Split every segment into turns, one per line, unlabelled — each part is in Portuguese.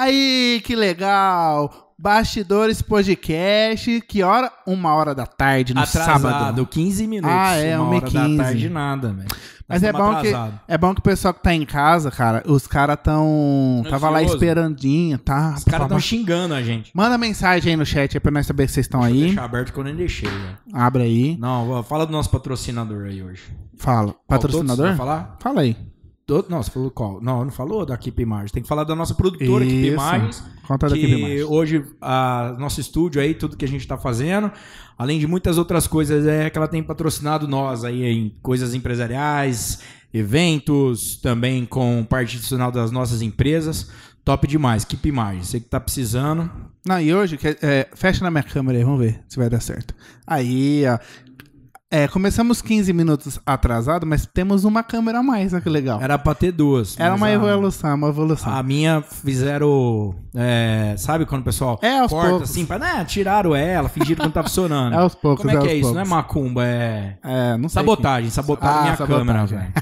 Aí, que legal! Bastidores Podcast, que hora? Uma hora da tarde no
atrasado,
sábado.
15 minutos.
Ah, é,
uma
1 e
hora
15.
da tarde nada, velho. Nós
Mas é
estamos
bom, que,
atrasado.
é bom que o pessoal que tá em casa, cara, os caras tão. Tava lá
Ansioso.
esperandinho, tá?
Os
Por
caras
favor.
estão xingando a gente.
Manda mensagem aí no chat aí pra nós saber que vocês estão
Deixa eu
aí.
deixar aberto que eu nem deixei, velho.
Abre aí.
Não, ó, fala do nosso patrocinador aí hoje.
Fala.
Qual todos?
Patrocinador?
Vai falar?
Fala aí.
Todo... Não, você falou qual? Não, não falou da Equipe Imagens. Tem que falar da nossa produtora Equipe
Isso.
Imagens.
Conta da
que
Equipe Imagens.
hoje a nosso estúdio aí, tudo que a gente tá fazendo, além de muitas outras coisas, é que ela tem patrocinado nós aí em coisas empresariais, eventos, também com parte adicional das nossas empresas. Top demais, Keep Imagens. Você que tá precisando.
Não, e hoje, que- é, fecha na minha câmera aí, vamos ver se vai dar certo. Aí, ó. É, começamos 15 minutos atrasado, mas temos uma câmera a mais, olha que legal.
Era pra ter duas.
Era
mas
uma
a-
evolução, uma evolução.
A minha fizeram. é, sabe quando o pessoal
É, aos
corta
poucos.
assim, pra, né, tiraram ela, fingiram que não tá funcionando.
É aos poucos,
Como é
é
que
aos
é isso? Não é
poucos.
macumba, é.
É, não sei.
Sabotagem, sabotaram
Ah,
minha
sabotagem.
câmera, velho.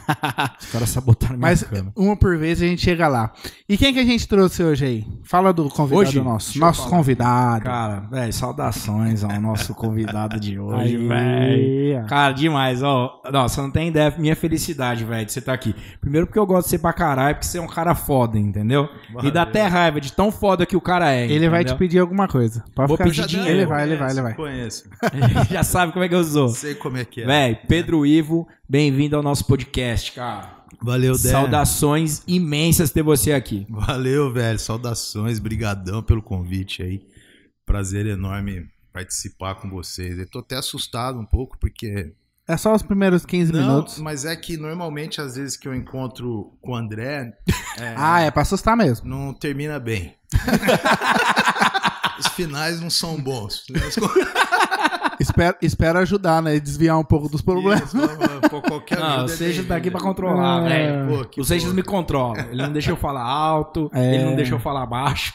Os caras sabotaram minha
Mas
câmera.
uma por vez a gente chega lá. E quem que a gente trouxe hoje aí? Fala do convidado
Hoje? Deixa
nosso.
eu
Nosso
falar.
convidado.
Cara, velho, saudações ao nosso convidado de hoje,
Aí,
velho.
ó.
Cara, demais, ó. Nossa, não tem ideia. Minha felicidade, velho, de você estar aqui. Primeiro porque eu gosto de você pra caralho, porque você é um cara foda, entendeu? E dá até raiva de tão foda que o cara é.
Ele vai te
entendeu?
pedir alguma coisa. Pode
Vou
ficar
pedir
tranquilo.
dinheiro.
Ele vai, ele vai, ele vai.
Conheço.
Já sabe como é que eu sou.
Sei como é que é.
Véi, Pedro Ivo, bem-vindo ao nosso podcast, cara.
Valeu, Dé.
Saudações imensas ter você aqui.
Valeu, velho. Saudações. Brigadão pelo convite aí. Prazer enorme participar com vocês. Eu tô até assustado um pouco, porque
É só os primeiros 15
Não,
minutos.
mas é que normalmente às vezes que eu encontro com o André, é,
Ah, é pra assustar mesmo.
não termina bem. Os finais não são bons. né? Os
espero, espero ajudar, né? Desviar um pouco dos problemas.
Isso, vamos, pô, qualquer
Não, o
ajuda é
Seixas tá aqui pra
bem-vinda.
controlar,
Ah,
velho.
Pô, que
O Seixas
pô.
me controla. Ele não deixa eu falar alto,
É.
ele não deixa eu falar baixo.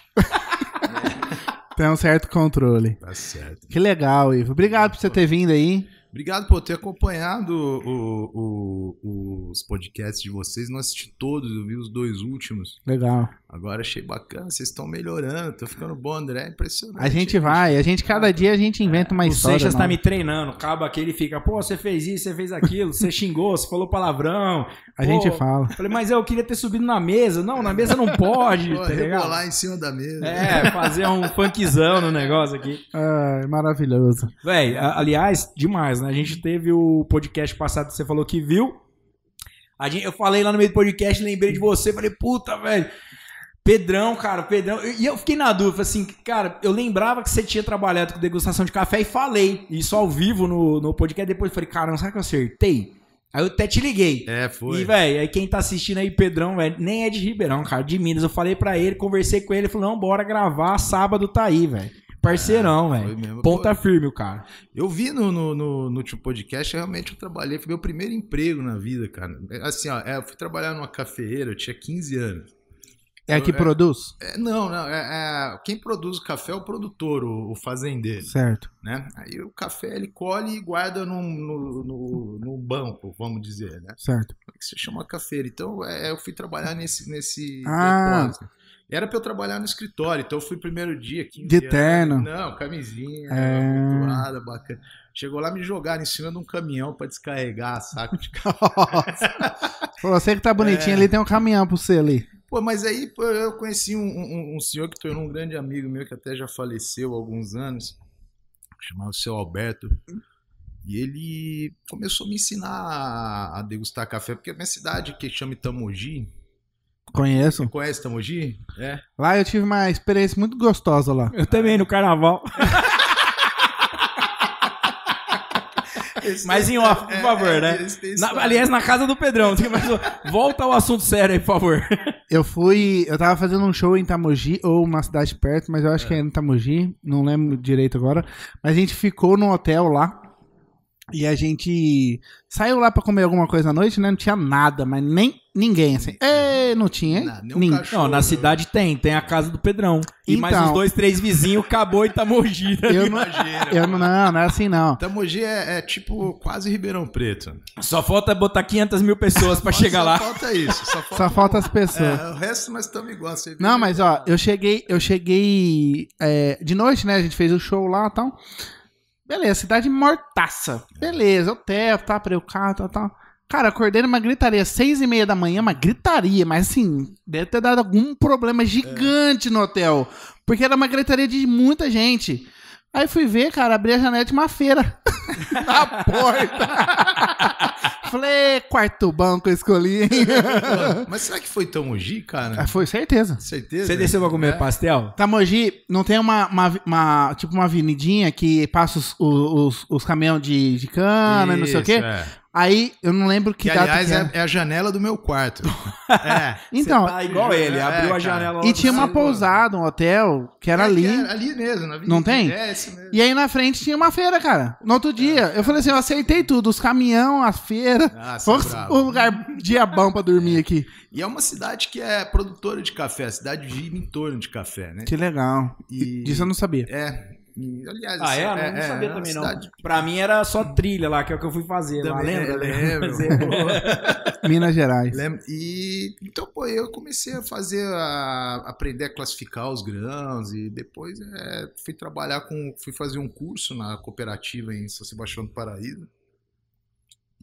Tem um certo controle.
Tá certo.
Que legal, Ivo. Obrigado por você ter vindo aí.
Obrigado por ter acompanhado o- o- o- os podcasts de vocês. Não assisti todos, eu vi os dois últimos.
Legal.
Agora achei bacana, vocês estão melhorando, tô ficando bom, André. é Impressionante.
A gente vai, a gente cada dia a gente inventa uma
o
história.
Seixas tá
nova.
me treinando. Acaba aqui, ele fica, pô, você fez isso, você fez aquilo, você xingou, você falou palavrão.
A gente
Pô,
fala.
Falei, mas eu queria ter subido na mesa. Não, na mesa não pode,
Pô,
tá ligado?
rebolar em cima da mesa.
É, fazer um funkzão no negócio aqui.
Ai, É, maravilhoso.
Véi, a- aliás, demais, né? A gente teve o podcast passado que você falou que viu. A gente, eu falei lá no meio do podcast, lembrei de você, falei, puta, velho. Pedrão, cara, Pedrão. E eu fiquei na dúvida, assim, cara, eu lembrava que você tinha trabalhado com degustação de café e falei isso ao vivo no, no podcast. Depois eu falei, caramba, será que eu acertei? Aí eu até te liguei.
É, foi.
E, velho, aí quem tá assistindo aí, Pedrão, velho, nem é de Ribeirão, cara, de Minas. Eu falei pra ele, conversei com ele, ele falou, não, bora gravar, sábado tá aí, velho. Parceirão,
É, foi
velho.
mesmo.
Ponta
Pô.
firme o cara.
Eu vi no, no, no- no último podcast, realmente eu trabalhei, foi meu primeiro emprego na vida, cara. Assim, ó, é, eu fui trabalhar numa cafeeira, eu tinha 15 anos.
É a que produz?
É, não, não, é, é- quem produz o café é o produtor, o- o fazendeiro.
Certo.
né? Aí o café ele colhe e guarda num, no, no, num banco, vamos dizer, né?
Certo.
Como é que se chama cafeira? Então é, eu fui trabalhar nesse, nesse
Ah.
depósito. Era pra eu trabalhar no escritório, então eu fui primeiro dia. 15
De
anos.
terno.
Não, camisinha,
É.
amontoada, bacana. Chegou lá, me jogaram em cima de um caminhão pra descarregar saco de café.
Pô, Você que tá bonitinho ali, tem um caminhão pra você ali.
Pô, mas aí pô, eu conheci um, um- um senhor que tornou um grande amigo meu, que até já faleceu há alguns anos, chamava o seu Alberto. E ele começou a me ensinar a, a degustar café, porque a minha cidade, que chama Itamogi,
Conheço.
conhece Itamogi? É.
Lá eu tive uma experiência muito gostosa lá.
Eu também, no carnaval. Mas em off,
É,
por favor, né? Na- aliás, na casa do Pedrão. Tem mais um- Volta ao assunto sério aí, por favor.
Eu fui. Eu tava fazendo um show em Tamogi, ou uma cidade perto, mas eu acho que é em Tamogi, não lembro direito agora. Mas a gente ficou num hotel lá. E a gente saiu lá pra comer alguma coisa à noite, né? Não tinha nada, mas nem ninguém, assim. Ei, não tinha, hein?
Nada, nem um
Ninguém.
cachorro.
Não, na cidade tem, tem a casa do Pedrão. E mais
Então.
uns dois, três vizinhos, acabou e tá morgido.
Eu não,
Exagero.
eu não, não, não é assim não.
Tamogi é, é tipo quase Ribeirão Preto.
Só falta botar 500 mil pessoas pra chegar
só
lá.
falta isso. Só falta,
Só falta as pessoas.
É, o resto nós estamos igual. você vê-
Não, mas ó, eu cheguei, eu cheguei é, de noite, né? A gente fez o show lá e tal. Beleza, cidade mortaça. Beleza, hotel, tá, abri o carro, tal, tal. Cara, acordei numa gritaria, seis e meia da manhã, uma gritaria, mas assim, deve ter dado algum problema gigante no hotel. Porque era uma gritaria de muita gente. Aí fui ver, cara, abri a janela de uma feira. Na porta. Falei, "É, quarto bom que eu escolhi, hein?
Mas será que foi Tamogi, cara?
Ah, Foi certeza.
Certeza?
Você desceu pra comer
É.
pastel?
Tamogi, não tem uma, uma- uma- tipo uma avenidinha que passa os, os, os caminhões de, de cana e Ah, não sei o
Isso,
quê?
é.
Aí eu não lembro que,
Que,
data
aliás,
que
é,
era.
é a janela do meu quarto. é.
Então,
Você tá igual ele,
É,
abriu a
cara.
janela lá
e
do
tinha uma
seu-
pousada, um hotel, que era
É,
ali.
que é ali mesmo. Na Avenida
Não tem?
É, isso mesmo.
E aí na frente tinha uma feira, cara. No
É,
outro dia, eu falei assim, eu acertei tudo, os caminhão, a feira.
Ah, você é
Foi
bravo.
o lugar dia bom pra dormir aqui.
E é uma cidade que é produtora de café, a cidade gira em torno de café, né?
Que legal.
E-
Disso eu não sabia.
É. E, aliás,
Ah, é? Eu não sabia
é uma
também, não.
cidade-
Pra mim era só trilha lá, que é o que eu né? fui fazer. Lá,
Também, é, né?
lembra?
lembro.
é Fazer-
Minas Gerais.
Lembra? né? E então, pô, eu comecei a fazer, a aprender a classificar os grãos e depois é, fui trabalhar com, fui fazer um curso na cooperativa em São Sebastião do Paraíso.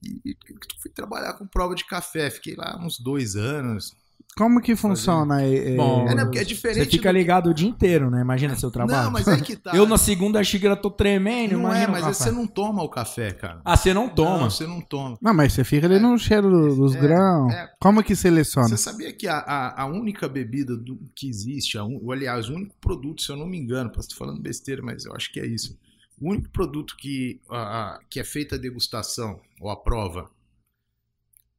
E fui trabalhar com prova de café, fiquei lá uns dois anos.
Como que funciona? eh, eh,
Bom,
É, né, porque é diferente.
Você fica
do...
ligado o dia inteiro, né? Imagina seu trabalho.
Não, mas é que tá.
Eu na segunda xícara tô tremendo,
não
imagina
é,
o
mas
café.
você não toma o café, cara.
Ah, você não toma.
Não, você não toma.
Não, mas você fica ali no cheiro do- dos
É,
grãos.
é.
Como que seleciona?
Você sabia que a, a, a única bebida do- que existe, a un- ou, aliás, o único produto, se eu não me engano, posso estar falando besteira, mas eu acho que é isso. O único produto que, a- a- que é feita a degustação ou a prova,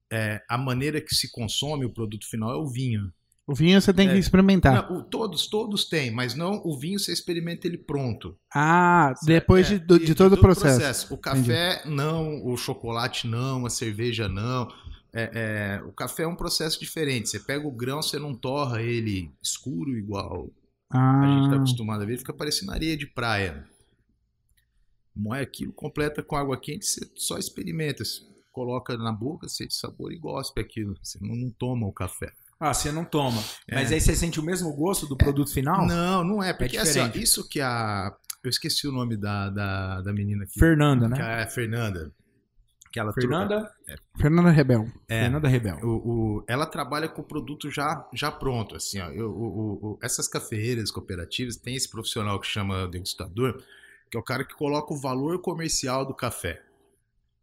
é, a maneira que se consome o produto final é o vinho.
O vinho você tem que
É.
experimentar.
Não, o- todos, todos têm, mas não o vinho você experimenta ele pronto.
Ah, depois
É,
de, do-
e
de todo o processo.
O café não, o chocolate não, a cerveja não. É, é, o café é um processo diferente. Você pega o grão, você não torra ele escuro igual
Ah,
a gente está acostumado a ver, fica parecendo areia de praia. Moe aquilo, completa com água quente, você só experimenta. Você coloca na boca, sente sabor e gosta daquilo. Você não, não toma o café.
Ah, você não toma.
É.
Mas aí você sente o mesmo gosto do produto final?
Não, não é. Porque assim, ó,
diferente.
isso que a. Eu esqueci o nome da, da, da menina aqui.
Fernanda,
Que
né?
é a Fernanda. Que ela
Fernanda?
Fernando Rebel.
É.
Fernanda Rebel.
O, o- ela trabalha com o produto já, já pronto, assim, ó. Eu- o- o- o- essas cafeeiras cooperativas têm esse profissional que chama degustador, que é o cara que coloca o valor comercial do café,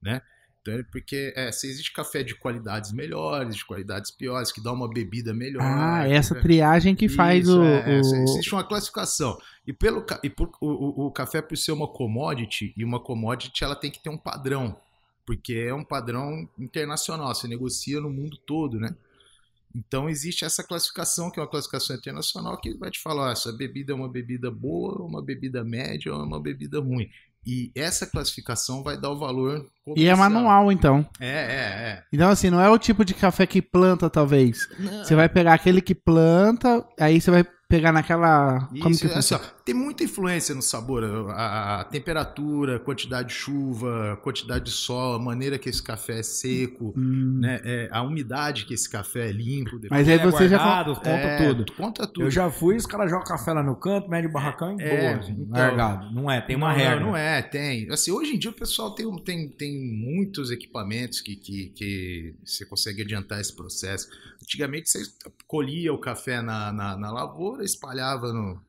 né? Então, ele- porque é, se existe café de qualidades melhores, de qualidades piores, que dá uma bebida melhor.
Ah, essa
né?
triagem que faz
Isso,
o.
é, é,
o-
existe uma classificação. E, pelo, ca- e por, o, o- o café, por ser uma commodity, e uma commodity ela tem que ter um padrão, porque é um padrão internacional, você negocia no mundo todo, né? Então existe essa classificação, que é uma classificação internacional, que vai te falar, ó, essa bebida é uma bebida boa, uma bebida média ou é uma bebida ruim. E essa classificação vai dar o valor
E é
tipo comercial.
manual, então.
É, é,
Então, assim, não é o tipo de café que planta, talvez.
é. Não,
Você vai pegar aquele que planta, aí você vai pegar naquela. Como
Isso, é.
que
olha
funciona?
só, tem muita influência no sabor, a, a- a temperatura, a quantidade de chuva, a quantidade de sol, a maneira que esse café é seco,
Hum,
né? É, a umidade que esse café é limpo. depois-
Mas aí você já. con-
guardado, conta
É,
tudo.
Conta tudo.
Eu já fui, os caras jogam café lá no canto, mede o barracão e
É,
boa. assim,
então.
largado. Não é, tem uma
não,
regra.
Não, não é, tem. Assim, hoje em dia o pessoal tem, um- tem, tem muitos equipamentos que, que, que você consegue adiantar esse processo. Antigamente você colhia o café na, na, na lavoura, espalhava no,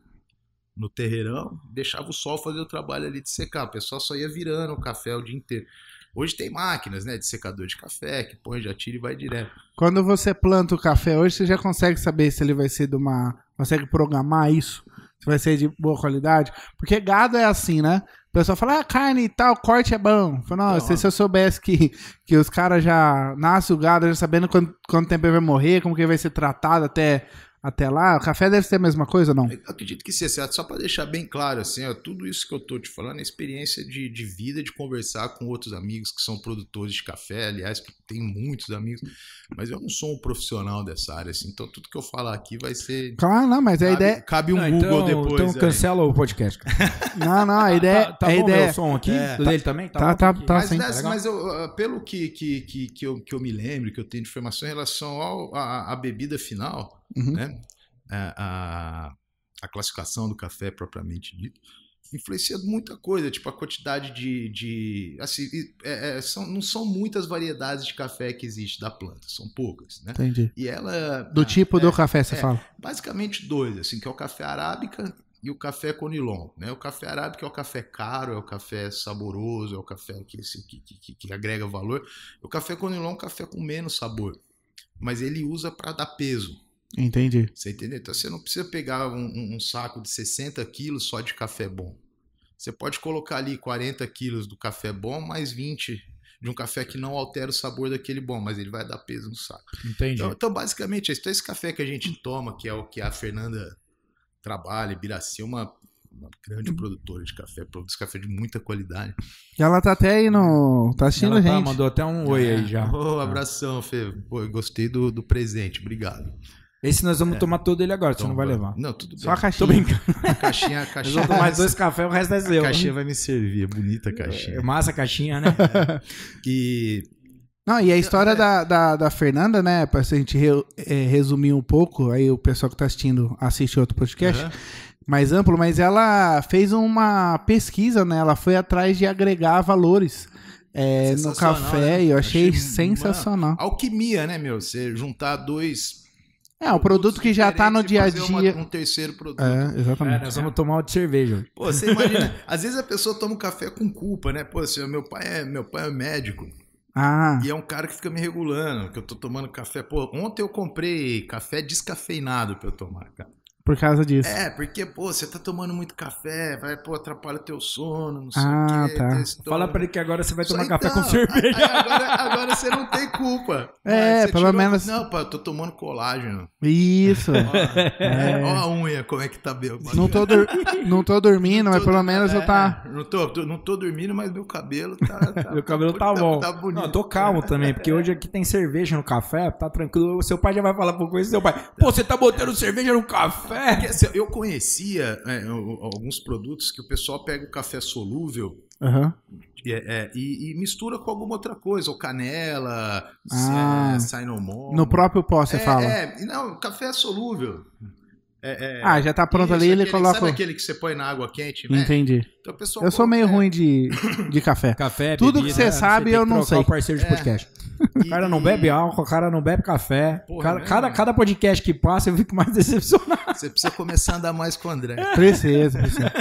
no terreirão, deixava o sol fazer o trabalho ali de secar. O pessoal só ia virando o café o dia inteiro. Hoje tem máquinas, né, de secador de café, que põe, já tira e vai direto.
Quando você planta o café hoje, você já consegue saber se ele vai ser de uma. Consegue programar isso? Se vai ser de boa qualidade? Porque gado é assim, né? O pessoal fala, ah, carne e tal, corte é bom. Fala, não,
Então,
se, se eu soubesse que, que os caras já nascem o gado, já sabendo quando, quanto tempo ele vai morrer, como que ele vai ser tratado até até lá? O café deve ser a mesma coisa ou não?
Eu acredito que seja certo. Só para deixar bem claro, assim, ó, tudo isso que eu tô te falando é experiência de, de vida, de conversar com outros amigos que são produtores de café. Aliás, tem muitos amigos, mas eu não sou um profissional dessa área, assim, então tudo que eu falar aqui vai ser.
Claro, não, mas a
cabe-
ideia.
Cabe um
Não,
Google
então,
depois. é.
Então
aí.
cancela o podcast. cara.
Não, não, a ideia.
tá tá
a
bom
ideia
meu som aqui?
É.
Do dele também?
Tá,
bom
tá,
aqui?
tá.
Mas,
sim,
dessa-
legal?
mas eu, ah, pelo que, que, que, que, eu, que eu me lembro, que eu tenho de informação em relação ao- à à bebida final,
Uhum.
né? A, a, a classificação do café propriamente dito, influencia muita coisa, tipo a quantidade de. de assim, e- é- é, são, não são muitas variedades de café que existe da planta, são poucas, né?
Entendi.
E ela.
Do
ah,
tipo
é,
do café, você
é.
fala.
basicamente dois, assim, que é o café arábica e o café conilon, né? O café arábica é o café caro, é o café saboroso, é o café que, se- que, que- que- que agrega valor. O café conilon é um café com menos sabor, mas ele usa para dar peso,
Entendi.
você entendeu? Então você não precisa pegar um, um- um saco de 60 quilos só de café bom. Você pode colocar ali 40 quilos do café bom, mais 20 de um café que não altera o sabor daquele bom, mas ele vai dar peso no saco.
Entendi.
Então, então, basicamente, é isso. Então, esse café que a
Hum.
gente toma, que é o que a Fernanda trabalha, Ibiraci, é uma, uma grande
Hum.
produtora de café, produz café de muita qualidade.
E ela tá até aí no. Tá assistindo
Ela
a
tá-
gente.
mandou até um oi
É.
aí já.
Ah.
Ô, abração, Fê. Pô, eu gostei do, do presente, obrigado.
Esse nós vamos tomar todo ele agora, você
Então,
não vai
vamos.
levar.
Não, tudo bem.
Só a
Tô
caixinha.
brincando.
a caixinha, a
Nós
caixinha,
vamos tomar mais dois cafés, o resto é
a
seu.
caixinha vai me servir, é bonita a
É
caixinha.
massa a caixinha, né?
É.
E
Não, e a história
É.
da, da, da Fernanda, né? Pra gente re- eh, resumir um pouco, aí o pessoal que tá assistindo assiste outro podcast
Aham.
mais amplo, mas ela fez uma pesquisa, né? Ela foi atrás de agregar valores eh, no
Sensacional,
café
né?
e eu achei,
Achei,
sensacional.
alquimia, né, meu? Você juntar dois.
É, o produto que já tá no dia a
diferentes e fazer
dia.
uma- um terceiro produto.
É,
É,
exatamente.
nós vamos tomar outro cerveja. hoje.
Pô, você imagina, às vezes a pessoa toma um café com culpa, né? Pô, assim, meu pai é, meu pai é médico
Ah,
e é um cara que fica me regulando, que eu tô tomando café. Pô, ontem eu comprei café descafeinado pra eu tomar, cara.
por causa disso.
É, porque, pô, você tá tomando muito café, vai, pô, atrapalha teu sono, não sei
Ah,
o quê.
tá.
tem esse
Fala
tom.
pra ele que agora você vai
Só
tomar café
então,
com cerveja.
aí Agora, agora você não tem culpa.
É,
Você
pelo menos-
Não, pô, eu tô tomando colágeno.
Isso.
Ó, ó a unha, como é que tá meu.
não, tô dur- não tô dormindo, mas
tô-
pelo menos eu tá.
É, não, tô, tô- não tô dormindo, mas meu cabelo tá. tá-
Meu cabelo tá
tá
bom.
Tá bonito.
Não, eu tô calmo também, porque hoje aqui tem cerveja no café, tá tranquilo. O seu pai já vai falar um por coisa, seu pai. Pô, você tá botando cerveja no café?
Porque, assim, eu conhecia é, o- alguns produtos que o pessoal pega o café solúvel
Aham.
e, é, e- e mistura com alguma outra coisa, ou canela,
Ah.
é, cinnamon.
No próprio pó, você
é,
fala.
É, e não, café é solúvel. É, é,
ah, já tá pronto
isso,
ali, ele
aquele-
coloca.
Sabe aquele que você põe na água quente, né?
Entendi.
Então, o pessoal
Eu sou meio
coloca-
ruim de, de café.
Café,
Tudo
bebida, né?
que você sabe,
tem
eu
que
não
trocar
sei.
O parceiro de
É.
podcast.
E-
O cara não bebe álcool, o cara não bebe café.
Porra,
Cada-
né,
cada,
mano?
cada podcast que passa, eu fico mais decepcionado.
Você precisa começar a andar mais com o André.
Precisa, precisa.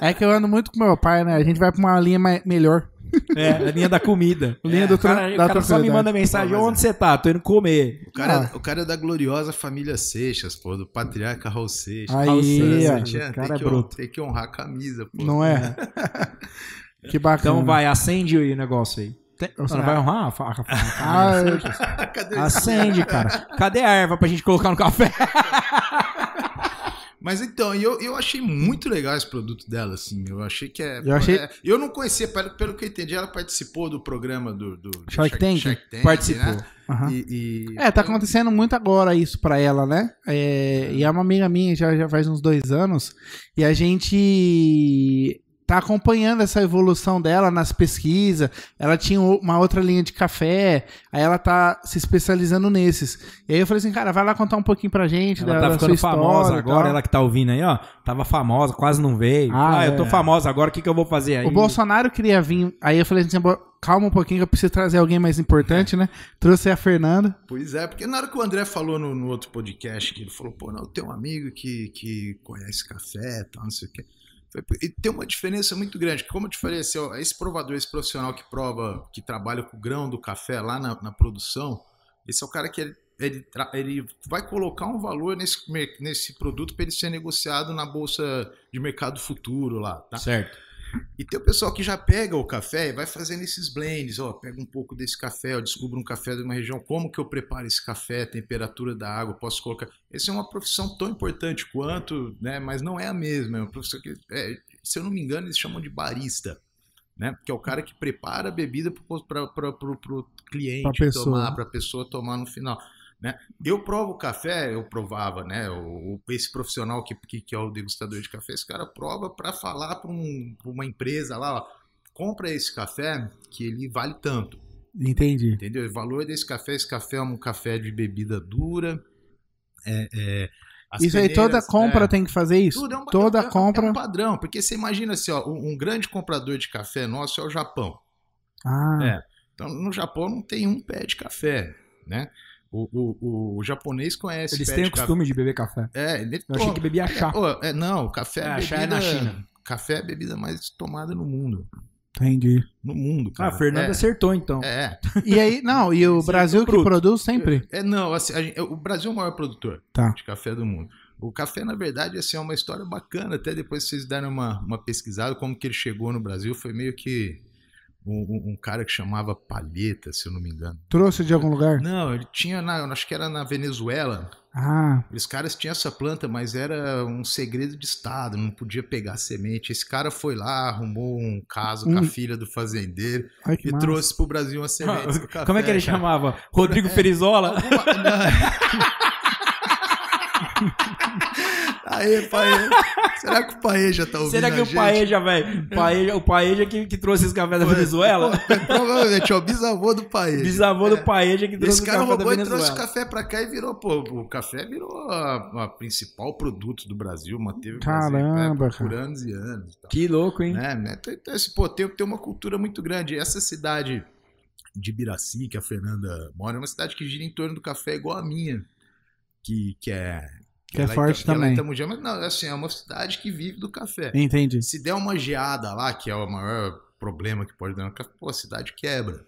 É que eu ando muito com meu pai, né? A gente vai pra uma linha mai- melhor.
É, a linha da comida.
Linha do
É, o cara,
tran-
o
da
cara só me
tranquilidade.
manda mensagem,
Não, mas
onde você tá? Tô indo comer. Ah,
O cara,
Ah.
o cara é da gloriosa família Seixas, pô, do patriarca Raul Seixas.
Aí,
Raul Seixas,
ó,
você tinha-
o cara
tem,
é
que,
bruto.
tem que honrar a camisa, pô.
Não é? Que bacana.
Então vai, acende o negócio aí. Tem-
Você
Não, não
vai-
vai honrar? a fa- a fa-
Ah, eu-
Cadê isso?
Acende, cara. Cadê a erva pra gente colocar no café?
Mas então, e eu, eu achei muito legal esse produto dela, assim. Eu achei que é.
Eu achei-
é- eu não conhecia, pelo, pelo que eu entendi, ela participou do programa do, do, do
Shark Tank?
Tank,
Participou.
né?
Aham.
E, e-
É, tá acontecendo muito agora isso pra ela, né? É, e é uma amiga minha, já, já faz uns dois anos, e a gente tá acompanhando essa evolução dela nas pesquisas. Ela tinha o- uma outra linha de café, aí ela tá se especializando nesses. E aí eu falei assim, cara, vai lá contar um pouquinho pra gente
Ela
da,
tá
da sua
ficando
história.
famosa
e
agora,
tal.
ela que tá ouvindo aí, ó. Tava famosa, quase não veio.
Ah,
Ah,
é.
eu tô famosa agora, o que, que eu vou fazer aí?
O Bolsonaro queria vir, aí eu falei assim, "Bo- calma um pouquinho que eu preciso trazer alguém mais importante, né? Trouxe a Fernanda.
Pois é, porque na hora que o André falou no, no outro podcast, que ele falou, pô, não, eu tenho um amigo que, que conhece café e tal, não sei o quê. Falei, pô, E tem uma diferença muito grande, que como eu te falei, assim, ó, esse provador, esse profissional que prova, que trabalha com o grão do café lá na, na produção, esse é o cara que ele, ele, tra- ele vai colocar um valor nesse, mer- nesse produto para ele ser negociado na bolsa de mercado futuro lá, tá?
Certo.
E tem o pessoal que já pega o café e vai fazendo esses blends, ó, pega um pouco desse café, ó, descubro um café de uma região, como que eu preparo esse café, temperatura da água, posso colocar. Essa é uma profissão tão importante quanto, né, mas não é a mesma, é uma profissão que, é, se eu não me engano, eles chamam de barista, né, que é o cara que prepara a bebida para
Pra
o cliente
pessoa.
tomar, para a pessoa tomar no final. Né? Eu provo café, eu provava, né? O, o- esse profissional que, que, que é o degustador de café, esse cara prova para falar para uma empresa lá, ó, compra esse café que ele vale tanto,
Entendi.
entendeu? O valor desse café, esse café é um café de bebida dura. é- é, as
Isso aí, toda
peneiras,
compra
é,
tem que fazer isso?
tudo é um-
toda
é um-
compra.
é um padrão, porque você imagina assim, ó, um, um grande comprador de café nosso é o Japão.
Ah,
É. Então, no Japão não tem um pé de café, né? O, o- o- o japonês conhece
Eles
pé
têm
de
o costume de beber café.
Café. É, ele
Eu achei
toma.
que bebia chá.
Ô, é, não, café é,
É,
bebida,
chá é na China.
Café é a bebida mais tomada no mundo.
Entendi.
No mundo,
Ah,
cara.
a Fernanda acertou então.
É, é,
E aí, não, e o
Esse
Brasil
é
que
bruto.
produz sempre.
é, não, assim, a gente- o Brasil é o maior produtor
Tá.
de café do mundo. O café, na verdade, assim, é uma história bacana. Até depois vocês darem uma, uma pesquisada como que ele chegou no Brasil. Foi meio que um, um- um cara que chamava Palheta, se eu não me engano.
Trouxe de algum
É.
lugar?
Não, ele tinha, na, acho que era na Venezuela.
Ah,
Os caras tinham essa planta, mas era um segredo de Estado, não podia pegar semente. Esse cara foi lá, arrumou um caso com a
Hum.
filha do fazendeiro
ai que
e
massa.
trouxe pro Brasil uma semente. pro café,
Como é que ele
cara. É. Tá
chamava? Rodrigo Ferizola?
Alguma- Não. Aí, Paeja. Será que o Paeja tá ouvindo?
Será que
a
o
gente?
Paeja, velho? Paeja- O Paeja que, que trouxe esse café da
Foi.
Venezuela?
Provavelmente é o bisavô do Paeja.
Bisavô do Paeja que trouxe
Esse
o
cara
café da
roubou e trouxe o
Venezuela.
café pra cá e virou, pô, o café virou a, a principal produto do Brasil, manteve o
Caramba,
Brasil é, por
cara.
anos e anos. e tal,
Que louco, hein?
né? né? Então, então, assim, pô, tem, tem uma cultura muito grande. Essa cidade de Biraci, que a Fernanda mora, é uma cidade que gira em torno do café igual a minha, que, que é...
Que é
ela
forte
Ita- que ela
também.
Itamugi, mas não, assim, é uma cidade que vive do café.
Entendi.
Se der uma geada lá, que é o maior problema que pode dar no café, pô, a cidade quebra.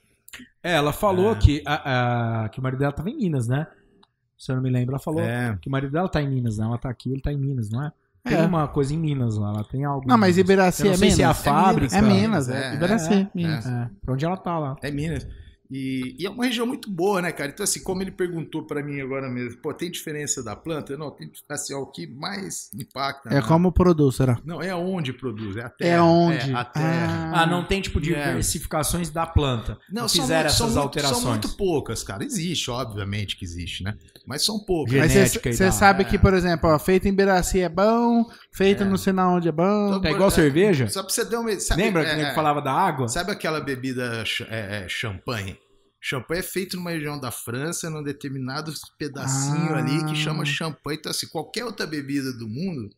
É, ela falou
É.
que, a, a- que o marido dela tava em Minas, né? Se eu não me lembro, ela falou
É.
que o marido dela tá em Minas, né? Ela tá aqui, ele tá em Minas, não é? Tem
É.
uma coisa em Minas lá, ela tem algo.
Não,
em
mas
Minas. Eu
Ibiraci
não
é
sei se é a
Minas.
fábrica.
É Minas, é.
É,
Ibiraci,
é,
Minas.
É, pra onde ela tá lá?
É Minas. E, e é uma região muito boa, né, cara? Então, assim, como ele perguntou pra mim agora mesmo, pô, tem diferença da planta? Não, tem assim, ó, o que mais impacta.
É
né?
como produz, será?
Não, é onde produz, é a terra.
É onde?
a terra.
Ah, não tem tipo de
É.
diversificações da planta. Não,
Não, são,
fizeram
muito- são
essas
muito-
alterações.
são muito poucas, cara. Existe, obviamente que existe, né? Mas são poucas.
Mas
Genética e
você
tal,
sabe
é.
que, por exemplo, ó, feito em Biraci é bom, feito
É.
não sei na onde é bom.
Então,
É igual
é,
cerveja?
Só pra você ter uma. sabe-
Lembra
é,
que, nem
é,
que falava da água?
Sabe aquela bebida ch- é, é, champanhe? Champanhe é feito numa região da França, num determinado pedacinho
Ah.
ali que chama champanhe. Então, assim, qualquer outra bebida do mundo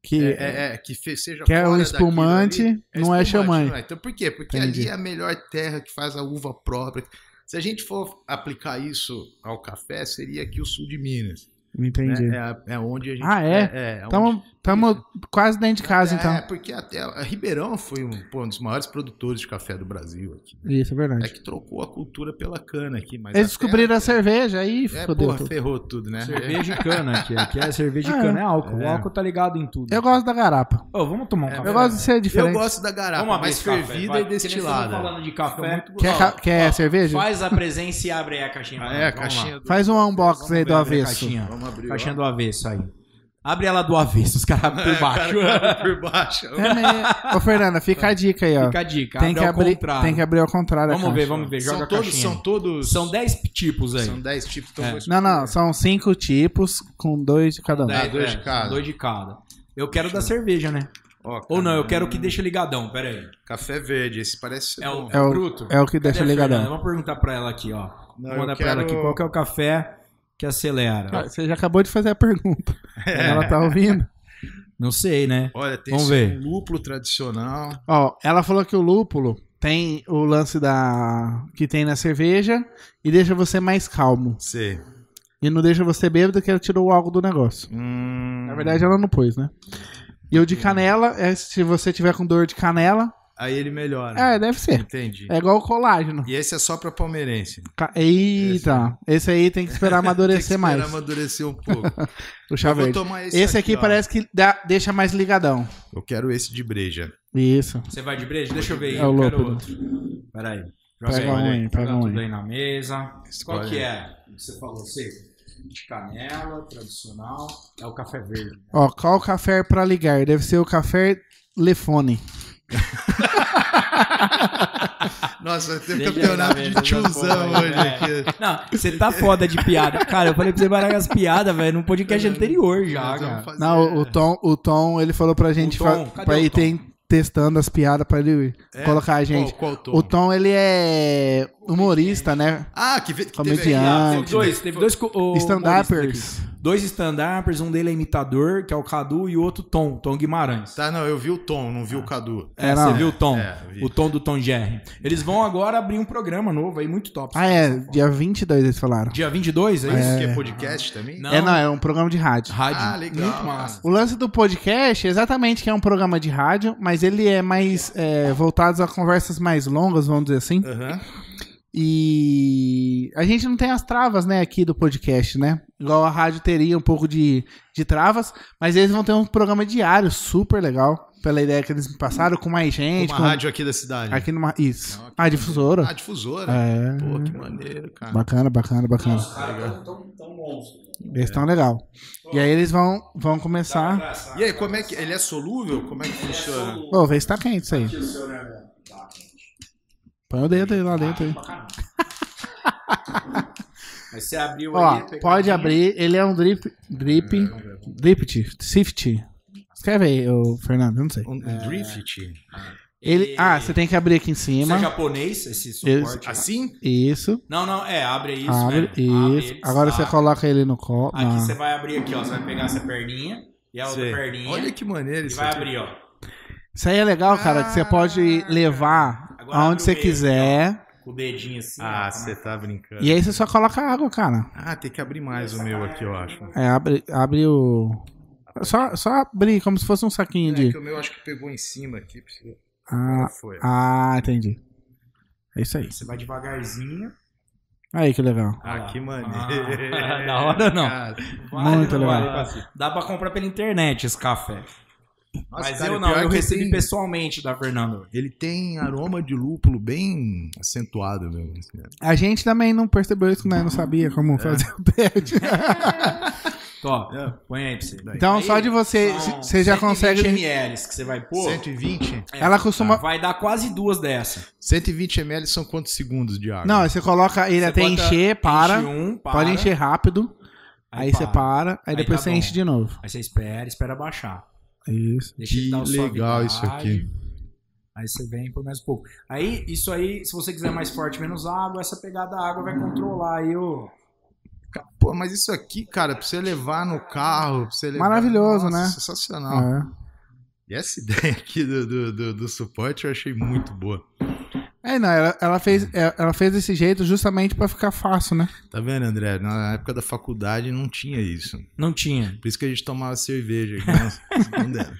que
é,
é,
é, é, que fe- seja
que é
fora
um
daquilo
espumante,
ali,
não é
espumante,
champanhe.
não é. Então, por quê? Porque
Entendi.
ali é a melhor terra que faz a uva própria. Se a gente for aplicar isso ao café, seria aqui o sul de Minas. né?
Entendi.
É, a- é onde a gente.
Ah, é?
é onde-
Tamo, tamo quase dentro de casa,
é,
então.
porque até a a Ribeirão foi um, pô, um dos maiores produtores de café do Brasil aqui.
Isso, é
É
verdade.
que trocou a cultura pela cana aqui, mas.
Eles
a
descobriram
terra-
a cerveja, aí
É,
fodeu
porra,
tudo.
ferrou tudo, né?
Cerveja e cana aqui. Aqui é cerveja e
É.
cana, é álcool. O
É.
álcool tá ligado em tudo.
Eu gosto da garapa.
Ô, vamos tomar um
É,
café.
Eu gosto de ser
Eu
diferente.
gosto da garapa,
Vamos abrir
mas
esse café,
fervida
vai,
e
porque nesse eu tô
destilada.
falando né? de café.
Fica muito
Quer,
bom.
ca- quer cerveja?
Faz a presença e abre aí a caixinha.
Ah,
mano.
é, a
Vamos lá.
caixinha do...
Faz um
Vamos
unboxing aí
ver,
do
abre a
avesso.
Caixinha.
Vamos abrir. ó.
Caixinha do avesso aí. Abre ela do avesso, os caras por baixo.
É, Cara, tá por baixo.
É mesmo. Ô, Fernanda, fica a dica aí, ó.
Fica a dica.
Tem
abre
que,
ao
abrir,
contrário.
tem que abrir ao contrário. a
Vamos ver,
caixa.
vamos ver. Joga
São
a caixinha.
todos, são todos.
São 10 tipos aí.
São 10 tipos. Então
É.
vou escolher.
Não, não, são cinco tipos com dois de cada um.
Dez.
Dez,
dois de
é,
cada.
Dois de cada. Eu quero da cerveja, né?
Ó,
Ou não, eu
cara,
quero o que deixa ligadão, pera aí.
Café verde, esse parece ser
É o,
bom.
é
É o-
bruto?
É o que
Cadê
deixa
a Fernanda?
ligadão.
Vamos perguntar pra ela aqui, ó.
Não,
Vou Manda
eu
pra ela
quero-
aqui qual que é o café que acelera.
Ah, Você já acabou de fazer a pergunta. Ela tá ouvindo.
Não sei, né?
Olha, tem
Vamos
esse um
ver.
lúpulo tradicional.
Ó, ela falou que o lúpulo tem o lance da que tem na cerveja e deixa você mais calmo.
Sei.
E não deixa você bêbado que ela tirou o álcool do negócio.
Hum,
Na verdade, ela não pôs, né? E o de canela é se você tiver com dor de canela.
Aí ele melhora.
É, deve ser.
Entendi.
É igual o colágeno.
E esse é só pra palmeirense.
Ca- Eita, esse aí tem que esperar
Tem que
amadurecer
esperar
mais.
amadurecer um pouco.
O chá
Eu vou
verde.
tomar
Esse aqui
ó.
parece que dá- deixa mais ligadão.
Eu quero esse de breja.
Isso.
Você vai de breja? Deixa eu ver aí.
É o
eu quero
Lópido.
outro. Peraí. Joga
Pega
aí. né?
um aí, pega
Joga
um
tudo
aí.
aí na mesa. Qual
Escolhe.
que é? Você falou, você. De canela, tradicional. É o café verde.
Ó, qual café pra ligar? Deve ser o café Lefone.
Nossa, teve
Deixa
campeonato
eu ver,
de
deixa eu
tiozão
ver.
hoje aqui.
Não, você tá foda de piada. Cara, eu falei pra você parar as piadas, velho, num podcast anterior já,
Nós vamos
cara.
fazer-
Não, o Tom, o Tom, ele falou pra gente
Tom,
fa-
cadê
pra
o
ir
Tom?
tem- testando as piadas pra ele
É,
colocar a gente.
Qual, qual tom?
O Tom, ele é humorista, né?
Ah, que, ve- que teve aqui.
Comediante.
Teve dois, teve dois. co- o- humoristas
Stand-uppers.
aqui. Dois stand-uppers, um dele é imitador, que é o Cadu, e o outro Tom, Tom Guimarães.
Tá, não, eu vi o Tom, não vi o Cadu.
É,
É,
você
não.
viu o Tom,
É, vi.
o Tom do Tom Jerry. Eles vão agora abrir um programa novo aí, muito top.
Ah, é, dia 22 eles falaram.
Dia 22, é isso?
Isso que é podcast também?
Não.
É, não, é um programa de rádio.
Rádio.
Ah, legal.
Muito massa.
O lance do podcast, é exatamente, que é um programa de rádio, mas ele é mais é, voltado a conversas mais longas, vamos dizer assim.
Aham.
E a gente não tem as travas, né, aqui do podcast, né? Igual a rádio teria um pouco de, de travas, mas eles vão ter um programa diário super legal, pela ideia que eles me passaram, com mais gente.
Uma
com-
rádio aqui da cidade.
Aqui numa. Isso.
Não, aqui
ah, difusora.
Ah, difusora.
É.
Pô, que maneiro, cara.
Bacana, bacana, bacana.
Cara, Ah, tão, tão monstro.
Eles estão legal. E aí eles vão, vão começar.
E aí, como é que. Ele é solúvel? Como é que funciona?
Ô, vê se tá quente isso aí.
né,
Põe o dedo aí lá dentro aí.
Mas você abriu
Ó,
aí, pegadinha.
pode abrir. Ele é um drip. Drip. Dript. Sift. Escreve aí, ô, Fernando, eu não sei.
Um, um drift?
Ele, ah, você tem que abrir aqui em
Isso é
cima.
japonês, esse suporte?
Assim?
Isso.
Não, não, é, abre isso.
Abre.
velho.
Isso.
ele,
Agora
saca.
você coloca ele no ah. colo.
Aqui
na-
você vai abrir aqui, ó. Você vai pegar essa perninha e a outra
Sei.
perninha.
Olha que maneiro
e
isso.
vai
aqui.
abrir, ó.
Isso aí é legal, cara, que você pode levar
Ah. Agora abre o
aonde você
meio aqui,
quiser.
Com o dedinho assim. ó,
Ah,
tá
você tá brincando.
E aí você só coloca água, cara.
Ah, tem que abrir mais o meu aqui, eu acho.
É, abre, abre o. Só, só abrir, como se fosse um saquinho
É
de.
que o meu acho que pegou em cima aqui. precisa-
Ah,
Foi.
ah, entendi. É isso aí.
na- Você vai devagarzinho.
Aí que legal.
Ah, que maneiro.
Ah, da hora não.
Cara,
Vale,
Muito
não
legal.
vale. Dá pra comprar pela internet esse café.
nossa,
Mas
cara,
eu não,
pior
eu
que
recebi
tem-
pessoalmente da Fernanda.
Ele tem aroma de lúpulo bem acentuado mesmo. assim, né?
A gente também não percebeu isso, né? Não sabia
É,
como fazer o teste.
Tó,
É.
põe aí pra você.
Então, só de você.
São
Você já
120
consegue.
ml que você vai pôr.
120?
Ela costuma.
Tá, Vai dar quase duas dessa.
120 ml são quantos segundos de água?
Não, aí você coloca ele
Ah. Você
até
bota-
encher, para,
Enche um, para.
Pode encher rápido. Aí,
Aí
você
para.
para, aí
Aí
depois
tá
você
bom.
enche de novo.
Aí você espera, espera baixar.
Isso.
Deixa ele
Que
dar o
legal isso
suavidade. Aí você vem por mais um pouco. Aí, isso aí, se você quiser mais forte, menos água, essa pegada da água vai controlar aí o.
Pô, mas isso aqui, cara, pra você levar no carro. Pra você levar...
Maravilhoso, né?
Sensacional.
Ah.
É.
E essa ideia aqui do, do, do, do suporte eu achei muito boa.
É, não, ela, ela fez, é, ela fez desse jeito justamente pra ficar fácil, né?
Tá vendo, André? Na época da faculdade não tinha isso.
Não tinha.
Por isso que a gente tomava cerveja. aqui, né? Não dera.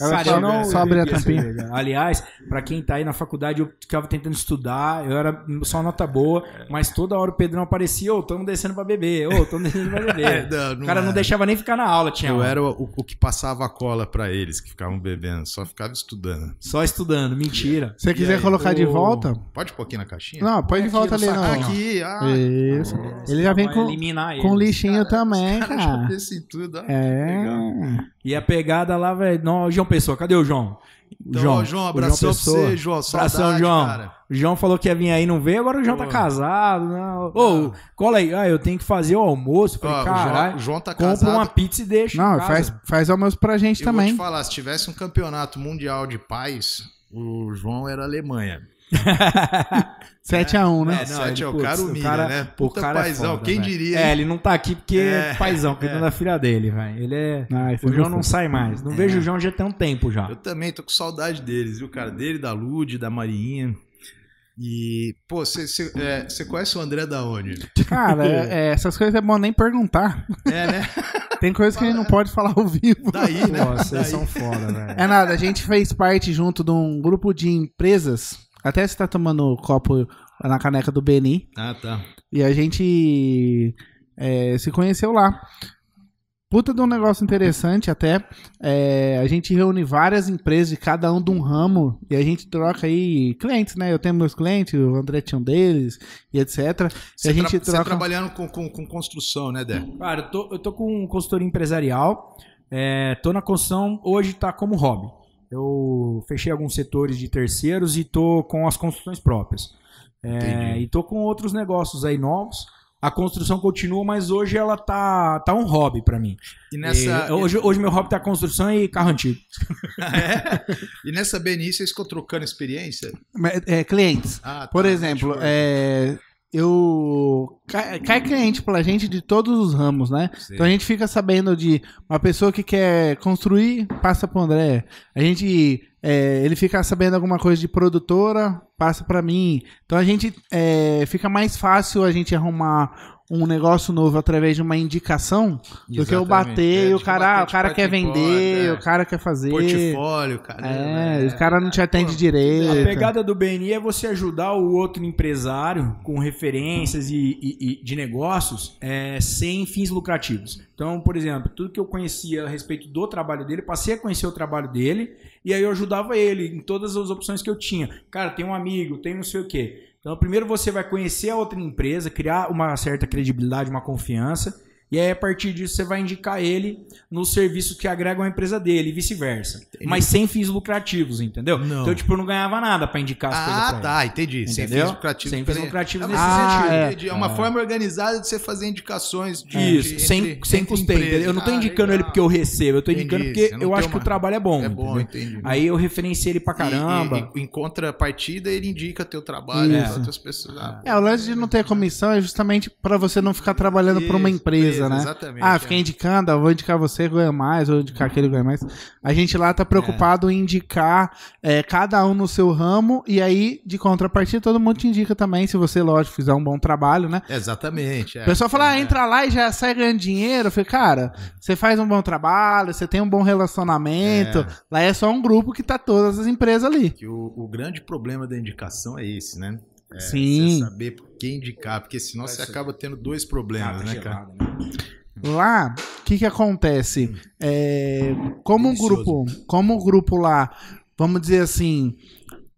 Ela
Cara,
só
eu
não
bebia
só abrir a tampinha.
cerveja. Aliás, pra quem tá aí na faculdade, eu ficava tentando estudar, eu era só nota boa, mas toda hora o Pedrão aparecia, ô, tamo descendo pra beber, ô, tamo descendo pra beber.
Não,
O cara É, não
era.
deixava nem ficar na aula, tinha
Eu
aula.
era o, o que passava a cola pra eles que ficavam bebendo, só ficava estudando.
Só estudando, mentira.
Se você quiser
aí,
colocar de
o-
volta.
Pode pôr aqui na caixinha?
Não, põe de volta ali,
Aqui,
não.
Aqui, ah,
Isso. Ele já vem
É, Vai
com,
eliminar ele.
com lixinho também,
cara, já
cara.
pensei em tudo. ah,
É.
legal.
E a pegada lá, velho. Não, o João Pessoa, cadê o João?
Então, João, João, abração
o
pra você, João. Saudade,
Abração, João.
cara.
O João falou que ia vir aí e não veio, agora o João
Pô.
tá casado. Não. Ô, cola aí. Ah, eu tenho que fazer o almoço. Eu
Ó,
Falei,
o João,
caralho,
o João tá
compra um
casado.
uma pizza e deixa. em
Não,
casa.
faz, faz almoço pra gente
Eu vou
também.
te falar, se tivesse um campeonato mundial de paz, o João era Alemanha.
7x1, né?
É, não,
Sete
ele,
é o
putz,
cara humilha, né?
O
Puta
cara é
paizão,
foda,
quem
velho.
diria,
É,
hein?
ele não tá aqui porque é,
É,
paizão, cuidando da filha dele, velho. Ele é...
Ah, isso
O
é gostoso.
João não sai mais. Não vejo o João já tem um tempo já.
Eu também tô com saudade deles, viu, cara? Dele, da Lud, da Marinha. E, pô, você é, cê conhece o André da onde?
Cara, é- é, essas coisas é bom nem perguntar.
É, né?
Tem coisas que a gente não pode falar ao vivo.
Daí, né?
Nossa, eles
Daí.
são foda, velho.
É nada, a gente fez parte junto de um grupo de empresas. Até você tá tomando copo na caneca do Beni.
Ah, tá.
E a gente é, se conheceu lá. Puta de um negócio interessante até. É, a gente reúne várias empresas de cada um de um ramo e a gente troca aí clientes, né? Eu tenho meus clientes, o André tinha um deles e etc. E
Você,
a gente
tra- você
troca.
trabalhando com, com, com construção, né, Dé?
Cara, eu tô, eu tô com um consultoria empresarial, é, tô na construção, hoje tá como hobby. Eu fechei alguns setores de terceiros e tô com as construções próprias. É,
Entendi.
e tô com outros negócios aí novos. A construção continua, mas hoje ela tá, tá um hobby pra mim.
E nessa,
E hoje, hoje meu hobby tá construção e carro antigo.
e nessa BNI vocês ficam trocando experiência?
Mas, é, clientes.
Ah,
Por
tá,
exemplo,
network.
é, eu cai, cai cliente pra gente de todos os ramos, né?
Sim.
Então a gente fica sabendo de uma pessoa que quer construir, passa pro André. A gente é, ele fica sabendo alguma coisa de produtora, passa pra mim. Então a gente é, fica mais fácil a gente arrumar um negócio novo através de uma indicação do que eu
Exatamente.
bater
É,
e o
de
cara,
bater
o
de
cara
porta
quer
em porta,
vender,
é.
o cara quer fazer.
portfólio, cara. né?
É, o cara não te atende
Pô,
A
direito.
pegada do BNI é você ajudar o outro empresário com referências e, e- e de negócios é, sem fins lucrativos. Então, por exemplo, tudo que eu conhecia a respeito do trabalho dele, passei a conhecer o trabalho dele e aí eu ajudava ele em todas as opções que eu tinha. Cara, tem um amigo, tem não sei o quê. Então, primeiro você vai conhecer a outra empresa, criar uma certa credibilidade, uma confiança. E aí, a partir disso, você vai indicar ele nos serviços que agregam a empresa dele e vice-versa. Mas sem fins lucrativos, entendeu?
Não.
Então, tipo, eu não ganhava nada pra indicar as coisas
Ah,
pra
tá, entendi. Sem fins
Entendeu?
lucrativos.
Sem fins
peraí.
lucrativos
Ah,
nesse
mas
sentido.
entendi, entendi. É uma forma organizada de você fazer indicações. De,
ele. Isso,
de-
sem,
entre-
sem
entre
custeio.
empresas.
entendeu? Eu não tô
Ah,
indicando ele
legal.
porque eu recebo, eu tô
Entendi,
indicando porque
você não
eu
tem
acho
uma-
que o trabalho é bom.
É bom,
entendeu?
entendi.
Aí eu referenciei ele pra caramba. Ah,
E, e, em contrapartida, ele indica teu trabalho para
Isso.
outras pessoas. Ah,
É, o lance de não ter comissão é justamente pra você não ficar trabalhando pra uma
Isso,
empresa,
empresa,
né?
exatamente,
ah,
é.
fiquei indicando, ah, vou indicar você, ganha mais, vou indicar aquele, ganha mais. A gente lá
É.
tá preocupado em indicar é, cada um no seu ramo e aí, de contrapartida, todo mundo te indica também, se você, lógico, fizer um bom trabalho, né?
Exatamente. é.
O pessoal fala, ah, entra lá e já sai ganhando dinheiro. Eu falei, cara, você faz um bom trabalho, você tem um bom relacionamento. Lá é só um grupo que tá todas as empresas ali.
Que o, o grande problema da indicação é esse, né? É
Sim.
Você saber quem indicar, porque senão você acaba tendo dois problemas, né,
Ah, tá.
cara?
gelado, né?
Lá, o que que acontece? É, como um
Delicioso.
grupo, como um grupo lá, vamos dizer assim,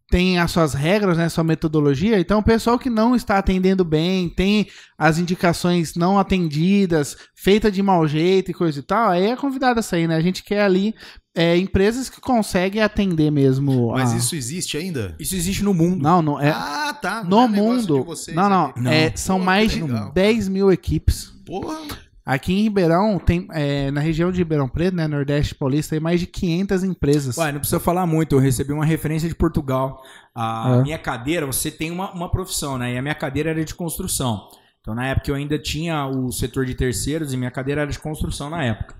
tem as suas regras, né, sua metodologia. Então, o pessoal que não está atendendo bem, tem as indicações não atendidas, feita de mau jeito e coisa e tal, aí é convidado a sair, né? A gente quer ali é, empresas que conseguem atender mesmo.
Mas
a-
isso existe ainda?
Isso existe no mundo.
não, não é.
Ah, tá.
no
é negócio de
mundo,
vocês
não, não,
aqui.
Não.
é, são
Pô,
mais
que
de
legal.
10 mil equipes.
Porra.
Aqui em Ribeirão, tem, é, na região de Ribeirão Preto, né, Nordeste Paulista, tem mais de 500 empresas.
Ué, não precisa falar muito, eu recebi uma referência de Portugal. A
É.
minha cadeira, você tem uma, uma profissão, né? E a minha cadeira era de construção. Então, na época, eu ainda tinha o setor de terceiros e minha cadeira era de construção na época.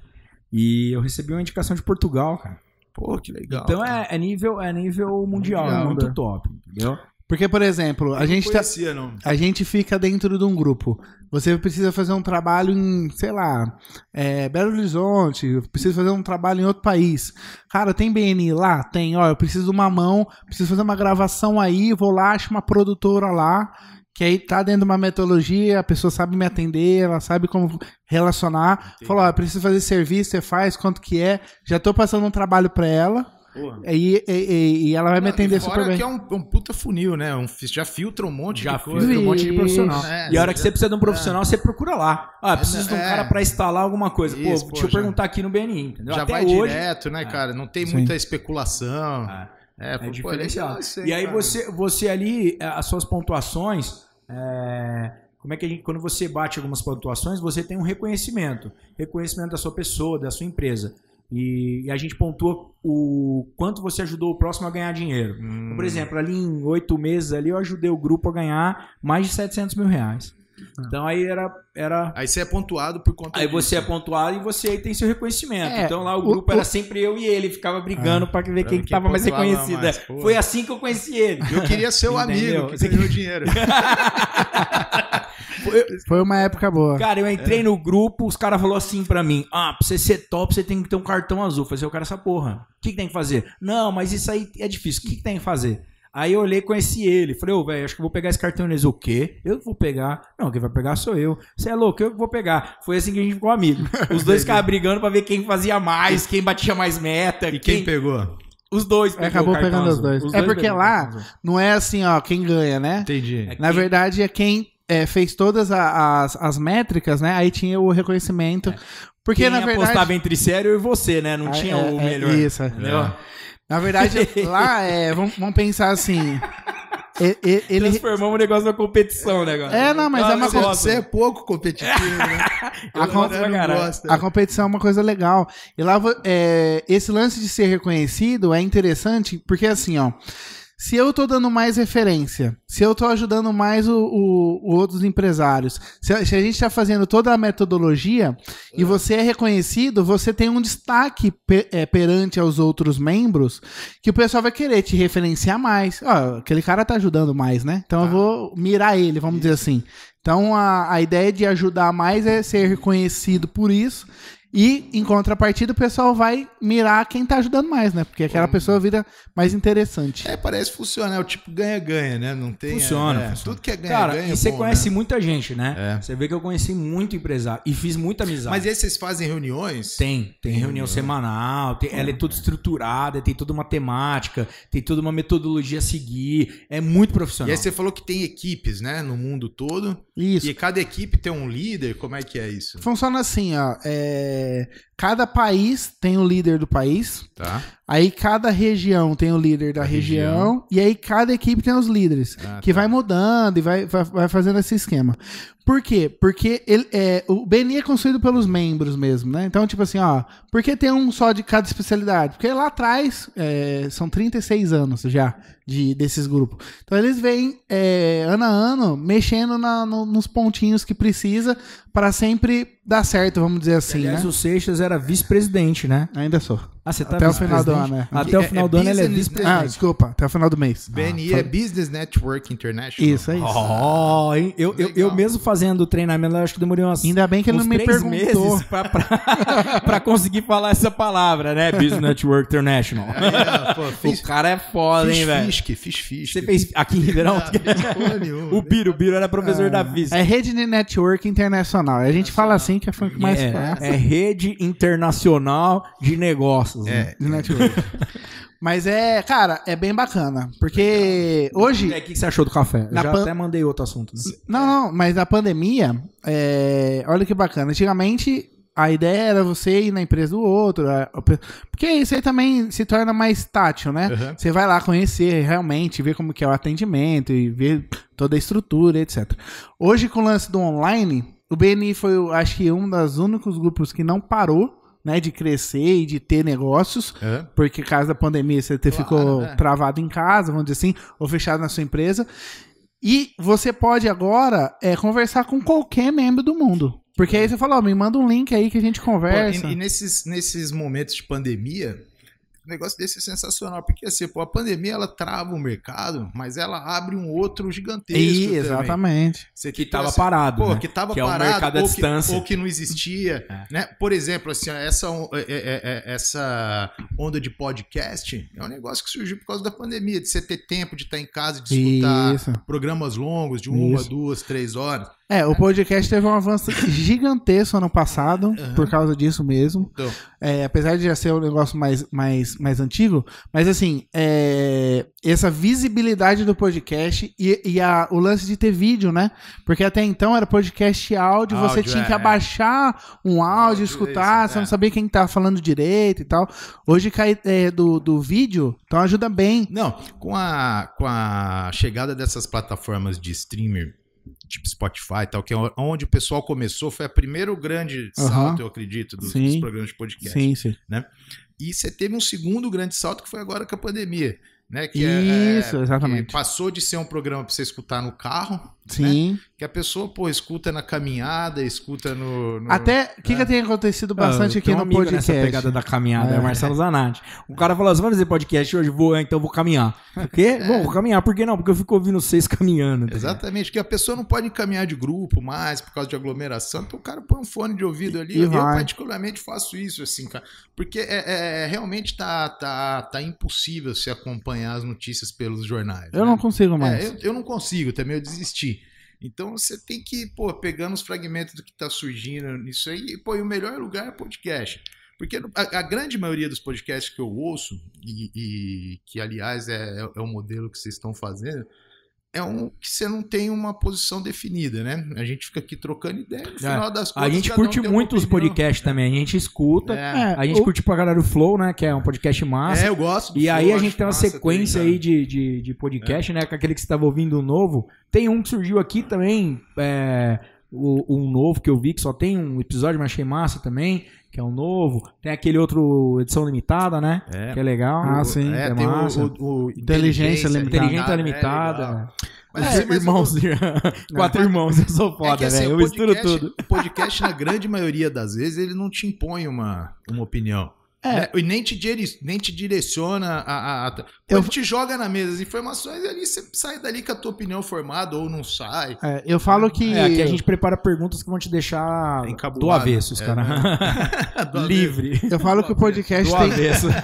E eu recebi uma indicação de Portugal, cara.
Pô, que legal.
Então é, é nível, é nível mundial, é
Mundial, né?
muito top, entendeu?
Porque, por exemplo, a gente,
não
tá-
conhecia, não.
a gente fica dentro de um grupo. Você precisa fazer um trabalho em, sei lá, é, Belo Horizonte, precisa fazer um trabalho em outro país. Cara, tem BNI lá? Tem. Ó, eu preciso de uma mão, preciso fazer uma gravação aí, vou lá, acho uma produtora lá, que aí tá dentro de uma metodologia, a pessoa sabe me atender, ela sabe como relacionar. Falou, ó, eu preciso fazer serviço, você faz, quanto que é. Já tô passando um trabalho pra ela.
Porra.
E, e- e- e ela vai me
Não,
atender
e fora
super bem.
que é um, um puta funil, né? Um, fi- já filtra um monte
Já
de coisa.
filtra um monte de profissional.
É,
e a hora que
já-
você precisa de um profissional, você procura lá. Ah, preciso de um
é.
cara pra instalar alguma coisa. pô,
Isso,
deixa
pô,
eu
já-
perguntar aqui no BNI, entendeu?
Já
Até
vai
hoje,
direto, né, cara? Não tem
Sim.
muita especulação.
Ah,
É,
É
pô,
diferenciado.
legal isso
e aí
cara.
você, você ali, eh, as suas pontuações, eh, como é que a gente, quando você bate algumas pontuações, você tem um reconhecimento. Reconhecimento da sua pessoa, da sua empresa. E, e a gente pontua o quanto você ajudou o próximo a ganhar dinheiro.
Hum.
Então, Por exemplo, ali em oito meses ali eu ajudei o grupo a ganhar mais de 700 mil reais. Então aí era, era
Aí você é pontuado por conta
Aí
disso.
você é pontuado e você aí tem seu reconhecimento.
É,
então lá o
o-
grupo era
o-
sempre eu e ele, ficava brigando pra ver
pra
é quem
ver
que
quem
tava mais
pontuava
reconhecido.
mais,
É,
porra.
Foi assim que eu conheci ele.
Eu queria ser o
Entendeu?
amigo que ganhou dinheiro.
Foi uma época boa.
Cara, eu entrei no grupo, os caras falaram assim pra mim: Ah, pra você ser top, você tem que ter um cartão azul. Eu falei, eu quero essa porra. O é que, que tem que fazer? Não, mas isso aí é difícil. O que, que tem que fazer? Aí eu olhei e conheci ele. Falei, ô, velho, acho que eu vou pegar esse cartão. Ele disse, o quê? Eu que vou pegar. Não, quem vai pegar sou eu. Você é louco, eu que vou pegar. Foi assim que a gente ficou amigo. Os dois ficavam brigando pra ver quem fazia mais, quem batia mais meta.
E quem pegou?
Os dois
É, acabou
o cartão
pegando os
azul.
dois. É porque
pegaram o
lá-
cartão azul.
Não é assim, ó, quem ganha, né?
Entendi.
É
Na
quem-
verdade, é quem é, fez todas a- as, as métricas, né? Aí tinha o reconhecimento. Porque,
É.
na
quem apostava
verdade.
entre sério e você, né? Não tinha
É,
o
é,
melhor.
Isso. é.
Entendeu?
Na verdade, lá é. Vamos, vamos pensar assim. e- e- Ele.
Transformamos o negócio na competição, né, galera?
É, não, mas é uma
eu gosto.
Você é pouco competitivo, né?
A, com-
né? pra caralho.
a competição é uma coisa legal. E lá, vo- é, esse lance de ser reconhecido é interessante, porque assim, ó. Se eu tô dando mais referência, se eu tô ajudando mais o, o- o outros empresários, se a, se a gente tá fazendo toda a metodologia e você é reconhecido, você tem um destaque pe- é, perante aos outros membros que o pessoal vai querer te referenciar mais. Ó, aquele cara tá ajudando mais, né? Então eu
Tá.
vou mirar ele, vamos dizer assim. Então a, a ideia de ajudar mais é ser reconhecido por isso. E, em contrapartida, o pessoal vai mirar quem tá ajudando mais, né? Porque aquela pessoa vira mais interessante.
Uhum. É, parece que funciona. É o tipo ganha-ganha, né? Não tem.
Funciona,
é,
funciona.
Tudo que é ganha-ganha.
Cara,
é
e você
bom,
conhece
né?
muita gente, né?
É.
Você vê que eu conheci muito empresário e fiz muita amizade.
Mas e aí vocês fazem reuniões?
Tem, tem reunião semanal, tem- ela é toda estruturada, tem toda uma temática, tem toda uma metodologia a seguir, é muito
E
profissional.
aí você falou que tem equipes, né? No mundo todo.
Isso.
E cada equipe tem um líder. Como é que é isso?
Funciona assim, ó. é, Cada país tem o líder do país.
Tá.
Aí cada região tem o líder da
Da
região, E aí cada equipe tem os líderes.
Ah,
que vai mudando e vai, vai, vai fazendo esse esquema. Por quê? Porque ele, é, o BNI é construído pelos membros mesmo, né? Então, tipo assim, ó, por que tem um só de cada especialidade? Porque lá atrás, é, são 36 anos já de, desses grupos. Então eles vêm, é, ano a ano, mexendo na- no- nos pontinhos que precisa para sempre dar certo, vamos dizer assim,
Aliás,
né?
o Seixas era vice-presidente, né?
Ainda sou.
Ah, você tá
Até o final do ano,
vice-presidente?
né?
Até o
É-
final
é
do ano ele é
business,
vice-presidente.
Ah, desculpa, até o final do mês.
Ah,
BNI é Business Network International.
Isso, é isso.
Oh, hein? eu, eu, eu
Legal.
mesmo fazendo o treinamento, eu acho que demorei umas
Ainda bem que ele
uns
não me
três
perguntou.
meses pra, pra- pra conseguir falar essa palavra, né? Business Network International.
É, pô, fiz,
o cara é foda, hein,
fiz
velho?
fisque, fiz fisque.
Você fez aqui em Ribeirão?
Ah, fiz porra nenhuma.
o Biro, o Biro era professor da física.
É rede de network internacional. A gente fala assim que foi o que mais fala.
É, é rede internacional de negócios. né?
É,
De network. Mas é, cara, é bem bacana. Porque
E aí,
hoje.
É, o que que você achou do café? Eu
Na
já
pan-
até mandei outro assunto. né?
Não, não, mas na pandemia, é, olha que bacana. Antigamente, a ideia era você ir na empresa do outro. a- a pe- Porque isso aí também se torna mais tátil, né?
Uhum.
Você vai lá conhecer realmente, ver como que é o atendimento e ver toda a estrutura, etc. Hoje, com o lance do online, o BNI foi, eu acho que, um dos únicos grupos que não parou, né, de crescer e de ter negócios.
Hã?
Porque caso da pandemia você te
Claro,
ficou
né?
travado em casa, vamos dizer assim, ou fechado na sua empresa. E você pode agora é, conversar com qualquer membro do mundo. Porque aí você fala, ó, me manda um link aí que a gente conversa.
Pô, e, e nesses, nesses momentos de pandemia, o negócio desse é sensacional, porque assim, pô, a pandemia ela trava o mercado, mas ela abre um outro gigantesco.
E-
também.
exatamente.
Você
Que
tem
tava
essa-
parado.
assim, Pô,
né?
que tava
Que é o
parado,
mercado à
ou, Que,
distância. É.
ou que não existia, né? Por exemplo, assim, ó, essa, on- é- é- é- essa onda de podcast é um negócio que surgiu por causa da pandemia, de você ter tempo de estar em casa e de escutar
Isso.
programas longos, de uma,
Isso.
duas, três horas.
É, o podcast teve um avanço gigantesco ano passado, por causa disso mesmo.
Então,
É, apesar de já ser um negócio mais, mais, mais antigo, mas assim, é, essa visibilidade do podcast e, e a- o lance de ter vídeo, né? Porque até então era podcast áudio, você
Áudio,
tinha que
é.
abaixar um áudio,
Áudio,
escutar,
isso,
você
é.
não sabia quem tá falando direito e tal. Hoje cai é, do, do vídeo, então ajuda bem.
Não, com a, com a chegada dessas plataformas de streamer, tipo Spotify e tal, que é onde o pessoal começou, foi o primeiro grande
Aham.
salto, eu acredito, dos,
Sim.
dos programas de podcast.
sim.
E você teve um segundo grande salto que foi agora com a pandemia, né? Que é-
Isso,
é,
exatamente.
que passou de ser um programa para você escutar no carro
Sim.
Que a pessoa, pô, escuta na caminhada, escuta no. no-
Até o que, que tem acontecido bastante
Né? É. Ah, eu
aqui
tenho um
no
amigo Nessa
podcast.
pegada da caminhada, é,
É.
o Marcelo Zanatti. O cara falou assim: vamos fazer podcast hoje? Vou, é, então vou caminhar. Por quê? Bom, vou caminhar. Por que não? Porque eu fico ouvindo vocês caminhando. tá ligado?
Exatamente, que a pessoa não pode caminhar de grupo mais por causa de aglomeração, então o cara põe um fone de ouvido ali.
E
eu,
vai.
particularmente, faço isso, assim, cara. Porque é, é- realmente tá, tá, tá impossível se acompanhar as notícias pelos jornais.
Eu
né?
não consigo mais.
É, eu, eu não consigo também, eu desisti. Então você tem que, pô, pegando os fragmentos do que tá surgindo nisso aí, pô, e o melhor lugar é podcast. Porque a, a grande maioria dos podcasts que eu ouço, e, e que aliás é, é o modelo que vocês estão fazendo, é um que você não tem uma posição definida, né? A gente fica aqui trocando ideia, no final
É.
das
A
contas.
gente
cada um
curte
tem uma
muito os
opinião.
podcasts também. A gente escuta.
É,
A gente
o-
curte pra caralho o Flow, né? Que é um podcast massa.
É, eu gosto. do
E aí
Flow,
a
acho
gente tem uma
massa tá É.
sequência
também,
aí de, de, de podcast, né? Com aquele que você estava ouvindo novo. Tem um que surgiu aqui também, é, o, um novo que eu vi, que só tem um episódio, mas achei massa também, que é um novo. Tem aquele outro, edição limitada, né?
cara. É.
Que é legal.
Ah, sim.
É,
é
tem o-
massa.
o- o
Inteligência limitada.
Inteligente é
é legal.
limitada.
Mas,
É,
assim, mas o-
irmãos, quatro irmãos, eu sou
É que,
foda,
assim,
velho.
o
Eu misturo
podcast-
tudo.
O podcast, na grande maioria das vezes, ele não te impõe uma, uma opinião.
É.
Né? E nem te, diri- nem te direciona a. a, a Pô,
Eu-
Ele te joga na mesa as informações e ali você sai dali com a tua opinião formada ou não sai.
É, eu falo que.
É, aqui a gente prepara perguntas que vão te deixar
Encabulado.
do avesso, os
É,
caras. Livre.
Eu falo que o podcast
Do
tem.
avesso.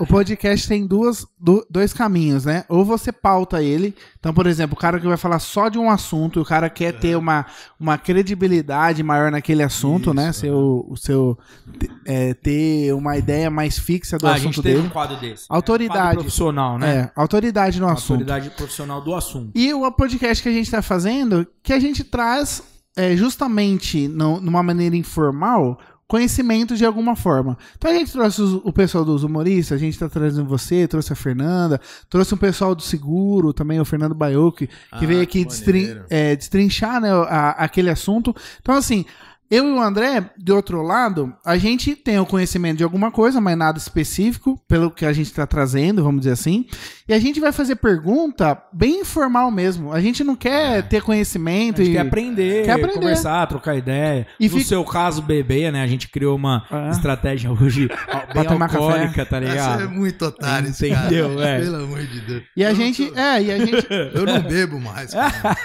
O podcast tem duas, du- dois caminhos, né? Ou você pauta ele. Então, por exemplo, o cara que vai falar só de um assunto, e o cara quer
É.
ter uma, uma credibilidade maior naquele assunto, né?
Isso,
é.
Seu, o seu te- é, ter uma ideia mais fixa do
Ah, a gente
assunto
teve
dele.
um quadro desse.
Autoridade.
Quadro profissional, né?
É, autoridade no assunto.
Autoridade profissional do assunto.
E o podcast que a gente está fazendo, que a gente traz é, justamente no- numa maneira informal conhecimento de alguma forma. Então a gente trouxe os- o pessoal dos humoristas, a gente está trazendo você, trouxe a Fernanda, trouxe um pessoal do seguro também, o Fernando Baiocchi, que
Ah,
veio aqui
que
destrin-
maneiro.
é, destrinchar né, a- aquele assunto. Então assim, eu e o André, de outro lado, a gente tem o conhecimento de alguma coisa, mas nada específico, pelo que a gente está trazendo, vamos dizer assim. E a gente vai fazer pergunta bem informal mesmo. A gente não quer ter
A
conhecimento
gente
e.
quer aprender,
Quer aprender.
conversar, trocar ideia.
E
no
fica-
seu caso, beber, né? A gente criou uma
Ah.
estratégia hoje bem
tomar café.
alcoólica, tá
Ah, Você é
ligado?
muito otário, esse cara.
Entendeu, é.
Pelo amor de Deus.
E a
Eu
gente.
não-
É, e a gente.
Eu não bebo mais. cara.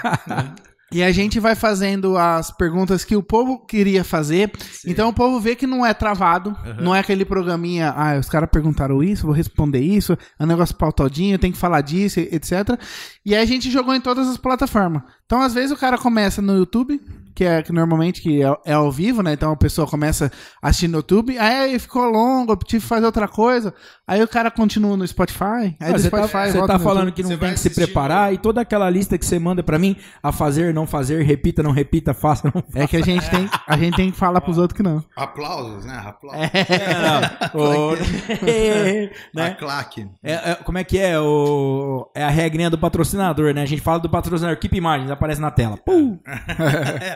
E a gente vai fazendo as perguntas que o povo queria fazer. Então o povo vê que não é travado, não é aquele programinha, ah, os caras perguntaram isso, vou responder isso, é um negócio pautadinho, tem que falar disso, etc. E aí a gente jogou em todas as plataformas. Então às vezes o cara começa no YouTube, que é que normalmente que é, é ao vivo, né? Então a pessoa começa assistindo no YouTube, aí ficou longo, eu tive que fazer outra coisa, aí o cara continua no Spotify, aí
Ah,
do
Você tá,
Spotify
você
volta
tá
no YouTube.
falando que não
Você
tem
vai
que se
assistindo-
preparar e toda aquela lista que você manda pra mim, a fazer, não fazer, repita, não repita, faça, não
É que a gente tem, a gente tem que falar pros outros que não.
Aplausos, né? Aplausos.
É,
faça. é Ô,
A
É, né?
claque.
É- é- como é que é? O, é a regrinha do patrocinador, né? A gente fala do patrocinador, equipe imagens, aparece na tela. Pum!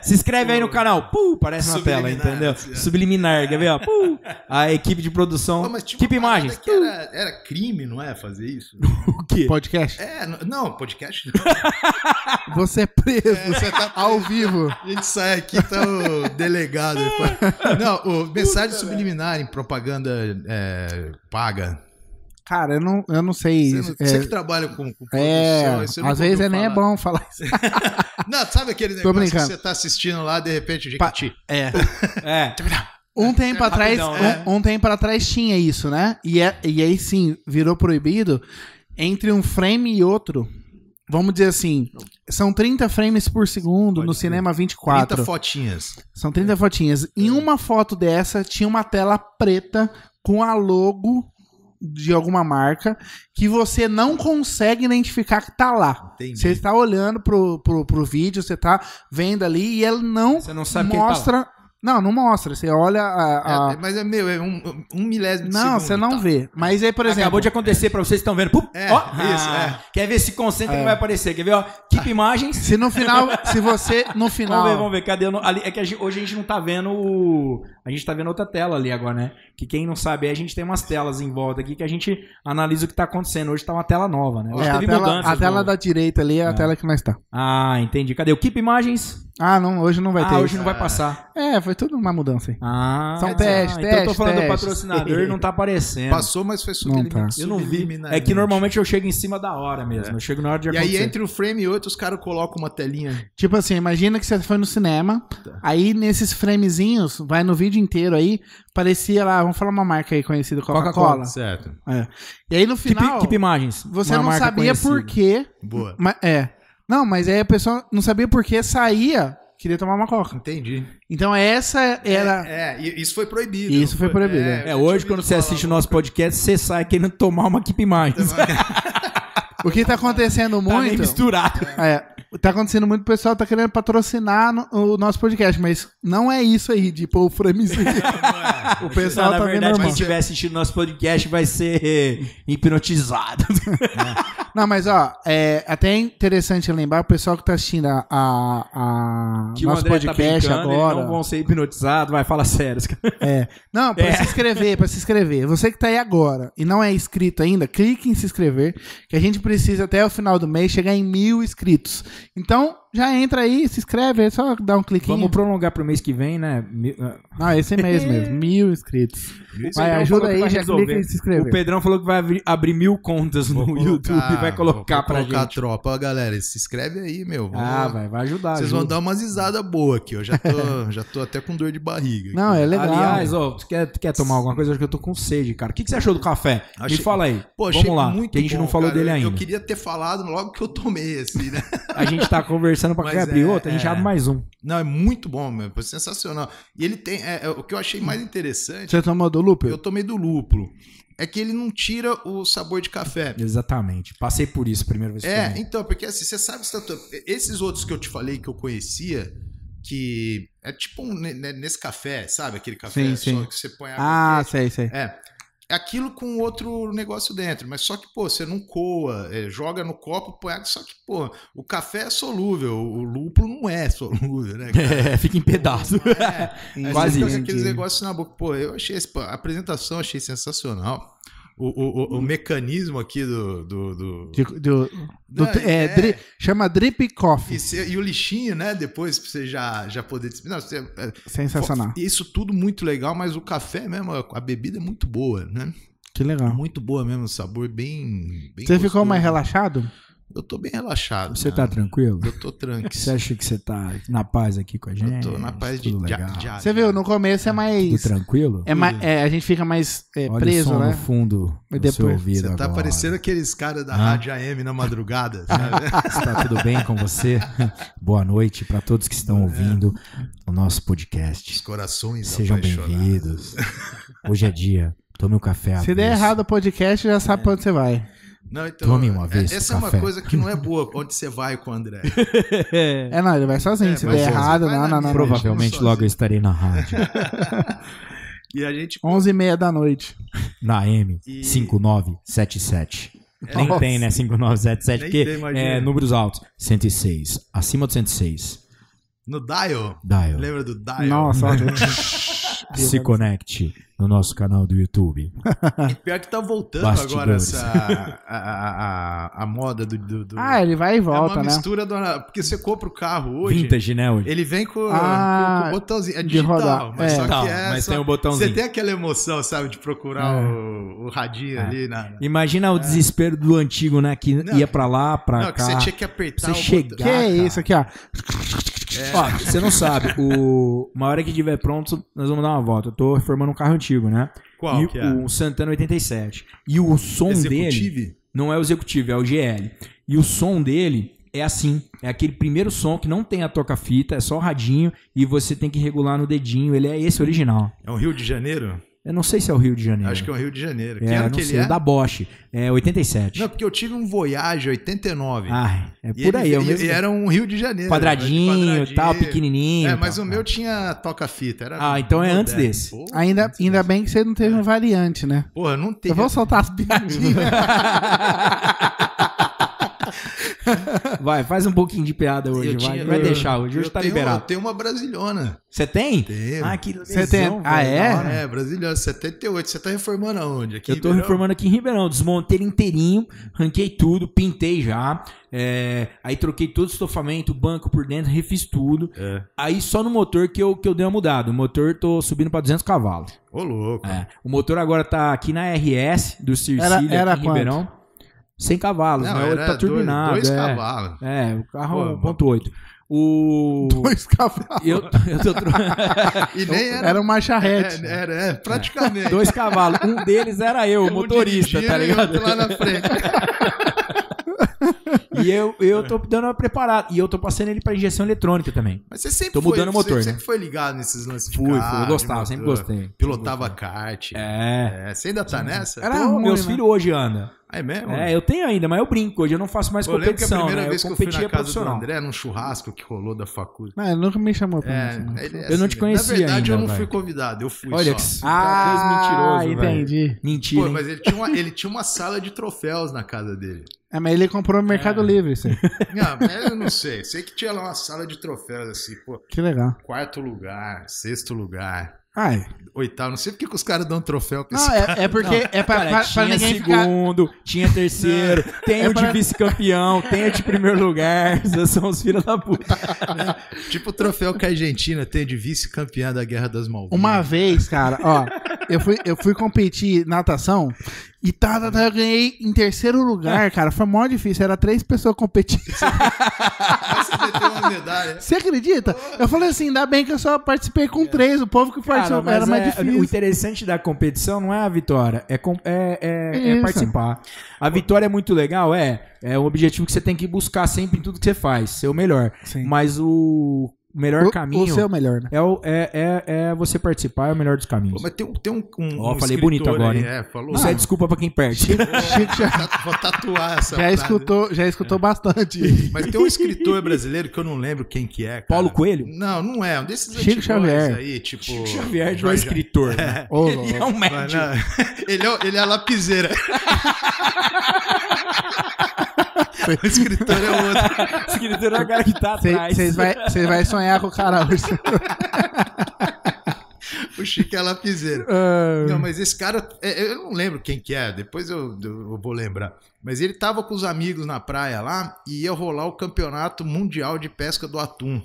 Se inscreve aí no canal, pum! Aparece na tela,
Subliminar,
entendeu?
assim, é.
Subliminar, quer ver? ó? Pum! A equipe de
Pô,
produção.
mas tinha uma
equipe
parada
imagens.
que Era, era crime, não é? Fazer isso?
O quê?
Podcast?
É, n- não, podcast não.
Você é preso
Você tá
ao vivo.
A gente sai aqui, tá o delegado. Ele fala- Não, o mensagem subliminar em propaganda é, paga.
Cara, eu não, eu não sei.
Você, não-
é,
você que trabalha com, com produção,
é,
você
às
nunca
vezes
ouviu
é nem é
falar.
bom falar.
Não, sabe aquele
Tô
negócio que
brincando.
você tá assistindo lá, de repente, o Jequiti.
É.
É.
Um tempo atrás,
Rapidão, né?
um, um tempo atrás tinha isso, né? E, é- e aí sim, virou proibido. Entre um frame e outro, vamos dizer assim, são 30 frames por segundo,
Pode
no
ser.
cinema
30
24.
fotinhas.
São 30 fotinhas.
É.
Em uma foto dessa, tinha uma tela preta com a logo de alguma marca que você não consegue identificar que tá lá.
Entendi.
Uhum.
Você está olhando pro, pro, pro vídeo, você tá vendo ali e ela não
Você não sabe quem tá lá.
mostra. Não, não mostra. Você olha a. a-
É, mas é meu, é um, um milésimo de
Ah. Não,
segundo,
você não
tá?
vê. Mas aí, por exemplo.
Acabou de acontecer pra vocês que estão vendo. Pum,
É,
ó, É.
isso,
ah, Quer ver se concentra que vai aparecer. Quer ver, ó? Keep imagens.
Se no final, se você no final,
Vamos ver, vamos ver. Cadê? Eu não- ali- é que a gente- hoje a gente não tá vendo. o- A gente tá vendo outra tela ali agora, né? Que quem não sabe, é, a gente tem umas telas em volta aqui que a gente analisa o que tá acontecendo. Hoje tá uma tela nova, né? Hoje
é, a
teve
tela,
mudanças
a tela
no-
da direita ali é a
É.
tela que nós tá.
Ah, entendi. Cadê? O Keep Imagens?
Ah, não, hoje não vai
ah,
ter.
hoje
isso.
não vai passar.
É, foi tudo uma mudança aí.
Ah,
São
tá.
testes,
Então eu tô
testes,
falando do
testes.
patrocinador e não tá aparecendo.
Passou, mas foi
Não tá.
subliminal.
Eu não vi. É que normalmente eu chego em cima da hora
É.
mesmo. Eu chego na hora de
E aí,
acontecer.
entre o frame e outro, os caras colocam uma telinha.
Tipo assim, imagina que você foi no cinema,
Tá.
aí nesses framezinhos, vai no vídeo inteiro aí, parecia lá, vamos falar uma marca aí conhecida, Coca-Cola.
Coca-Cola.
Certo.
e aí no
Keep,
final,
Keep Imagens.
você
uma
não
marca
sabia
conhecida.
por quê,
Boa.
ma- é. Não, mas aí a pessoa não sabia por que saía, queria tomar uma Coca.
Entendi.
Então essa era...
É, é, e- isso foi proibido.
Isso
não
foi proibido, é.
eu
É,
tinha
hoje
ouvido
quando você
falar.
assiste o nosso podcast, você sai querendo tomar uma Keep Imagens.
O que tá acontecendo
é. Tá meio
muito...
misturado.
É, tá acontecendo muito, o pessoal tá querendo patrocinar no- o nosso podcast, mas não é isso aí, de pôr o framezinho.
Não é.
O pessoal
na
tá vendo
verdade, quem
normal.
estiver assistindo nosso podcast vai ser hipnotizado.
Não, mas ó, é até interessante lembrar o pessoal que tá assistindo a, a, a
Que o
nosso
André tá
podcast
brincando,
agora.
eles não vão ser hipnotizados, vai, fala sério. esse cara.
Não, pra
É.
se inscrever, pra se inscrever. Você que tá aí agora e não é inscrito ainda, clique em se inscrever, que a gente precisa até o final do mês chegar em mil inscritos. Então, já entra aí, se inscreve, é só dar um cliquinho.
Vamos prolongar pro mês que vem, né? Mi- ah,
Não, esse mês mesmo, mil inscritos.
O
Vai,
Pedrão
então
ajuda
falou que
aí,
vai
já
um resolver.
clica em se
O
inscrever.
Pedrão falou que vai abrir, abrir mil contas no
Vou
YouTube e vai colocar
vou
pra
colocar a
gente.
tropa. Ó, galera, se inscreve aí, meu. Vamos-
Ah, vai, vai ajudar.
Vocês
ajuda.
vão dar umas risadas boas aqui. Eu já tô, já tô até com dor de barriga. aqui.
Não, é legal.
Aliás, ó, tu quer, tu quer tomar alguma coisa? Acho que eu tô com sede, cara. O que, que você achou do café?
Achei-
Me fala aí.
Pô, achei
Vamos lá,
muito
que a gente
bom,
não falou
cara.
dele
Eu-
ainda.
Eu queria ter falado logo que eu tomei esse, né?
A gente tá conversando pra
Mas
quer abrir
é-
outro, a gente
é.
abre mais um.
Não, é muito bom, meu. Pô, Sensacional. E ele tem. é, é, o que eu achei mais interessante,
Você tomou do Lupe?
eu tomei do lúpulo. É que ele não tira o sabor de café.
Exatamente. Passei por isso a primeira vez. que
É,
tomei.
então, porque assim, você sabe, se tá to- esses outros que eu te falei que eu conhecia, que é tipo um ne- ne- nesse café, sabe? Aquele café
Sim,
só
sim.
que você põe água
Ah,
quente.
sei, sei.
É. É aquilo com outro negócio dentro, mas só que, pô, você não coa, é, joga no copo, põe água, só que, pô, o café é solúvel, o lúpulo não é solúvel, né? cara?
É, fica em pedaço.
Aí é, você tá
Quase
fica
isso.
com aqueles negócios na boca. Pô, eu achei esse- pô, a apresentação achei sensacional. O,
Hum.
o- o- o mecanismo aqui do. do, do-
De- do- do-
Não,
é, dri- chama Drip Coffee.
E, cê- e o lixinho, né? Depois pra você já, já poder. des- Não, você- é,
Sensacional.
fo- Isso tudo muito legal, mas o café mesmo, a a bebida é muito boa, né?
Que legal.
Muito boa mesmo, o sabor bem. bem
Você ficou
gostoso.
mais relaxado?
Eu tô bem relaxado.
Você
né?
tá tranquilo?
Eu tô
Você
tranquilo.
acha que você tá na paz aqui com a
Eu
gente?
tô na paz de
Tudo
já-
legal?
Ah, já-
Você viu, no começo é
Tudo
mais.
tranquilo?
É mais é, a gente fica mais é,
Olha o
preso,
som no
né?
fundo
Mas
do seu
depois-
ouvido
Você tá
agora.
parecendo aqueles caras da
Ah.
Rádio AM na madrugada, sabe?
Está tudo bem com você? Boa noite para todos que estão ouvindo o nosso
Os
podcast.
corações
Sejam
apaixonados.
bem-vindos. Hoje é dia. Tome um café. à
Se der
vez.
errado o podcast, já
É.
sabe pra onde você vai.
Não, então,
Tome uma vez
é- Essa
o
é uma
café.
coisa que não é boa onde você vai com o André.
É, não, ele vai sozinho.
É,
Se
vai
der
sozinho.
errado,
Vai
não,
na
não, não.
minha.
não.
Provavelmente logo eu estarei na rádio.
E a gente.
11 e meia da noite.
Na M
E-
5977.
É,
Nem
Nossa.
tem, né? 5977,
Nem
porque
tem, imagina.
é números altos. 106. Acima do 106.
No Dial.
Dial.
Lembra do Dial?
Nossa, olha.
Se conecte no nosso canal do YouTube.
E pior que tá voltando agora
Bastidores.
essa. A, a, a, a moda do. do, do-
Ah, ele vai e
é
volta,
uma
né?
mistura do. Porque você compra o carro hoje.
Vintage, né? Hoje?
Ele vem com,
Ah,
com o botãozinho. É
de
digital,
rodar.
mas
É.
só
Tá,
que é.
mas
só-
tem o botãozinho.
Você tem aquela emoção, sabe, de procurar
É.
o, o radinho ali na.
Imagina o desespero do antigo, né? Que
É. Não.
ia pra lá, pra
Não, que
cá.
você tinha que apertar.
Ah, tá. Você
o botão.
chegar.
Que é isso aqui, ó.
Ó, você não sabe. O... Uma hora que estiver pronto, nós vamos dar uma volta. Eu tô reformando um carro antigo, né?
Qual
e
que é?
o Santana 87. E o som dele.
Executive?
Não é o executivo, é o GL. E o som dele é assim. É aquele primeiro som que não tem a toca-fita, é só o radinho e você tem que regular no dedinho. Ele é esse original.
É um Rio de Janeiro?
Eu não sei se é o Rio de Janeiro.
Acho que é um Rio de Janeiro.
é,
que ano
não
que ele
sei,
é?
o da Bosch. É 87.
Não, porque eu tive um Voyage 89.
Ah, é por
E ele-
aí. é o
e-
mesmo
e era um Rio de Janeiro. né?
quadradinho e
quadradinho.
tal, pequenininho.
É,
e
mas
tal.
o meu tinha toca-fita. era né?
Ah, então é
moderno.
antes desse.
Porra,
Ainda,
antes
ainda
desse.
bem que você não teve um variante, né?
Porra, não teve.
Eu vou soltar as piadinhas.
vai, faz um pouquinho de piada hoje,
Eu
vai.
tinha-
vai
eu-
deixar hoje, hoje
Eu
tá
tenho-
liberado.
Eu tenho uma brasilhona.
Você tem?
Tenho.
Ah, que
Você tem-
lesão, né?
Ah,
velho,
é?
da hora.
é, brasilhona, 78. Você tá reformando aonde? Aqui em
eu tô
Ribeirão?
reformando aqui em Ribeirão, desmontei ele inteirinho, ranquei tudo, pintei já. é, aí troquei todo o estofamento, banco por dentro, refiz tudo.
É.
Aí só no motor que eu, que eu dei uma mudada. O motor eu tô subindo pra 200 cavalos.
Ô, louco.
É. O motor agora tá aqui na RS do Circílio,
Era- era
aqui em
quanto?
Ribeirão. 100 cavalos,
Não,
né? O outro
era
tá turbinado.
dois, dois
é.
cavalos.
É, o
Pô,
carro
mano.
1.8. O.
Dois cavalos.
Eu, eu tô tro-
E
É
nem era.
Era um marcha ré.
é, era, é, praticamente.
Dois cavalos. Um deles era eu, o
Um
motorista,
dirigindo
tá
e
ligado?
outro lá na frente.
E eu, eu tô dando uma preparada. E eu tô passando ele pra injeção eletrônica também.
Mas você sempre
Tô
foi,
mudando o motor,
você
né?
sempre foi ligado nesses lances de
Fui, fui.
carro,
Eu
de
gostava,
motor.
sempre gostei.
Pilotava kart.
É.
É, Você ainda tá nessa?
Era-
Pô,
ruim,
meus
né?
filhos hoje andam.
É mesmo?
É, eu tenho ainda, mas eu brinco. Hoje eu não faço mais
eu lembro que a
competição,
primeira
né?
vez que
eu
eu fui na
competia
casa do
profissional.
André, num churrasco que rolou da faculdade.
Não, ele nunca me chamou pra né?
É,
isso.
ele é
assim Eu não te
mesmo.
conhecia
Na verdade, eu
ainda,
não
velho.
fui convidado, eu fui
Olha
só.
que s-
Tá
Ah,
dois mentiroso, velho.
entendi.
Mentira.
Pô,
hein?
mas ele tinha, uma, ele tinha uma sala de troféus na casa dele.
É, mas ele comprou no Mercado
É.
Livre, isso aí.
Não, mas eu não sei. Sei que tinha lá uma sala de troféus, assim, pô.
Que legal.
Quarto lugar, sexto lugar,
Ai.
oitavo. Não sei porque que os caras dão troféu pra esse
Não, é, é porque é pra,
Cara,
pra- pra
tinha
ninguém ficar.
segundo, tinha terceiro, tem
É
o de
pra-
vice-campeão, tem o de primeiro lugar. Vocês são os filhos da puta.
Tipo o troféu que a Argentina tem de vice-campeã da Guerra das Malvinas.
Uma vez, cara, ó, eu fui, eu fui competir natação e tá, tá, tá, eu ganhei em terceiro lugar, cara. Foi mó difícil, era três pessoas competindo.
Mas você meteu uma medalha.
Você acredita? Eu falei assim, ainda bem que eu só participei com três, o povo que
Cara,
participou
mas
era mais
é- O
difícil.
interessante da competição não é a vitória, é, com- é- é-
É
é
isso.
participar. A vitória é muito legal, é. É um objetivo que você tem que buscar sempre em tudo que você faz, ser o melhor.
Sim.
Mas o melhor
O-
caminho
O seu melhor, né?
é, o- é- é- é você participar, é o melhor dos caminhos.
Pô, mas tem um. Tem um, um
Ó,
um
falei
escritor
bonito agora,
aí,
hein?
É, falou.
Isso é desculpa pra quem perde.
Chico já,
Vou tatuar essa
já
frase.
escutou, já escutou bastante.
Mas tem um escritor brasileiro que eu não lembro quem que é. cara.
Paulo Coelho?
Não, não é. Um desses
Chico
antigões
Xavier.
aí, tipo.
Chico Xavier não é
Jorge-
escritor, né?
Ô,
Ele é um
Mas,
médico.
não, ele, é, ele é a lapiseira. o escritor é o outro.
Escritor é o cara que tá atrás.
Vocês vai, cês vai sonhar com o cara hoje.
O Chico é a lapiseira.
Ah,
Não, mas esse cara, é, eu não lembro quem que é, depois eu, eu vou lembrar. Mas ele tava com os amigos na praia lá e ia rolar o campeonato mundial de pesca do atum.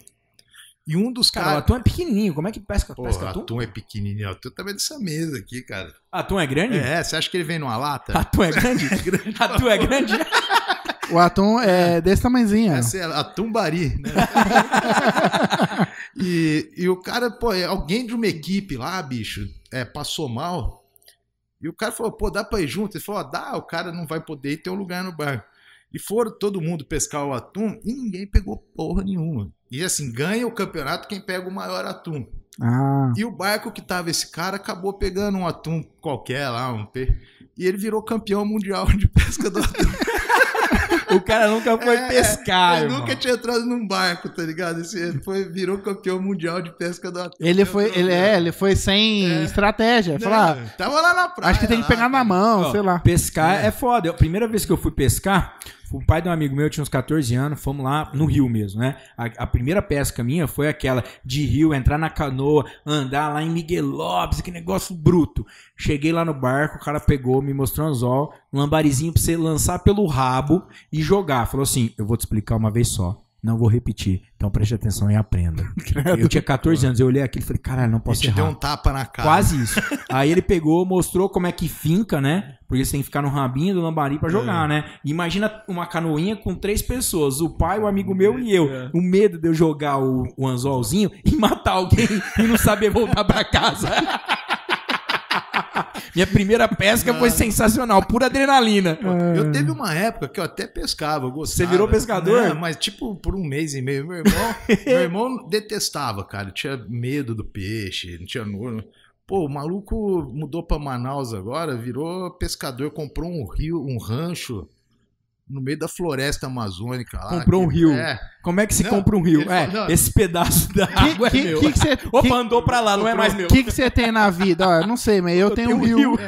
E um dos
Cara, o
caras.
atum é pequenininho. Como é que pesca?
Pô,
pesca
atum?
atum?
é pequenininho, atum também dessa mesa aqui, cara.
Atum é grande?
É, você acha que ele vem numa lata?
Atum é grande? atum é grande?
o atum é desse tamanzinho.
assim.
ó.
Essa é a tumbari, né? e, e o cara, pô, é alguém de uma equipe lá, bicho, é, passou mal. E o cara falou, pô, dá pra ir junto? Ele falou, ó, dá, o cara não vai poder ir, tem um lugar no barco. E foram todo mundo pescar o atum e ninguém pegou porra nenhuma. E assim, ganha o campeonato quem pega o maior atum.
Ah,
E o barco que tava esse cara acabou pegando um atum qualquer lá, um peixe. E ele virou campeão mundial de pesca do atum.
O cara nunca foi
É,
pescar,
ele
Ah, irmão.
nunca tinha entrado num barco, tá ligado? Esse- Ele foi, virou campeão mundial de pesca do atum.
ele foi, ele é, ele foi sem
É.
estratégia. Falar,
Não, tava lá na praia.
Acho que tem que
lá,
pegar na
cara.
mão,
Ó,
sei lá.
Pescar é. foda. Eu- A primeira vez que eu fui pescar, o pai de um amigo meu tinha uns 14 anos, fomos lá no rio mesmo, né? A, a primeira pesca minha foi aquela de rio, entrar na canoa, andar lá em Miguel Lopes, que negócio bruto. Cheguei lá no barco, o cara pegou, me mostrou um anzol, um lambarizinho pra você lançar pelo rabo e jogar. Falou assim: eu vou te explicar uma vez só. Não vou repetir. Então preste atenção e aprenda. Eu tinha 14 anos, eu olhei aquilo e falei, caralho, não
E
posso
te
errar.
deu um tapa na cara.
Quase isso. Aí ele pegou, mostrou como é que finca, né? Porque você tem que ficar no rabinho do lambari pra jogar,
É.
né? Imagina uma canoinha com três pessoas, o pai, o amigo meu e eu.
É.
O medo de eu jogar o, o anzolzinho e matar alguém e não saber voltar pra casa. Minha primeira pesca
É.
foi sensacional, pura adrenalina.
Eu teve uma época que eu até pescava, eu gostava.
Você virou pescador?
Né? mas tipo por um mês e meio. Meu irmão, meu irmão detestava, cara. Tinha medo do peixe, não tinha nojo. Pô, o maluco mudou pra Manaus agora, virou pescador, comprou um rio, um rancho no meio da floresta amazônica lá.
Comprou
que-
um rio.
É.
Como é que se
Não,
compra um rio?
ele
É,
falou, não.
esse pedaço da
Que,
água é
que,
meu.
que que você
Opa,
que-
andou pra lá, não é mais meu.
que que você tem na vida? Ó, eu não sei, mas eu, tenho um rio.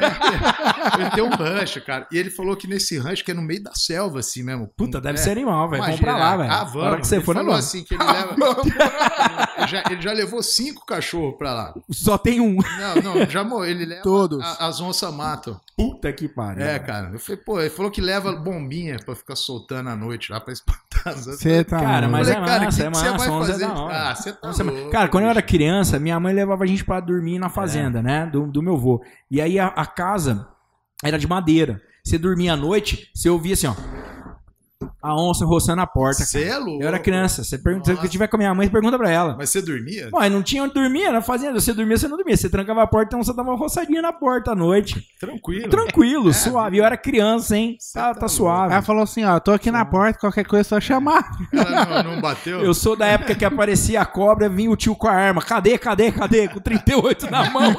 Ele tem um rancho, cara. E ele falou que nesse rancho, que é no meio da selva, assim mesmo.
Puta, deve
É.
ser animal, velho. Vamos pra
Imagina,
lá,
né?
velho.
Ah,
A hora
vamos.
que você
Ele
for, não,
falou
não.
assim que ele leva. Ele já, ele já levou cinco cachorros pra lá.
Só tem um.
Não, não, já mo- ele leva.
Todos.
a- as onças matam.
Puta que pariu.
É, cara. Eu falei, pô, ele falou que leva bombinha pra ficar soltando à noite lá pra espantar as onças.
Você tá.
Cara,
maluco.
mas
Falei,
é
cara,
massa,
que
é
que você
massa,
vai
onze é
fazer?
da hora.
Ah, você tá
Nossa, mas-
louco,
cara, quando eu era
bicho.
criança, minha mãe levava a gente pra dormir
É.
na fazenda, né? Do, do meu avô. E aí a, a casa era de madeira. Você dormia à noite, você ouvia assim, ó. A onça roçando a porta.
Você é louco.
Eu era criança. Você pergunta, se
Nossa.
eu tiver com a minha mãe, pergunta pra ela.
Mas você dormia?
Ué, não tinha onde dormir, era fazenda. Você dormia, você não dormia. Você trancava a porta, então você dava uma roçadinha na porta à noite.
Tranquilo.
Tranquilo,
É,
suave. Eu era criança, hein?
Você
Tá,
tá
tá
louco.
suave.
Ela falou assim, ó, tô aqui na porta, qualquer coisa é só chamar.
Ela Ah, não, não bateu?
Eu sou da época que aparecia a cobra, vinha o tio com a arma. Cadê, cadê, cadê? Com 38 na mão.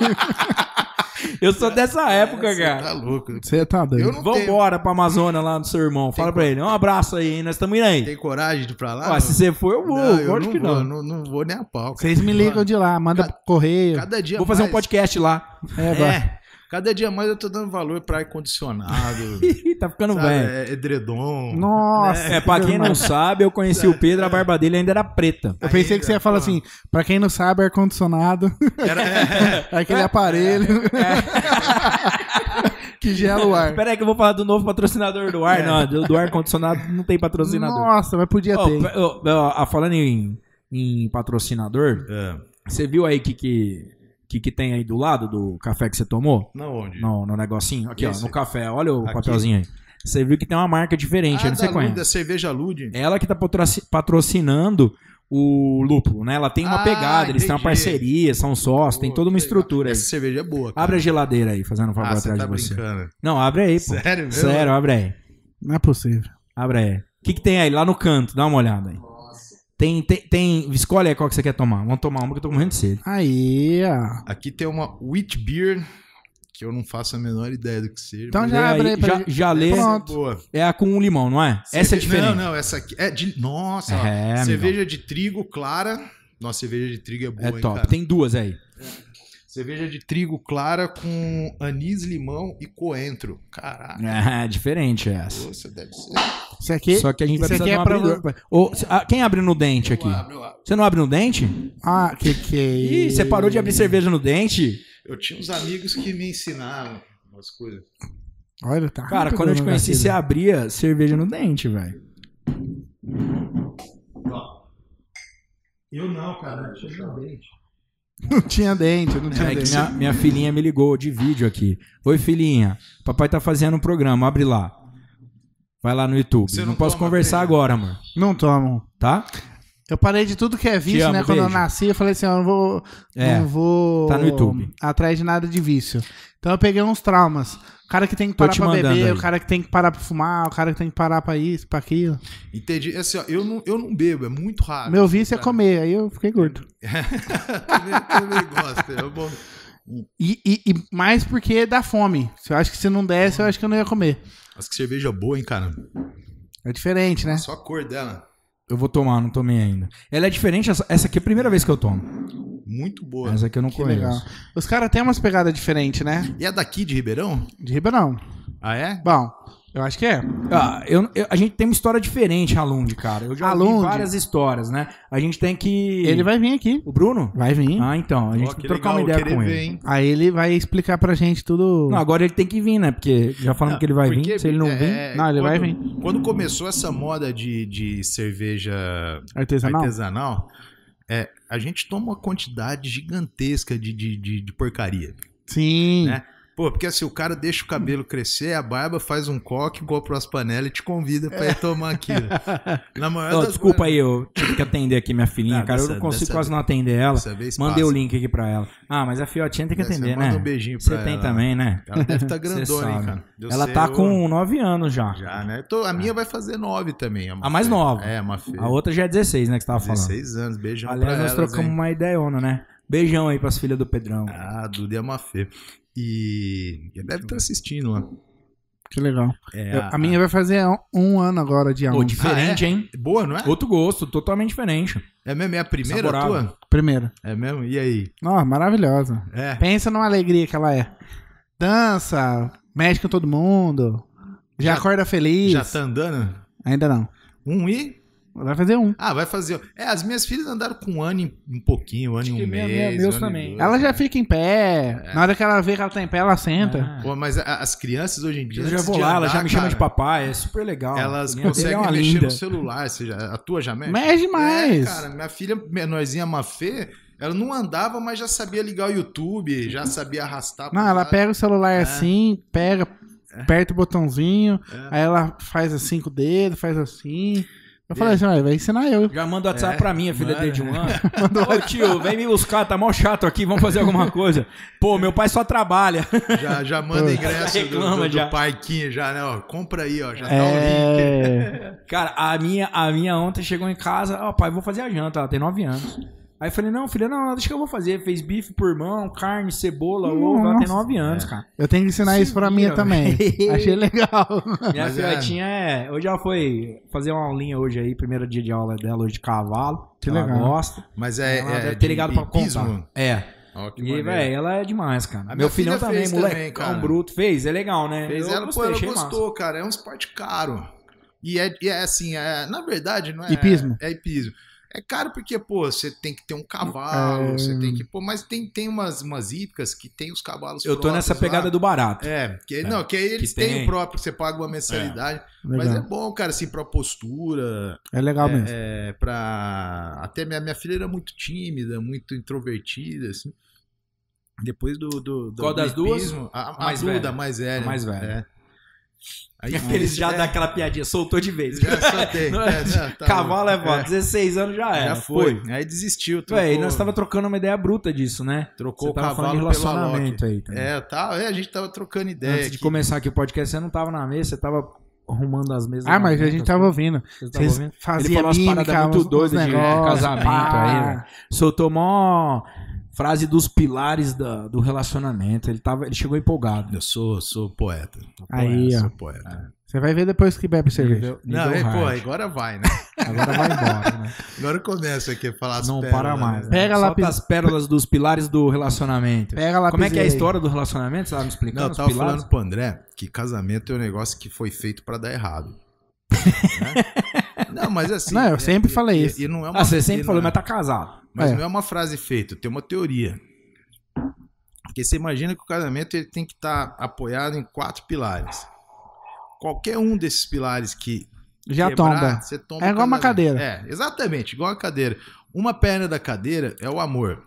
Eu sou dessa época,
Você
cara.
Tá louco.
Você tá doido.
Eu não tenho-
Vambora pra Amazônia lá do seu irmão. Fala pra ele. Um abraço aí, hein? Nós estamos indo aí.
Tem coragem de ir pra lá?
Ó,
não?
se você for, eu vou.
Não, eu
Lógico
não
que
vou,
não.
não, não vou nem a pau. cara.
Vocês me ligam de lá, manda
Cada-
correio.
Cada dia
Vou fazer um
mais-
podcast lá.
é, agora.
É, cada dia mais eu tô dando valor pra ar-condicionado,
Ih, tá ficando
sabe,
velho.
é, edredom.
Nossa.
É, pra quem não sabe, eu conheci o
é.
Pedro, a barba dele ainda era preta.
Eu pensei que você ia falar
Ainda,
assim, pra quem não sabe, ar-condicionado,
Era- é,
aquele aparelho que gela o ar.
Pera aí que eu vou falar do novo patrocinador do
É.
ar. Não, do, do ar-condicionado não tem patrocinador.
Nossa, mas podia
Ó,
ter.
pe- ó, ó, ah, falando em, em patrocinador,
é.
você viu aí que, que, que que tem aí do lado do café que você tomou?
Não, onde?
No, no negocinho? Aqui,
Esse.
ó, no café. Olha o
Aqui.
papelzinho aí. Você viu que tem uma marca diferente,
Ah,
aí não é.
da
você
Lude,
conhece.
da cerveja Lude.
Ela que tá patroci- patrocinando o lúpulo, né? Ela tem uma
Ah,
pegada, eles têm uma
entendi.
parceria, são sócios, tem
Pô,
toda uma
que legal.
estrutura aí.
Essa cerveja é boa. cara.
Abre a geladeira aí, fazendo um favor
Ah, você
atrás
tá
de você.
brincando.
Não, abre aí, pô. Sério,
Sério mesmo?
abre aí.
Não é possível.
Abre aí. O que, que tem aí? Lá no canto, dá uma olhada aí. Tem, tem, tem. Escolhe aí qual que você quer tomar. Vamos tomar uma que eu tô morrendo de sede.
Aí, ó.
Aqui tem uma Wheat Beer, que eu não faço a menor ideia do que seja.
Então
mas
já
Lê
abre aí pra
já,
gente.
já lê.
essa é
pronto.
boa.
É a com um limão, não é? Essa é
Cerve-
diferente.
Não, não, essa aqui é de. Nossa, ó.
É, amigão.
cerveja de trigo clara. Nossa, cerveja de trigo é boa,
é
hein,
top.
cara?
Tem duas aí.
Cerveja de trigo clara com anis, limão e coentro. Caraca,
É, diferente essa.
você deve ser.
Isso aqui.
Só que a gente vai
Isso
precisar
aqui
de um
é pra
abridor. Ô, se- ah, quem abre no dente aqui?
Eu abro, eu abro.
Você não abre no dente?
Ah, que que é
Ih, você parou de abrir cerveja no dente?
Eu tinha uns amigos que me ensinaram umas coisas.
Olha, tá.
Cara,
rápido,
quando eu te
né,
conheci, você
Garcia?
abria cerveja no dente, velho.
Eu não, cara. Eu tinha dente.
Não tinha dente, não tinha
É que
dente.
minha, minha filhinha me ligou de vídeo aqui. Oi, filhinha. Papai tá fazendo um programa, abre lá. Vai lá no YouTube.
Você
não,
não
posso
toma
conversar
breja?
agora, amor.
Não tomam.
Tá?
Eu parei de tudo que é vício,
amo,
né? Quando eu
beijo.
nasci, eu falei assim, eu não vou.
É,
não vou
tá no YouTube.
Atrás de nada de vício. Então eu peguei uns traumas. O cara que tem que
Tô
parar
te
pra
mandando
beber,
aí.
o cara que tem que parar pra fumar, o cara que tem que parar pra isso, pra aquilo.
Entendi. É Assim, ó, eu, não, eu não bebo, é muito raro. Tá
Meu vício é
Tá.
comer, aí eu fiquei gordo.
também, também gosto. é Eu vou-
E, e- e mais porque dá fome. Se eu acho que se não desse, eu acho que eu não ia comer.
Mas que cerveja boa, hein, cara?
É diferente, né?
Só a cor dela.
eu vou tomar, não tomei ainda. Ela é diferente, essa, essa aqui é a primeira vez que eu tomo.
Muito boa.
Essa aqui eu não
Que
conheço.
legal. Os caras têm umas pegadas diferentes, né?
E é daqui de Ribeirão?
De Ribeirão.
Ah, é?
Bom, eu acho que é.
Ah, eu- eu- a gente tem uma história diferente, Alund, cara. Eu já ouvi
Alund?
várias histórias, né? A gente tem que.
Ele vai vir aqui.
O Bruno?
Vai vir.
Ah, então. A gente
Ó,
tem
que
que trocar
legal,
uma ideia
querer
com
ver,
ele.
hein?
Aí ele vai explicar pra gente tudo.
Não, agora ele tem que vir, né? Porque já falamos que ele vai
Porque,
vir. Se ele não
é,
vir.
é,
Não, ele vai
quando- Quando começou essa moda de, de cerveja
Artesanal?
artesanal, é, a gente toma uma quantidade gigantesca de, de, de- de porcaria.
Sim.
Né? Pô, porque assim, o cara deixa o cabelo crescer, a barba faz um coque, compra umas panelas e te convida pra ir tomar aquilo. Na maior
Ó,
das
desculpa aí, eu tive que atender aqui minha filhinha,
Não,
cara. eu
dessa-
não consigo
dessa
quase não atender ela.
dessa vez
Mandei o
passa.
link aqui pra ela. Ah, mas a fiotinha tem que
Dessa-
atender,
Manda
né?
um beijinho pra
Você tem
ela.
também, né?
Ela deve estar
Você
grandona, hein,
sabe.
cara. Eu
ela
sei,
tá
eu-
com 9 anos já.
Já, né? Eu tô- a minha vai fazer nove também.
A mais nova.
É, uma feia.
A outra já é 16, né? Que você tava falando.
16 anos, beijão
Aliás,
pra
nós
elas,
trocamos
hein?
uma ideiona, né? Beijão aí pras filhas do Pedrão.
Ah, Duda e a Mafê. E ele deve estar assistindo tá lá.
Que legal.
É,
Eu- a, minha vai fazer um, um ano agora, dia
Pô,
11.
diferente, hein?
Boa, não é?
É Outro gosto, totalmente diferente.
É mesmo? É a primeira
Saborável.
tua?
Primeiro.
É mesmo? E aí?
Nossa, maravilhosa.
É.
Pensa numa alegria que ela é. Dança, mexe com todo mundo. Já,
Já-
acorda
É
feliz.
Já tá andando?
Ainda não.
Um e?
Vai fazer um.
Ah, vai fazer. É, as minhas filhas andaram com um ano e um pouquinho, um ano e
Acho
um
que meu-
mês.
meu- meus
um ano e
também.
dois.
Ela já fica em pé. Na hora que ela vê que ela tá em pé, ela senta.
Ah.
Pô, mas a- as crianças hoje em dia.
Eu já
antes
vou
de
lá, ela
andar,
já me chama de
cara,
papai, é super legal.
Elas
Minha filha
conseguem
é uma
mexer
linda.
no celular. Você já- a tua já mexe?
mexe demais.
É, cara, minha filha menorzinha Mafê, ela não andava, mas já sabia ligar o YouTube, já sabia arrastar. pro
Não, ela
lado.
pega o
É.
celular assim, pega, aperta o botãozinho,
É.
aí ela faz assim com o dedo, faz assim. Eu
É.
falei assim, "Ué, vai ensinar eu.
Já manda WhatsApp
É,
pra mim, a filha
manda.
dele de um ano. Ô tio, vem me buscar, tá mó chato aqui, vamos fazer alguma coisa. Pô, meu pai só trabalha.
Já, já manda ingresso do-
reclama,
do, do,
já.
parquinho, já, né? Ó, compra aí, ó. Já dá um o link.
É...
Cara, a minha, a minha ontem chegou em casa, ó, pai, vou fazer a janta, ela tem nove anos. Aí eu falei, não, filha, não, deixa que eu vou fazer. Fez bife, pormão, carne, cebola, ovo, ela tem
Nossa.
nove anos, cara.
Eu tenho que ensinar
Se
isso pra
vira,
minha também.
velho.
Achei legal.
Minha
Mas é-
filhotinha é... Hoje ela foi fazer uma aulinha hoje aí, primeiro dia de aula dela hoje de cavalo.
Que
ela
legal.
gosta.
Mas é.
ela
é
deve
de
ter ligado pra
hipismo?
contar. É.
Ó, que
E,
maneiro.
velho, ela é demais, cara.
A
Meu
minha
filhão
filha
também,
fez também,
moleque. É
cara.
um bruto. Fez, é legal, né?
Fez
Eu
ela,
gostei,
pô,
achei
ela
massa.
gostou, cara. É um esporte caro. E é, e é assim, é, na verdade, não é.
Hipismo?
É hipismo. É caro porque, pô, você tem que ter um cavalo,
É.
você tem que. Pô, mas tem, tem umas, umas hípicas que tem os cavalos.
Eu tô nessa pegada
do.
do barato.
É, que, não, que aí eles
que
têm
tem.
o próprio, você paga uma mensalidade. Mas é
Legal.
bom, cara, assim, pra postura,
É, legal mesmo.
é, pra. Até minha, minha filha era muito tímida, muito introvertida, assim. Depois do. do, do
Qual
do
das duas?
hipismo, A, a
Mais
mais Duda,
velha.
a mais velha.
A mais velha.
É. Aí,
Eles já
é,
dão aquela piadinha, soltou de vez.
Já soltei.
Não
É, não, tá
Cavalo é
bom.
foda, Ah, 16 anos já
É,
era.
já foi. Aí desistiu. Trocou,
Véi, nós tava trocando uma ideia bruta disso, né?
trocou
Você
o
tava falando de
cavalo pelo Alok.
relacionamento aí. também.
É, tá, é, a gente tava trocando ideia.
Antes de
aqui.
começar aqui o podcast, você não tava na mesa, você tava arrumando as mesas. assim.
Ah, mas a gente tava ouvindo.
Vocês tava
Vocês
ouvindo? Ele
faziam
falou umas paradas
mímica,
muito
uns- uns
doidas de
negócios,
casamento
pá.
aí, né? velho. Soltou mó frase dos pilares da- do relacionamento. Ele, tava, ele chegou empolgado.
Eu sou, sou poeta. Sou
Aí,
poeta,
ó.
sou poeta.
É,
Você vai ver depois que bebe cerveja.
Não, é,
Nível
pô,
hard.
agora vai, né?
Agora vai embora, né?
Agora começa aqui a falar as
Não
pérolas,
para mais. né?
né?
Pega a
Solta
lapis-
as pérolas dos pilares do relacionamento.
Pega lá
Como é que é a história do relacionamento? Você tava me
Não,
explicando
eu
os
tava
pilares?
falando pro André que casamento é um negócio que foi feito pra dar errado. Né? Não, mas assim.
Não, eu sempre
e-
falei
e-
isso.
E não é uma,
Ah, você
e
sempre
não
falou,
é-
mas tá casado.
Mas
É.
não é uma frase feita, tem uma teoria. Porque você imagina que o casamento ele tem que estar apoiado em quatro pilares. Qualquer um desses pilares que
Já
quebrar,
tomba.
você toma
É igual uma
casamento.
cadeira.
É, exatamente, igual uma cadeira. Uma perna da cadeira é o amor.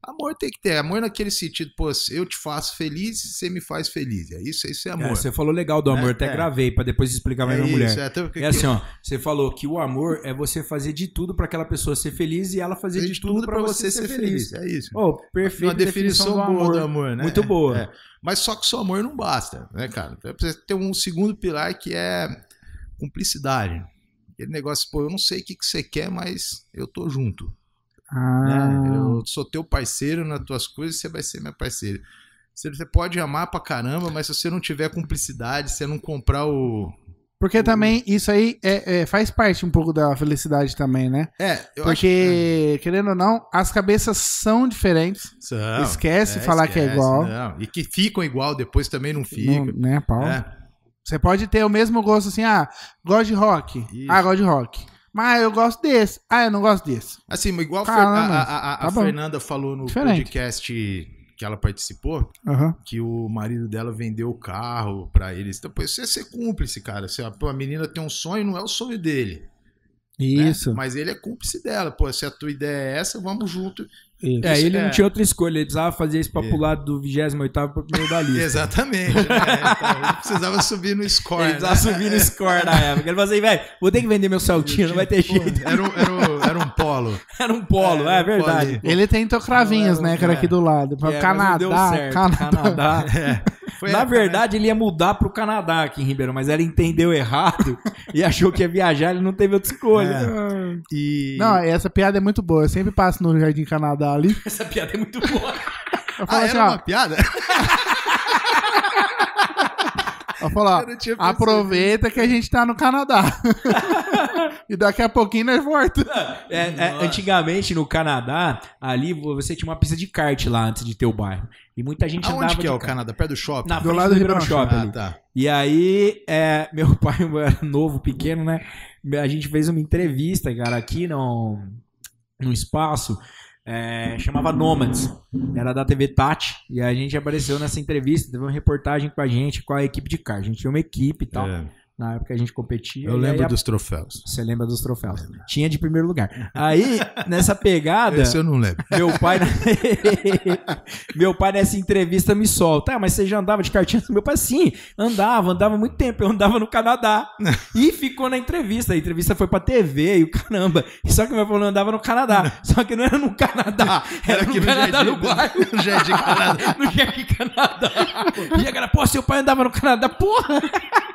Amor tem que ter, amor naquele sentido, pô, se eu te faço feliz e você me faz feliz. É isso, isso é amor.
É, você falou legal do amor,
É,
até
é.
gravei pra depois explicar pra
É
minha
isso,
mulher.
é até porque
É assim, ó, você falou que o amor é você fazer de tudo pra aquela pessoa ser feliz e ela fazer de, tudo, pra você ser feliz.
É isso.
Oh, perfeito.
uma definição boa
amor.
do amor, né?
Muito boa.
É. Mas só que só amor não basta, né, cara? Então, Precisa ter um segundo pilar que é cumplicidade. Aquele negócio, pô, eu não sei o que, que você quer, mas eu tô junto.
Ah,
né? Eu sou teu parceiro nas tuas coisas, você vai ser minha parceira. Você você pode amar pra caramba, mas se você não tiver cumplicidade, se você não comprar o.
porque também isso aí é- é, faz parte um pouco da felicidade também, né?
É, eu acho
Porque, querendo ou não, as cabeças são diferentes.
que. Não,
esquece
é,
falar que é
esquece,
igual.
não. E que ficam igual, depois também não
Não,
ficam.
né, Paulo?
né?
Você pode ter o mesmo gosto assim, ah, gosto de rock.
Isso.
Ah, gosto de rock. Mas eu gosto desse. Ah, eu não gosto desse.
Assim, igual a Fer-
Caramba,
a, a- a- a
tá bom.
Fernanda falou no
Diferente.
podcast que ela participou,
Aham.
que o marido dela vendeu o carro pra eles. Então, pô, isso é ser cúmplice, cara. Se a, pô, a menina tem um sonho, não é o sonho dele. né?
Isso.
Mas ele é cúmplice dela. Pô, se a tua ideia é essa, vamos junto.
isso.
É, ele
É.
não tinha outra escolha, ele precisava fazer isso pra
É.
pular do 28 pro primeiro da lista.
Exatamente. né? Então, ele precisava subir no score.
Ele
né?
precisava subir no score na época. Ele falou assim, velho, vou ter que vender meu Celtinha, não vai ter
Pô,
jeito.
Era um, era um- era um polo.
Era um polo, é,
É,
verdade.
Ele tentou cravinhos,
Não,
né, que era
é.
aqui do lado. Pra
É, mas
Canadá,
não deu certo,
Canadá.
Canadá.
Foi
Na
época, né?
verdade, ele ia mudar pro Canadá aqui em Ribeirão, mas ela entendeu errado e achou que ia viajar, ele não teve outra escolha.
É, E...
Não, essa piada é muito boa. Eu sempre passo no Jardim Canadá ali.
Essa piada é muito boa. assim,
Eu falo
ah,
assim,
era
ó.
uma piada?
Vou falar,
Eu não tinha pensado
aproveita que a gente tá no Canadá. e daqui a pouquinho nós voltamos.
É, é,
Nossa.
antigamente, no Canadá, ali vo- você tinha uma pista de kart lá antes de ter o bairro. E muita gente andava
Aonde que
de
é o
kart.
Canadá? Perto do shopping?
Na
Do
frente
lado
do
do
Ribeirão
Ribeirão
Shopping.
Ah,
ali.
tá.
E aí, é, meu pai era novo, pequeno, né? A gente fez uma entrevista, cara, aqui no, no espaço. é, chamava Nomads, era da TV Tati, e a gente apareceu nessa entrevista, teve uma reportagem com a gente, com a equipe de kart. A gente tinha uma equipe e tal.
É,
Na época a gente competia.
eu
Então, e
lembro
aí é a-
dos troféus.
Você lembra dos troféus? Tinha de primeiro lugar. Aí, nessa pegada.
Esse eu não lembro.
Meu pai, meu pai nessa entrevista me solta. Ah, mas você já andava de cartinha? Meu pai, sim, andava, andava muito tempo. Eu andava no Canadá. E ficou na entrevista. A entrevista foi pra TV e o caramba. Só que meu pai falou, andava no Canadá. Só que não era no Canadá. Era, no, Canadá do bairro.
No Jardim Canadá.
No Jardim Canadá. E a galera, pô, seu pai andava no Canadá. Porra!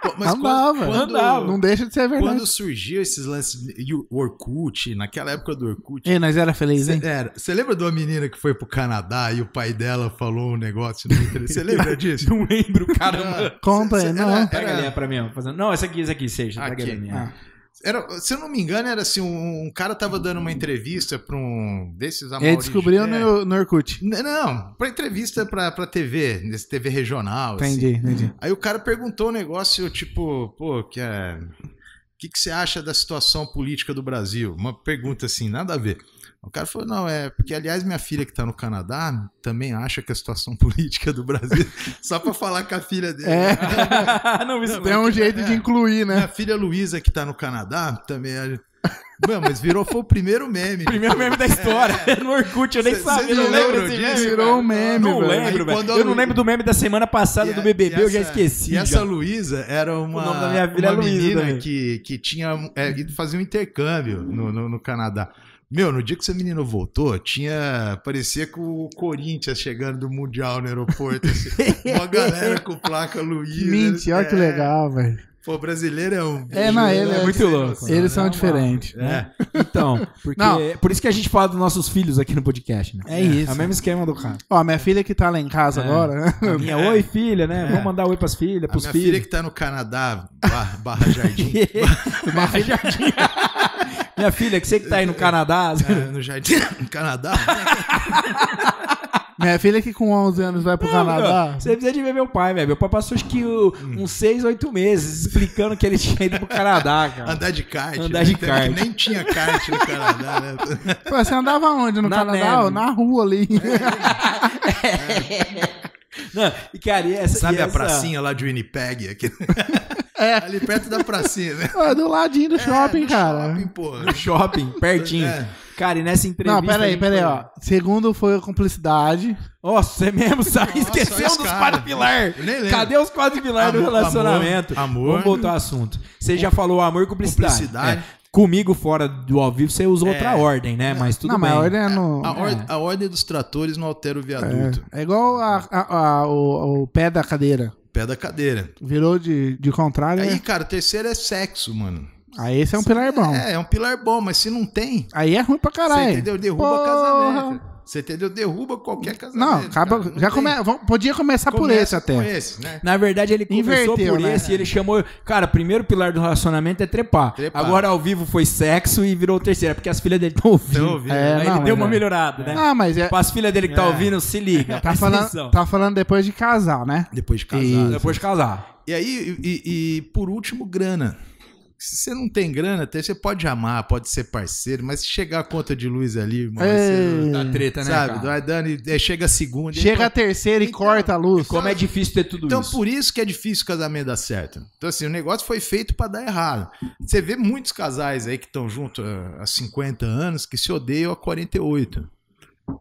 Pô, Mas
Andava. né?
quando-
Andava.
Não deixa de ser
quando,
verdade.
quando surgiu esses lances e o Orkut, naquela época do Orkut,
Ei, nós era feliz, É hein?
Você lembra de uma menina que foi pro Canadá e o pai dela falou um negócio no Você lembra disso?
Não lembro, caramba.
Conta aí,
Era-
não.
Pega ali é pra mim. ó, fazendo- Não, essa aqui, essa aqui, seja. Pega
Aqui.
ali a minha.
Ah.
Era, se eu não me engano, era assim: um, um cara tava dando uma entrevista pra um desses
Ele
amauris-
descobriu
é.
no, no Orkut.
N- Não, pra entrevista pra, pra TV, nesse TV regional. assim.
Entendi, entendi.
Aí o cara perguntou um negócio tipo, pô, que é. O que, que você acha da situação política do Brasil? Uma pergunta assim, nada a ver. O cara falou, não, é porque, aliás, minha filha que tá no Canadá também acha que a situação política do Brasil. Só pra falar com a filha dele.
É.
não, isso
É
Tem um jeito de incluir, né?
Minha filha Luísa, que tá no Canadá, também. acha- Mano, mas virou, foi o primeiro meme.
Primeiro meme da história. no Orkut, eu nem
É. Cê-
sabia.
cês
Não
não
lembro
lembram
desse
disso,
meme.
Virou
cara?
um meme,
Não
velho.
lembro,
Aí
velho.
quando
Eu
a
não
Lu-
lembro do meme da semana passada
E
do
a-
BBB,
e
eu já
essa-
esqueci.
E essa
já.
Luísa era uma,
nome da minha filha é
uma
Luísa também.
menina que, que tinha é, ido fazer um intercâmbio no, no, no Canadá. Meu, no dia que essa menina voltou, tinha. Parecia que o Corinthians chegando do Mundial no aeroporto. assim. uma galera com placa Luísa.
Mint, olha que
É,
legal, velho.
Pô, brasileiro é um.
É, não, ele é
sem
muito louco.
noção,
Eles são
né?
diferentes.
É.
Então, porque,
Não.
por isso que a gente fala dos nossos filhos aqui no podcast, né?
É isso.
É o mesmo esquema do cara.
Ó, minha filha que tá lá em casa
É.
agora, né?
A minha, oi, filha, né? Vamos mandar oi pras filhas,
É. A
pros
minha filha
tipo filhos.
que tá no Canadá, barra, barra Jardim.
Minha filha... minha filha, que você que tá aí no Canadá.
é, no Jardim, no Canadá.
Minha filha que com 11 anos vai pro
Não,
Canadá.
meu, Você precisa de ver meu pai, velho. Meu pai passou acho que o-
Hum.
uns 6, 8 meses explicando que ele tinha ido pro Canadá, cara.
Andar de kart.
Andar de
Até
kart.
que Nem tinha kart no Canadá, né?
Pô, você andava onde no
Na
Canadá?
neve.
Ó, na rua ali.
Não, e cara, e essa,
Sabe
e
a
essa-
pracinha lá de Winnipeg? Aqui?
É.
Ali perto da pracinha, né?
Ó, do ladinho do shopping,
É, no
cara.
Shopping, porra.
No shopping, pertinho.
É.
Cara, e nessa entrevista.
Não, peraí, peraí, ó. Segundo foi a cumplicidade.
Ó, você mesmo sabe,
olha
esqueceu
esse
dos
cara.
quadripilar.
Eu nem lembro.
Cadê os quadripilar do
Amor-
relacionamento?
amor-
Vamos voltar ao assunto. Você já falou amor e cumplicidade.
Cumplicidade.
É. Comigo, fora do ao vivo, você usou
É.
outra ordem, né? Mas tudo
não,
bem.
mas a ordem é no.
A, or- a ordem dos tratores não altera o viaduto.
É igual a, a- a- o, o pé da cadeira.
Pé da cadeira.
Virou de, de contrário.
Aí,
Aí,
cara, o terceiro é sexo, mano.
aí esse é um pilar bom.
É, é um pilar bom, mas se não tem,
Aí é ruim pra
você
caralho.
entendeu? Derruba
Porra.
casamento. Você entendeu? Derruba qualquer casamento.
Não, acaba,
cara. Não
já
tem.
come, vamos- podia começar por
Começa
esse até.
Com esse, né?
Na verdade, ele começou
Inverteu,
por
né?
esse e ele chamou. Cara, o primeiro pilar do relacionamento é trepar.
Trepar.
Agora ao vivo foi sexo e virou o terceiro. É porque as filhas dele estão ouvindo.
Tão ouvindo.
É,
Aí
não,
ele deu
é.
uma melhorada, né?
Ah, mas é,
Para as filhas dele que tá
É.
ouvindo, se liga.
tá,
presta
falando,
atenção.
tá falando depois de casal, né?
Depois de casado.
Isso.
Depois de casar.
E aí, e, e- e por último, grana. Se você não tem grana, até você pode amar, pode ser parceiro, mas se chegar a conta de luz ali, mano,
Ei.
você,
Da treta, né?
sabe?
cara?
Vai dando, e- é, chega a segunda.
Chega a
então,
terceira e
Então,
corta a luz.
Como é difícil ter tudo
então
isso.
por isso que é difícil o casamento dar certo. Então, assim, o negócio foi feito pra dar errado. Você vê muitos casais aí que estão juntos há há 50 anos que se odeiam há 48.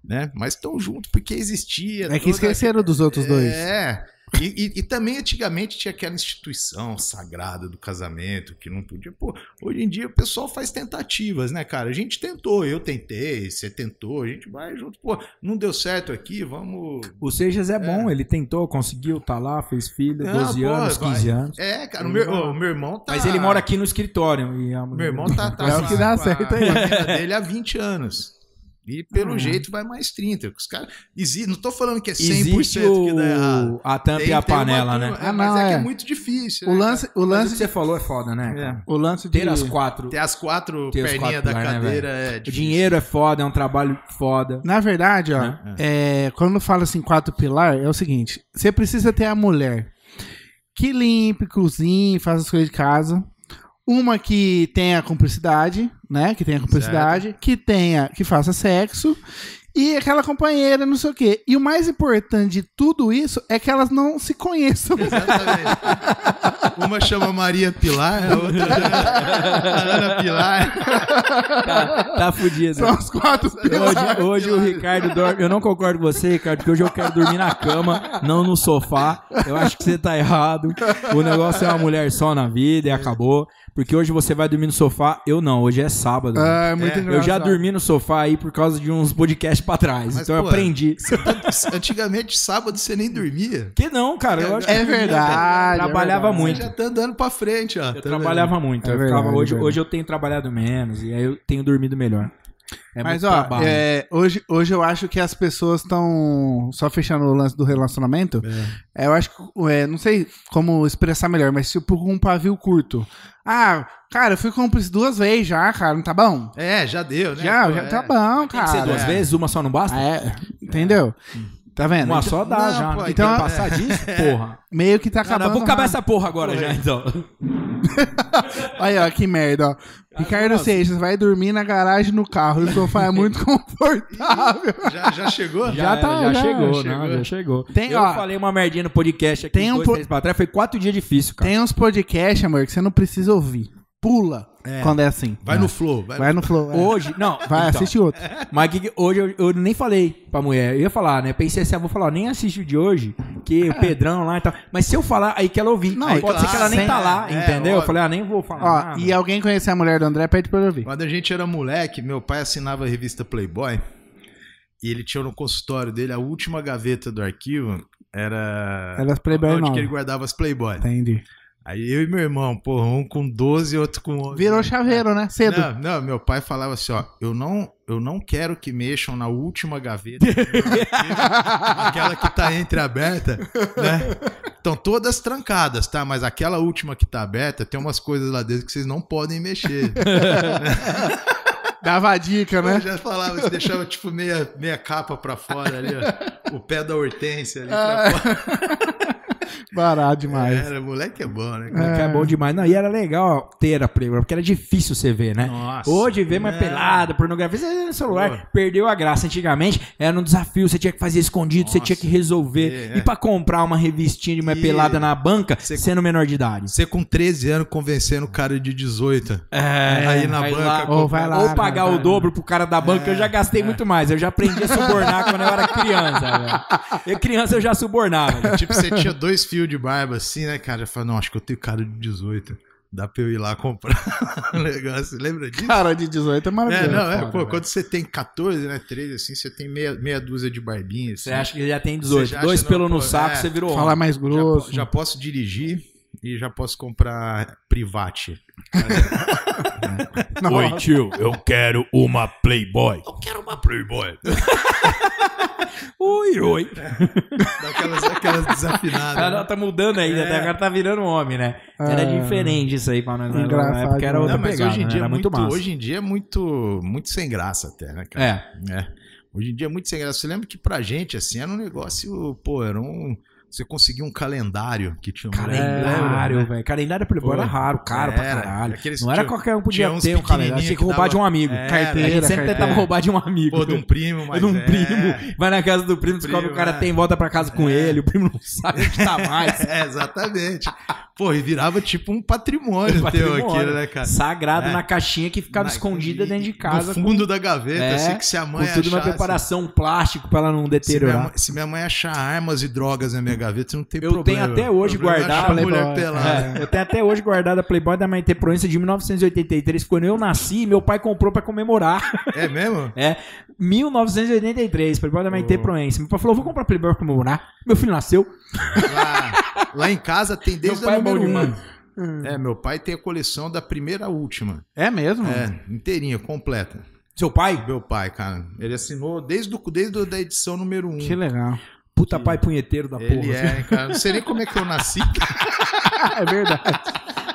Né? Mas estão juntos porque existia.
É que
toda-
esqueceram dos outros dois.
É. E, e- e também antigamente tinha aquela instituição sagrada do casamento que não podia. Pô, hoje em dia o pessoal faz tentativas, né, cara? A gente tentou, eu tentei, você tentou, a gente vai junto. Pô, não deu certo aqui, vamos.
O Seixas é bom, ele tentou, conseguiu, tá lá, fez filho,
Não,
12
pô,
anos,
vai.
15 anos.
É, cara, o meu, o meu irmão tá.
Mas ele mora aqui no escritório. E a...
Meu irmão tá. tá
É o
com
que
a-
dá
com a-
certo aí. Uhum.
com a mina dele há 20 anos. E pelo
Ah.
jeito vai mais 30. que Os cara... Exi- Não tô falando que é 100%
Existe
que dá errado.
o... a tampa
Tem-
e a
tem uma
panela,
turma-
né?
É,
Ah,
mas
não,
é, que é
é.
muito difícil.
O
né,
lance, o
Mas o
lance,
que você falou é foda, né? cara?
cara?
o lance de
Ter as quatro.
É. Ter as quatro
Ter os
perninhas
quatro
da
lugar, né,
cadeira é
O
difícil.
dinheiro é foda, é um trabalho foda.
Na verdade,
Né?
ó, é, quando fala assim quatro pilar, é o seguinte: você precisa ter a mulher que limpe, cozinhe, faça as coisas de casa. Uma que tenha cumplicidade, né? Que tenha cumplicidade, que tenha, que faça sexo, e aquela companheira, não sei o quê. E o mais importante de tudo isso é que elas não se conheçam.
Exatamente. Uma chama Maria Pilar, a outra Ana Pilar.
Tá fudido.
São os quatro pilares.
Hoje, hoje o Ricardo dorme. Eu não concordo com você, Ricardo, porque hoje eu quero dormir na cama, não no sofá. Eu acho que você tá errado. O negócio é uma mulher só na vida e acabou. Porque hoje você vai dormir no sofá. Eu não, hoje é sábado.
Ah, é muito
É,
engraçado.
eu já dormi no sofá aí por causa de uns podcasts pra trás.
Mas,
então eu
pô,
aprendi.
tá- Antigamente, sábado, você nem dormia.
Que não, cara. Eu acho que
É verdade.
Trabalhava
é verdade.
muito.
Você já tá andando pra frente, ó. tá
eu trabalhava muito.
É
eu
verdade,
ficava- hoje,
é verdade.
hoje eu tenho trabalhado menos e aí eu tenho dormido melhor. É
Mas,
muito
ó,
trabalho.
é, hoje, hoje eu acho que as pessoas estão. Só fechando o lance do relacionamento. É, eu acho que. é, não sei como expressar melhor, mas tipo com um pavio curto. Ah, cara, eu fui cúmplice duas vezes já, cara, não tá bom?
É, já deu, né?
já,
Pô,
já
é.
tá bom,
Tem que ser duas
cara.
vezes, uma só não basta?
É, entendeu? Tá vendo?
Uma
Então,
só dá
Não,
já.
pô,
É, né?
então-
tem que passar
é.
disso, porra.
Meio que tá acabando.
Cara, vou acabar
rápido.
essa porra agora já, então.
Olha, ó, que merda, ó.
Ah,
Ricardo Seixas vai dormir na garagem no carro. O sofá é muito confortável.
Já, já chegou?
Já tá,
já,
já
chegou,
chegou.
Não, já chegou.
Tem,
eu
ó,
falei uma merdinha no podcast aqui
tem um
uns dois,
po-
três pra trás. Foi quatro dias difícil, cara.
Tem uns podcasts, amor, que você não precisa ouvir. Pula quando é assim.
Vai no flow. Vai,
Vai no flow. é.
Hoje, não,
Vai,
então,
assiste outro.
Mas que que- hoje eu, eu nem falei pra mulher. Eu ia falar, né? Pensei assim, eu vou falar, nem assiste o de hoje, que o Pedrão lá e tal. Mas se eu falar, aí que ela ouvir.
É. Não,
Aí
é
pode
claro,
ser que ela nem
sim.
tá lá,
É,
entendeu? Eu
óbvio.
falei, ah, nem vou falar.
Ó,
nada.
e alguém conhecer a mulher do André, pede pra eu ouvir.
Quando a gente era moleque, meu pai assinava a revista Playboy e ele tinha no consultório dele a última gaveta do arquivo era
Elas
é
Playboy
onde
não.
que ele guardava as Playboy.
Entendi.
Aí eu e meu irmão, porra, um com 12 e outro com 11.
Virou chaveiro, né? Cedo.
não, não, meu pai falava assim, ó, eu não, eu não quero que mexam na última gaveta, aquela que tá entreaberta, né? Estão todas trancadas, tá? Mas aquela última que tá aberta, tem umas coisas lá dentro que vocês não podem mexer.
Dava a dica,
Eu
né?
já falava, você deixava tipo meia, meia capa pra fora ali, ó. o pé da hortência ali pra fora.
Barato demais.
Era, moleque é bom, né? cara?
Mas que é bom demais. Não, e era legal ter a Playboy, porque era difícil você ver, né?
Nossa.
Hoje vê mais
É.
pelada, pornografia, você vê no celular,
Boa.
perdeu a graça. Antigamente era um desafio, você tinha que fazer escondido, você
Nossa.
tinha que resolver.
É, é.
E pra comprar uma revistinha de mais
E-
pelada na banca,
Você-
sendo menor de idade.
Você com 13 anos convencendo o cara de 18.
É,
Aí na banca
ou,
Ou vai lá,
ou
né,
pagar
vai
o
lá.
dobro pro cara da banca, eu já gastei muito mais. Eu já aprendi a subornar quando eu era criança, velho. Eu criança eu já subornava. gente.
Tipo, você tinha dois fios de barba assim, né, cara? Eu falei, não, acho que eu tenho cara de 18. Dá pra eu ir lá comprar um negócio. Lembra disso?
Cara de 18 é
É,
maravilhoso.
não, é,
foda,
pô,
velho.
quando você tem 14, né, 13, assim, você tem meia, meia dúzia de barbinha, assim.
Você acha que já tem
Você
18,
já
dois
acha,
pelo
não,
no
pô,
saco,
é.
você virou
Falar
homem.
mais
já,
grosso.
po- já posso dirigir e já posso comprar private.
Não.
tio, eu quero uma Playboy.
Eu quero uma Playboy.
Oi, oi.
Daquelas, aquelas
Ah, não,
desafinadas. né?
tá mudando ainda,
É.
até agora tá virando homem, né?
É.
Era diferente isso aí pra nós. né?
Engraçado,
Na época era
né?
Não,
outra
mas
pegada,
hoje em
né?
dia
era
é muito,
muito massa.
hoje em dia é muito, muito sem graça até, né, cara?
É,
É. Hoje em dia é muito sem graça. Você lembra que pra gente, assim, era um negócio, pô, era um... Você conseguia um calendário que tinha um...
calendário,
Lembra, né?
velho. Calendário Playboy era
Pô,
raro, caro pra
era. tipo,
caralho.
Aqueles
não era
tinha-
qualquer um
tinha
podia
uns
ter um calendário,
pequenininho
é. tinha que
que
roubar
dava-
de um amigo.
Era,
a gente sempre
carteira.
tentava roubar de um amigo.
Pô, de um primo,
Mas
mas
de um
é.
primo. Vai na casa do primo, descobre que
Primo,
o cara
é.
tem, volta pra casa com ele, o primo não sabe onde tá mais.
É, exatamente. Pô, e virava tipo um patrimônio, teu
Patrimônio.
aquilo, né, cara?
Sagrado
É.
na caixinha que ficava
Na-
escondida
e-
dentro de
no
casa. com-
fundo da gaveta,
É,
assim, que se a
Com
mãe
tudo uma
achasse-
preparação, um plástico pra ela não
Se minha, mãe,
deteriorar.
se minha mãe achar armas e drogas na minha gaveta, não tem
Eu
problema.
tenho até hoje
O problema é
guardado, né?
achar mulher
Playboy.
pelada.
É, eu tenho até hoje guardada a Playboy da Maite Proença de 1983, quando eu nasci meu pai comprou pra comemorar.
É mesmo?
1983, Playboy da Maite
Oh.
Proença. Meu pai falou, vou comprar Playboy pra comemorar. Meu filho nasceu.
Lá, lá em casa tem desde
meu pai
a
é bom
número um.
demais.
Hum.
É, meu pai tem a coleção da primeira à última.
É mesmo?
Hum.
É, inteirinha, completa.
Seu pai?
Meu pai, cara. Ele assinou desde, o- desde o- da edição número 1. Um.
Que legal.
Puta pai punheteiro da porra.
Ele é, cara. Não sei nem como é que eu nasci.
é verdade.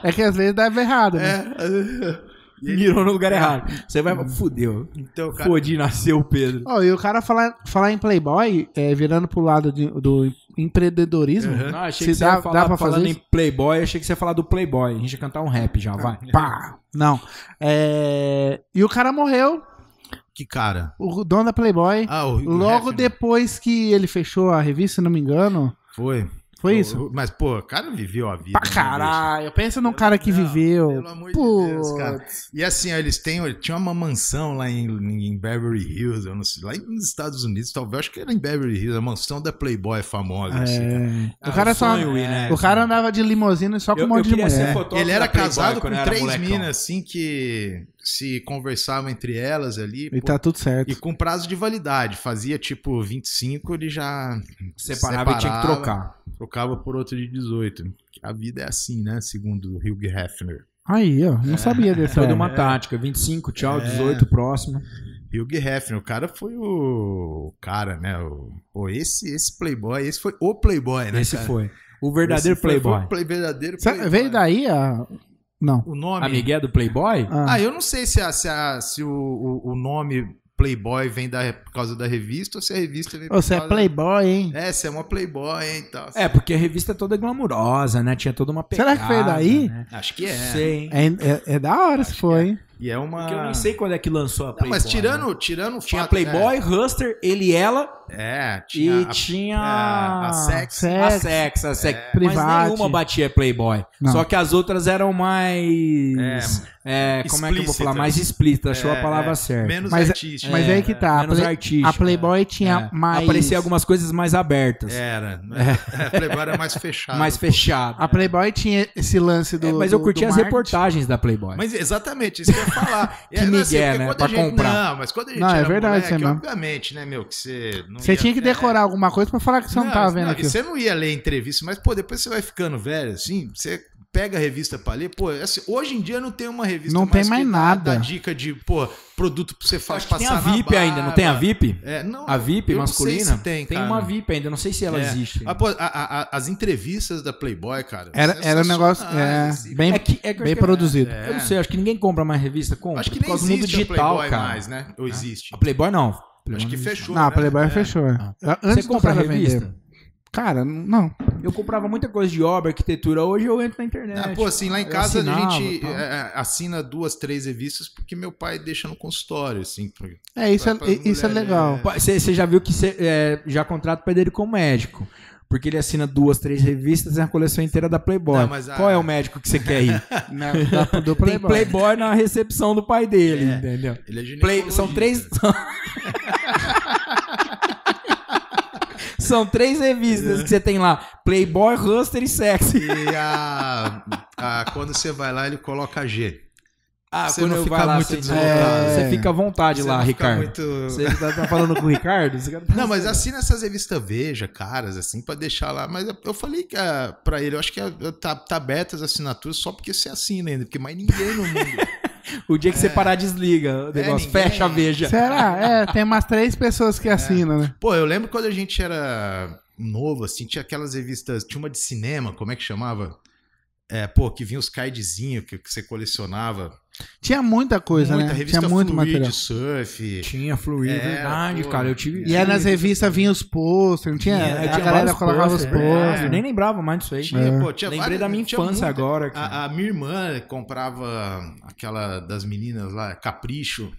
É que às vezes dava errado, né?
É.
Mirou no lugar errado. Você vai. Fudeu.
Então, cara.
Fodi, nasceu o Pedro.
Ó, e o cara falar, falar em Playboy, é, virando pro lado de- do empreendedorismo,
Uhum.
Não, achei
se
que você
dá,
ia falar,
dá pra fazer
falando
isso? Ah.
em Playboy, achei que você ia falar do Playboy. A gente ia cantar um rap já, vai.
Pá, não. É, E o cara morreu,
Que cara.
o dono da Playboy,
Ah, o, o
logo
Hefner.
depois que ele fechou a revista, se não me engano.
Foi.
Foi
O-
isso?
o- Mas, pô, o cara viveu a vida.
Pra
né, É,
caralho, pensa num um cara que
Não, é
viveu.
Pelo amor de Deus, cara.
Putz.
E assim, ó, eles têm, tinha uma mansão lá em, em Beverly Hills, eu não sei, lá nos Estados Unidos, talvez, acho que era em Beverly Hills, a mansão da Playboy
É.
famosa. assim, cara.
Ah,
O
é
cara só.
né?
O cara andava de limusine só com um
Eu-
monte
eu
de
queria ser
mulher.
fotógrafo
Ele era
da Playboy
casado
quando
com
eu era
três
molecão.
minas, assim, que se conversavam entre elas ali.
E
pô,
tá tudo
e
certo.
com prazo de validade. Fazia tipo 25, ele já
Separava e tinha que
Separava.
trocar.
trocava por outro de 18. A vida é assim, né? Segundo o Hugh Hefner.
Aí, ó, não sabia dessa.
Toda uma tática. 25, tchau,
É.
18, próximo.
Hugh Hefner, o cara foi o o cara, né? O, pô, esse, esse playboy, esse foi o playboy, né?
Esse
cara?
foi. O verdadeiro
Esse foi-
Playboy.
foi o play- verdadeiro
Sabe,
playboy.
Veio daí a. Não.
O nome.
A Miguel é do Playboy?
Ah,
Ah, eu não sei se, a- se, a- se o, o, o nome playboy vem da, por causa da revista ou se a revista vem por
você é
causa-
playboy, hein?
É, você é uma playboy, hein? e Tal.
É, porque a revista é toda glamurosa, né? Tinha toda uma pegada.
Será que veio daí?
Né?
Acho que é.
Não sei, hein?
É, é- é da hora se for, hein?
E é uma.
Porque eu nem sei quando é que lançou a
Não,
Playboy.
mas tirando,
né?
tirando o
Tinha
fato, né?
Playboy, Huster, ele e ela.
É,
e
tinha. a-
tinha.
a- a Sex.
É, A
Sexo.
Sex, a Sex. Mas
Private.
nenhuma batia Playboy.
Não.
Só que as outras eram mais. É, como é que eu vou falar?
Explícitas.
Mais explícitas. Achou
É,
a palavra
é.
certa.
Menos né?
Mas-
artístico.
Mas
É,
aí que tá. A,
menos
Play-
artística.
a Playboy tinha
É.
mais.
Aparecia algumas coisas mais abertas,
Era. Né? É, Playboy era mais fechado.
mais fechadas.
A Playboy tinha esse lance do.
É, mas eu
do-
curti
do
as
marketing.
reportagens da Playboy.
Mas exatamente, isso que eu ia falar.
Que migué,
é
né,
assim, porque quando
pra
a gente-
comprar.
Não, mas quando a gente
Não, é
era
verdade,
moleque,
você não.
obviamente, né, meu, que você... não
Você
ia-
tinha que decorar alguma coisa pra falar que
É.
você não, tava vendo
não,
aquilo.
Você não ia ler entrevista, mas, pô, depois você vai ficando velho, assim, você pega a revista pra ler, pô, assim, hoje em dia não tem uma revista
Não tem mais
que dá-
nada.
Dá dica de, pô, produto pra você faz
Acho que tem
passar
a
na
VIP ainda, não tem a
barba.
VIP?
É, não,
A VIP
eu não sei
masculina?
se tem, cara.
uma VIP ainda, não sei se ela
É.
existe.
Ah, pô, a- a- a- as entrevistas da Playboy, cara.
Era, era um negócio. É,
sensacionais, e-
bem,
É que- é que eu acho
bem
que-
produzido.
Eu não sei, acho que ninguém compra mais revista. Compra,
Acho que
por
nem
causa
existe
do mundo digital,
a Playboy
cara.
mais, né? Ou existe.
A Playboy não.
Acho
Playboy
que
não existe
fechou,
É. não, a
né?
Playboy
É.
fechou. é.
Ah. mais.
Antes do
Você compra
cara vender.
revista?
Cara, não.
Eu comprava muita coisa de obra, arquitetura. Hoje eu entro na internet.
Ah, pô, assim, lá em
É, tipo, Eu
casa a
assinava,
gente
tal.
é, assina duas, três revistas porque meu pai deixa no consultório, assim. porque-
É, isso é,
Pra- pra
isso é
mulher,
legal.
né?
Você já viu que cê, é, já contrata o Pedreiro como médico. Porque ele assina duas, três revistas e a coleção inteira da Playboy.
Não, mas a-
Qual é o médico que você quer ir?
Na- da- do
Tem
Playboy.
Playboy na recepção do pai dele, entendeu?
Ele é
Play-
ginecologista.
são três. são três revistas que você tem lá: Playboy, Huster e Sexy.
E a, a- quando você vai lá, ele coloca G.
Ah,
Você
quando
não
eu
fica
vai lá,
muito
você,
deslocado.
você fica à vontade
Você
lá,
não fica
Ricardo.
muito-
Você tá, tá falando com o Ricardo? Você-
Não, mas assina essas revistas Veja, caras, assim, pra deixar lá. Mas eu- eu falei que a, pra ele, eu acho que a- tá, tá aberta as assinaturas só porque você assina ainda, porque mais ninguém no mundo.
O dia que
É.
você parar, desliga o negócio.
ninguém-
fecha, veja.
Será? É, tem umas três pessoas
É.
que assinam, né?
Pô, eu lembro quando a gente era novo, assim, tinha aquelas revistas, tinha uma de cinema, como é que chamava? É, pô, que vinha os cardzinhos que, que você colecionava.
Tinha muita coisa,
Muita
né?
revista
Tinha muito
Fluid,
material.
surf.
Tinha fluir,
É,
verdade,
pô.
cara. Eu tive.
E aí nas revistas vinha os posters, não tinha?
É,
a
tinha
galera
vários
colocava os É.
posters,
posters.
é. Eu nem lembrava mais disso aí.
Tinha, pô, tinha
Lembrei
várias-
da minha
tinha
infância
muita.
Ah,
agora. cara.
A, a minha irmã comprava aquela das meninas lá, Capricho.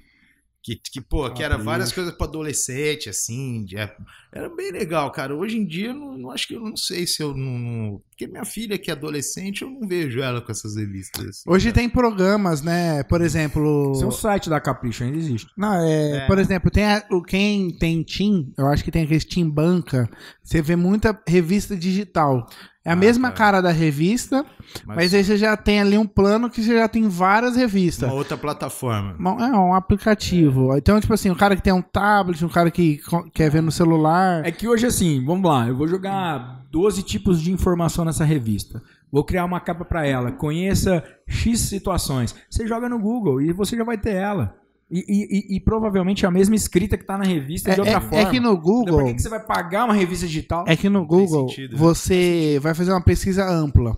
Que, que, pô, que era
Capricho.
várias coisas pra adolescente, assim. de- é- era bem legal, cara. Hoje em dia, eu não, não acho que eu não sei se eu não. Porque minha filha, que é adolescente, eu não vejo ela com essas revistas. assim,
Hoje tem programas, né? Por exemplo.
Seu é um site da Capricho ainda existe.
Não, é, Por exemplo, tem a- o, quem tem Tim, eu acho que tem aquele Tim Banca. Você vê muita revista digital. É a
Ah,
mesma
tá.
cara da revista, mas...
Mas-
aí você já tem ali um plano que você já tem várias revistas.
Uma outra plataforma.
Uma- É um aplicativo.
É.
Então, tipo assim, o cara que tem um tablet, um cara que co- quer ver no celular.
É que hoje, assim, vamos lá, eu vou jogar 12 tipos de informação nessa revista. Vou criar uma capa pra ela. Conheça X situações. Você joga no Google e você já vai ter ela. E, e- e- e provavelmente é a mesma escrita que tá na revista de
É,
outra
é-
forma.
é que no
Então, por
Google.
que, que você vai pagar uma revista digital?
É que no
tem
Google
sentido, né?
você vai fazer uma pesquisa ampla.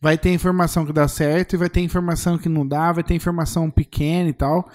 Vai ter informação que dá certo e vai ter informação que não dá, vai ter informação pequena e tal.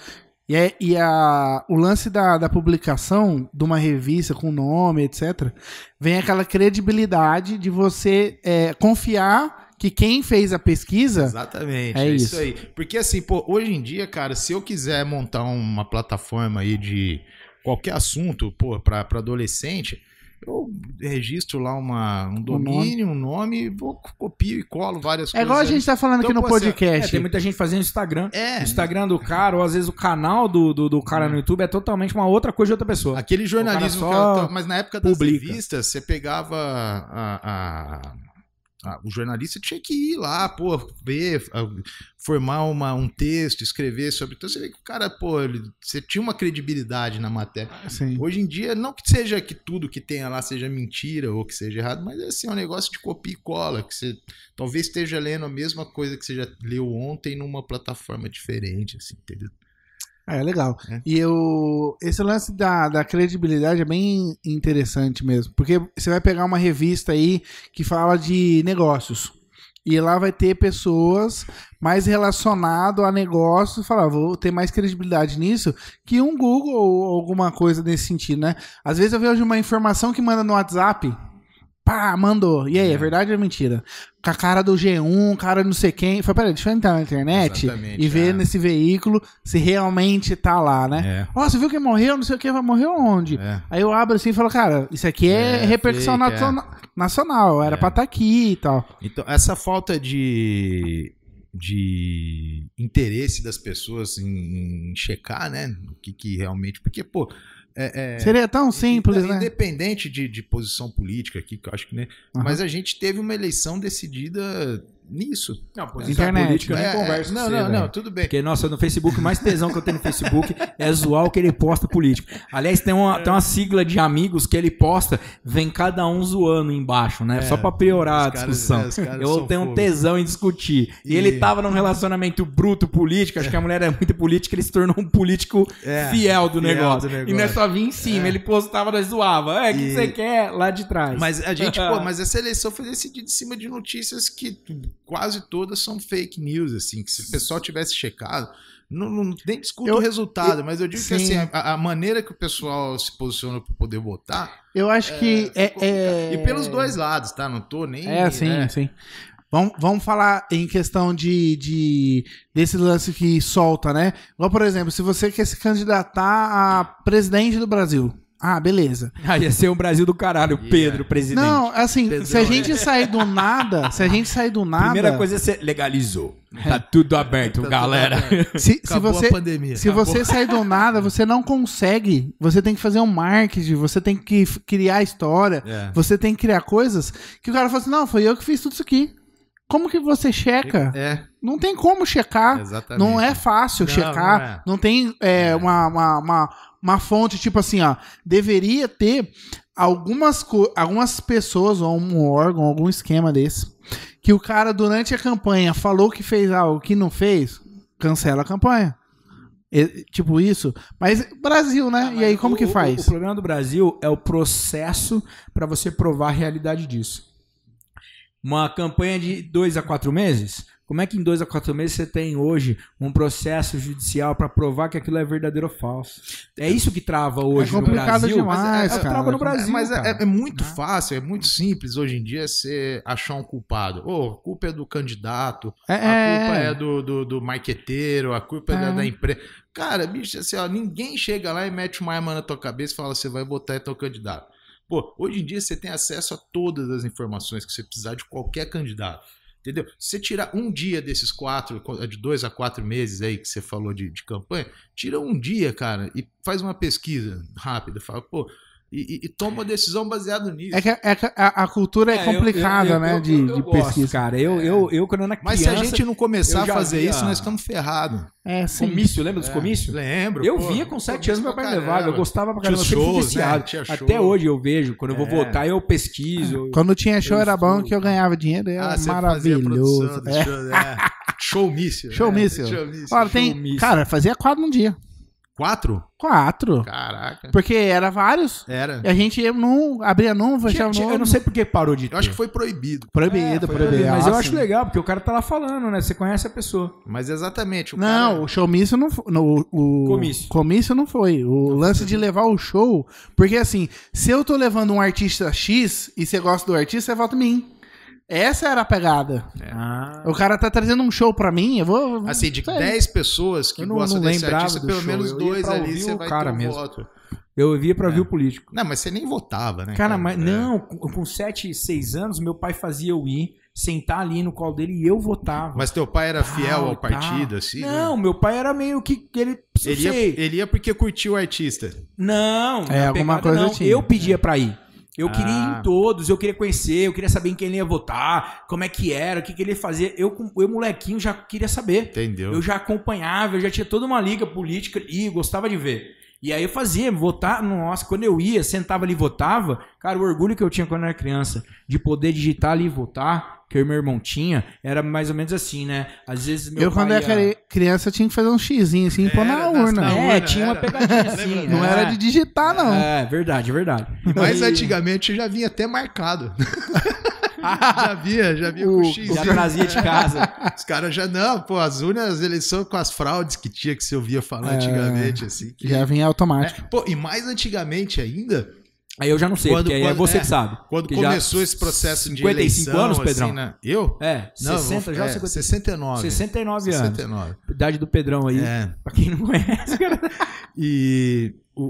E, é- e a, o lance da, da publicação de uma revista com nome, etc., vem aquela credibilidade de você é, confiar que quem fez a pesquisa.
Exatamente,
É
é,
isso.
isso. aí. Porque assim, pô, hoje em dia, cara, se eu quiser montar uma plataforma aí de qualquer assunto, pô, pra, pra adolescente, eu registro lá uma, um domínio, um nome, vou copio e colo várias
É
coisas.
igual a gente tá falando
Então,
aqui no
pô, você-
É,
podcast.
tem muita gente fazendo Instagram.
É, Hum.
O Instagram do cara, ou às vezes o canal do, do, do cara no YouTube é totalmente uma outra coisa de outra pessoa.
aquele jornalismo
O
que
cara só
eu, Mas na época das
publica.
revistas, você pegava a- a- a- o jornalista tinha que ir lá, pô, ver, a- formar uma, um texto, escrever sobre. Então você vê que o cara, pô, ele, você tinha uma credibilidade na matéria.
Sim.
Hoje em dia, não que seja que tudo que tenha lá seja mentira ou que seja errado, mas assim, é um negócio de copia e cola, que você talvez esteja lendo a mesma coisa que você já leu ontem numa plataforma diferente, assim, entendeu?
É legal.
É.
E eu, esse lance da, da credibilidade é bem interessante mesmo. Porque você vai pegar uma revista aí que fala de negócios. E lá vai ter pessoas mais relacionado a negócios. Falar, "Ah, vou ter mais credibilidade nisso que um Google ou alguma coisa nesse sentido, né? Às vezes eu vejo uma informação que manda no WhatsApp. Pá, mandou. E aí, é,
É.
verdade ou é mentira? Com a cara do G1, cara não sei quem. Fala, peraí, deixa eu entrar na internet
Exatamente,
e ver
né?
é.
nesse veículo se realmente tá lá, né?
É,
Ó, você viu quem morreu? Não sei o que, morreu onde?
é.
Aí eu abro assim e falo, cara, isso aqui é,
É,
repercussão
fake,
naciona- nacional, era
É.
pra estar aqui e tal.
Então, essa falta de, de interesse das pessoas em, em checar, né? O que, que realmente. Porque, pô. É, é-
Seria tão simples,
Inde-
né?
Independente de, de posição política aqui, que eu acho que, né?
Aham.
Mas a gente teve uma eleição decidida nisso.
Não,
posição Internet. política
eu nem
É, é,
converso.
não, não, não, tudo bem.
Porque, nossa, no Facebook, o mais tesão que eu tenho no Facebook é zoar o que ele posta político. Aliás, tem uma, tem uma sigla de amigos que ele posta, vem cada um zoando embaixo, né? Só pra piorar a
É, Os caras-
discussão.
é, os caras
Eu
são
tenho um
fogo.
tesão em discutir. E,
E-
ele tava num relacionamento bruto político, acho que a mulher é muito política, ele se tornou um político
É,
fiel, do,
fiel
negócio.
do
E
negócio.
não é só vir em cima, ele postava, nós zoava. É, o que
E-
você quer lá de trás?
Mas a gente, pô, mas essa eleição foi decidida em cima de notícias que tu- quase todas são fake news, assim, que se o pessoal tivesse checado, não, não- nem discuto
Eu-
o resultado, mas eu digo que
Sim.
assim, a, a maneira que o pessoal se posiciona para poder votar,
Eu acho que é, é-
e pelos dois lados, tá? Não tô nem. né,
É, sim, sim. Vamos, vamos falar em questão de, de- desse lance que solta, né? Igual, por exemplo, se você quer se candidatar a presidente do Brasil. Ah, beleza.
Ah, ia ser o Brasil do caralho,
Ia.
Pedro, presidente.
Não, assim,
Pedrão,
se a
né?
gente sair do nada, se a gente sair do nada.
Primeira coisa é você legalizou. Tá tudo aberto,
Tá
galera.
tudo aberto.
Então, se, se
Acabou
você,
a pandemia.
Se
Acabou.
você sair do nada, você não consegue. Você tem que fazer um marketing, você tem que f- criar história,
É.
você tem que criar coisas que o cara fala assim: não, foi eu que fiz tudo isso aqui. Como que você checa?
É,
Não tem como checar.
exatamente.
Não é fácil
Não,
checar. Não,
não é.
tem é,
É.
Uma, uma, uma, uma fonte tipo assim, ó. Deveria ter algumas, co- algumas pessoas ou um órgão, algum esquema desse, que o cara durante a campanha falou que fez algo que não fez, cancela a campanha. E- tipo isso. Mas Brasil, né? e aí como
Ah, Tá,
que
O- o- O,
faz?
problema do Brasil é o processo pra você provar a realidade disso. Uma campanha de dois a quatro meses. Como é que em dois a quatro meses você tem hoje um processo judicial pra provar que aquilo é verdadeiro ou falso? É isso que trava hoje no
complicado
Brasil.
demais,
Mas é, é,
cara.
trava no Brasil.
Mas é-
cara.
é, é muito
Né?
fácil, é muito simples hoje em dia você achar um culpado. Ô, a culpa é do candidato,
É,
a culpa
é-
é do, do, do marqueteiro, a culpa é, da-
É.
da empresa. Cara, bicho, assim, ó, ninguém chega lá e mete uma arma na tua cabeça e fala, você vai votar em teu candidato. Pô, hoje em dia você tem acesso a todas as informações que você precisar de qualquer candidato. Entendeu? Se você tirar um dia desses quatro, de dois a quatro meses aí que você falou de, de campanha, tira um dia, cara, e faz uma pesquisa rápida, fala, pô, e, e- e toma uma decisão baseada nisso.
é que, é que a, a cultura é,
eu-
complicada,
eu- eu-
né?
eu-
de
eu- eu
de
gosto,
pesquisa.
Cara, eu, eu, eu quando eu era
Mas
criança...
se a gente não começar
eu
a
já
fazer
via-
isso, nós estamos ferrados.
É, sim.
Comício, lembra dos
É,
comícios?
Lembro.
Eu
pô.
via com 7
Comício
anos, meu
pra
pai levava. Eu
caramba.
gostava pra
Tinha
caramba. Eu sempre fui
shows, né?
viciado.
Tinha
Até
show.
hoje eu vejo. Quando eu vou
É.
votar, eu pesquiso.
Quando tinha show
Eu
era bom
sou-
que eu ganhava dinheiro,
é
era
Ah, você fazia a
maravilhoso.
produção
É.
do show, é. Showmício.
Showmício.
É, showmício.
Olha, tem.
showmício.
Cara, fazia quadro num dia.
Quatro?
Quatro.
Caraca.
Porque era vários.
Era.
E a gente ia num, abria num,
Tinha-
fechava
tinha-
num.
eu não sei por que parou de ter. É,
Eu acho que foi proibido.
Proibido,
foi
proibido.
Mas eu
Ah,
acho
sim.
legal, porque o cara tá lá falando, né? Você conhece a pessoa.
Mas exatamente. O
não,
cara-
o showmício não foi. no- o
Comício.
comício não foi. O lance de levar o show. Porque assim, se eu tô levando um artista X e você gosta do artista, você vota em mim. Essa era a pegada.
Ah.
O cara tá trazendo um show pra mim, eu vou. vou-
Assim, de
sei.
10 pessoas que
Eu não-
gostam
não
desse
lembrava
artista,
do
pelo
show. Eu
menos
ia
dois
pra
ali
ouvir
você
o
vai
cara
ter um
mesmo.
voto.
Eu via pra ver o político.
Não, mas você nem votava, né?
Cara, mas
É.
não, com com sete seis anos, meu pai fazia eu ir, sentar ali no colo dele e eu votava.
Mas teu pai era fiel
Tal,
ao
tal.
partido, assim? né?
tá. Não, meu pai era meio que ele.
Ele
sei.
ia, ele ia porque curtiu o artista.
Não,
É,
na
alguma coisa
não.
eu tinha.
Eu pedia pra ir. Eu
Ah.
queria ir em todos, eu queria conhecer, eu queria saber em quem ele ia votar, como é que era, o que, que ele ia fazer. Eu, com- eu, molequinho, já queria saber.
Entendeu?
Eu já acompanhava, eu já tinha toda uma liga política e gostava de ver. E aí eu fazia, votar, nossa, quando eu ia, sentava ali e votava, cara, o orgulho que eu tinha quando eu era criança de poder digitar ali e votar, que eu e meu irmão tinha, era mais ou menos assim, né? Às vezes meu
eu,
pai
quando era
ia-
criança, tinha que fazer um xizinho assim e pôr na
Era,
urna.
na
É,
urna,
tinha uma
era.
pegadinha assim.
Não
é.
era de digitar, não.
É, verdade, verdade.
Mas
E-
antigamente já vinha até marcado. já vinha, já vinha com
O-
X.
Já trazia de casa.
Os caras já, não, pô, as urnas, eles são com as fraudes que tinha que se ouvia falar
É.
antigamente, assim. que-
Já vinha
É,
automático.
pô, e mais antigamente ainda,
Aí eu já não sei,
Quando-
porque aí é
quando-
você
é,
que sabe.
quando
Que já-
começou esse processo de
55
eleição,
anos,
assim,
Pedrão?
né? Eu?
É,
Não,
60 já
é,
ou 50?
69.
69 anos.
69.
Idade do Pedrão aí,
É.
pra quem não conhece.
E o,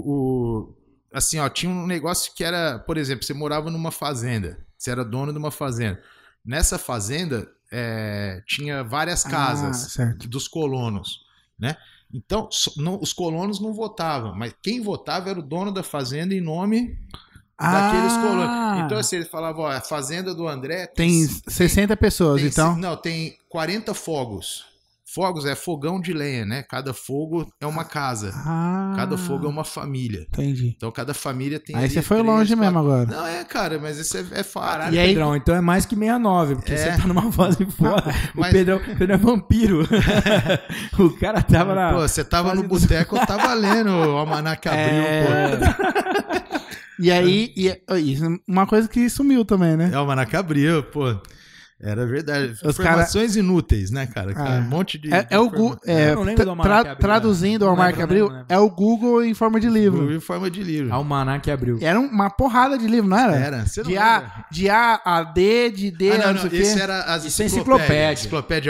o- assim, ó, tinha um negócio que era, por exemplo, você morava numa fazenda, você era dono de uma fazenda. Nessa fazenda é, tinha várias
Ah,
casas
certo.
dos colonos, né? Então, so- não- os colonos não votavam, mas quem votava era o dono da fazenda em nome daqueles
Ah.
colonos. Então, assim, ele falava, ó, a fazenda do André
Tem 60 pessoas,
tem-
então.
Não, tem 40 fogos. Fogos é fogão de lenha, né? Cada fogo é uma casa.
Ah,
Cada fogo é uma família.
Entendi.
Então cada família tem.
Aí
ali
você foi
três,
longe
quatro-
mesmo agora.
Não, é, cara, mas isso é, é fato.
Caralho,
E aí-
Pedrão, então é mais que 69, porque
É.
você tá numa fase foda.
mas-
O Pedrão, o Pedrão é vampiro. o cara tava na.
Pô, você tava no boteco, eu tava lendo o Almanac Abril,
É.
pô.
E aí, e, ó, isso é uma coisa que sumiu também, né?
É o Almanac Abril, pô. Era verdade.
Os cara-
Informações inúteis, né, cara?
Ah.
Um monte de.
É, é o Gu-
Google.
é,
Eu não lembro do
tra-
Almanac
tra-
Abril,
traduzindo o
né? Não
Almanac
lembro, não
Abril,
lembro, não lembro.
é o Google em forma de livro.
Em forma de livro.
Almanac abriu.
É.
Era um, uma porrada de livro, não era?
Era. Você não
É. De
lembra?
A, de a a D, de D, não,
Ah, não,
sei
não.
o quê.
Esse era as
Isso é
enciclopédia.
enciclopédia.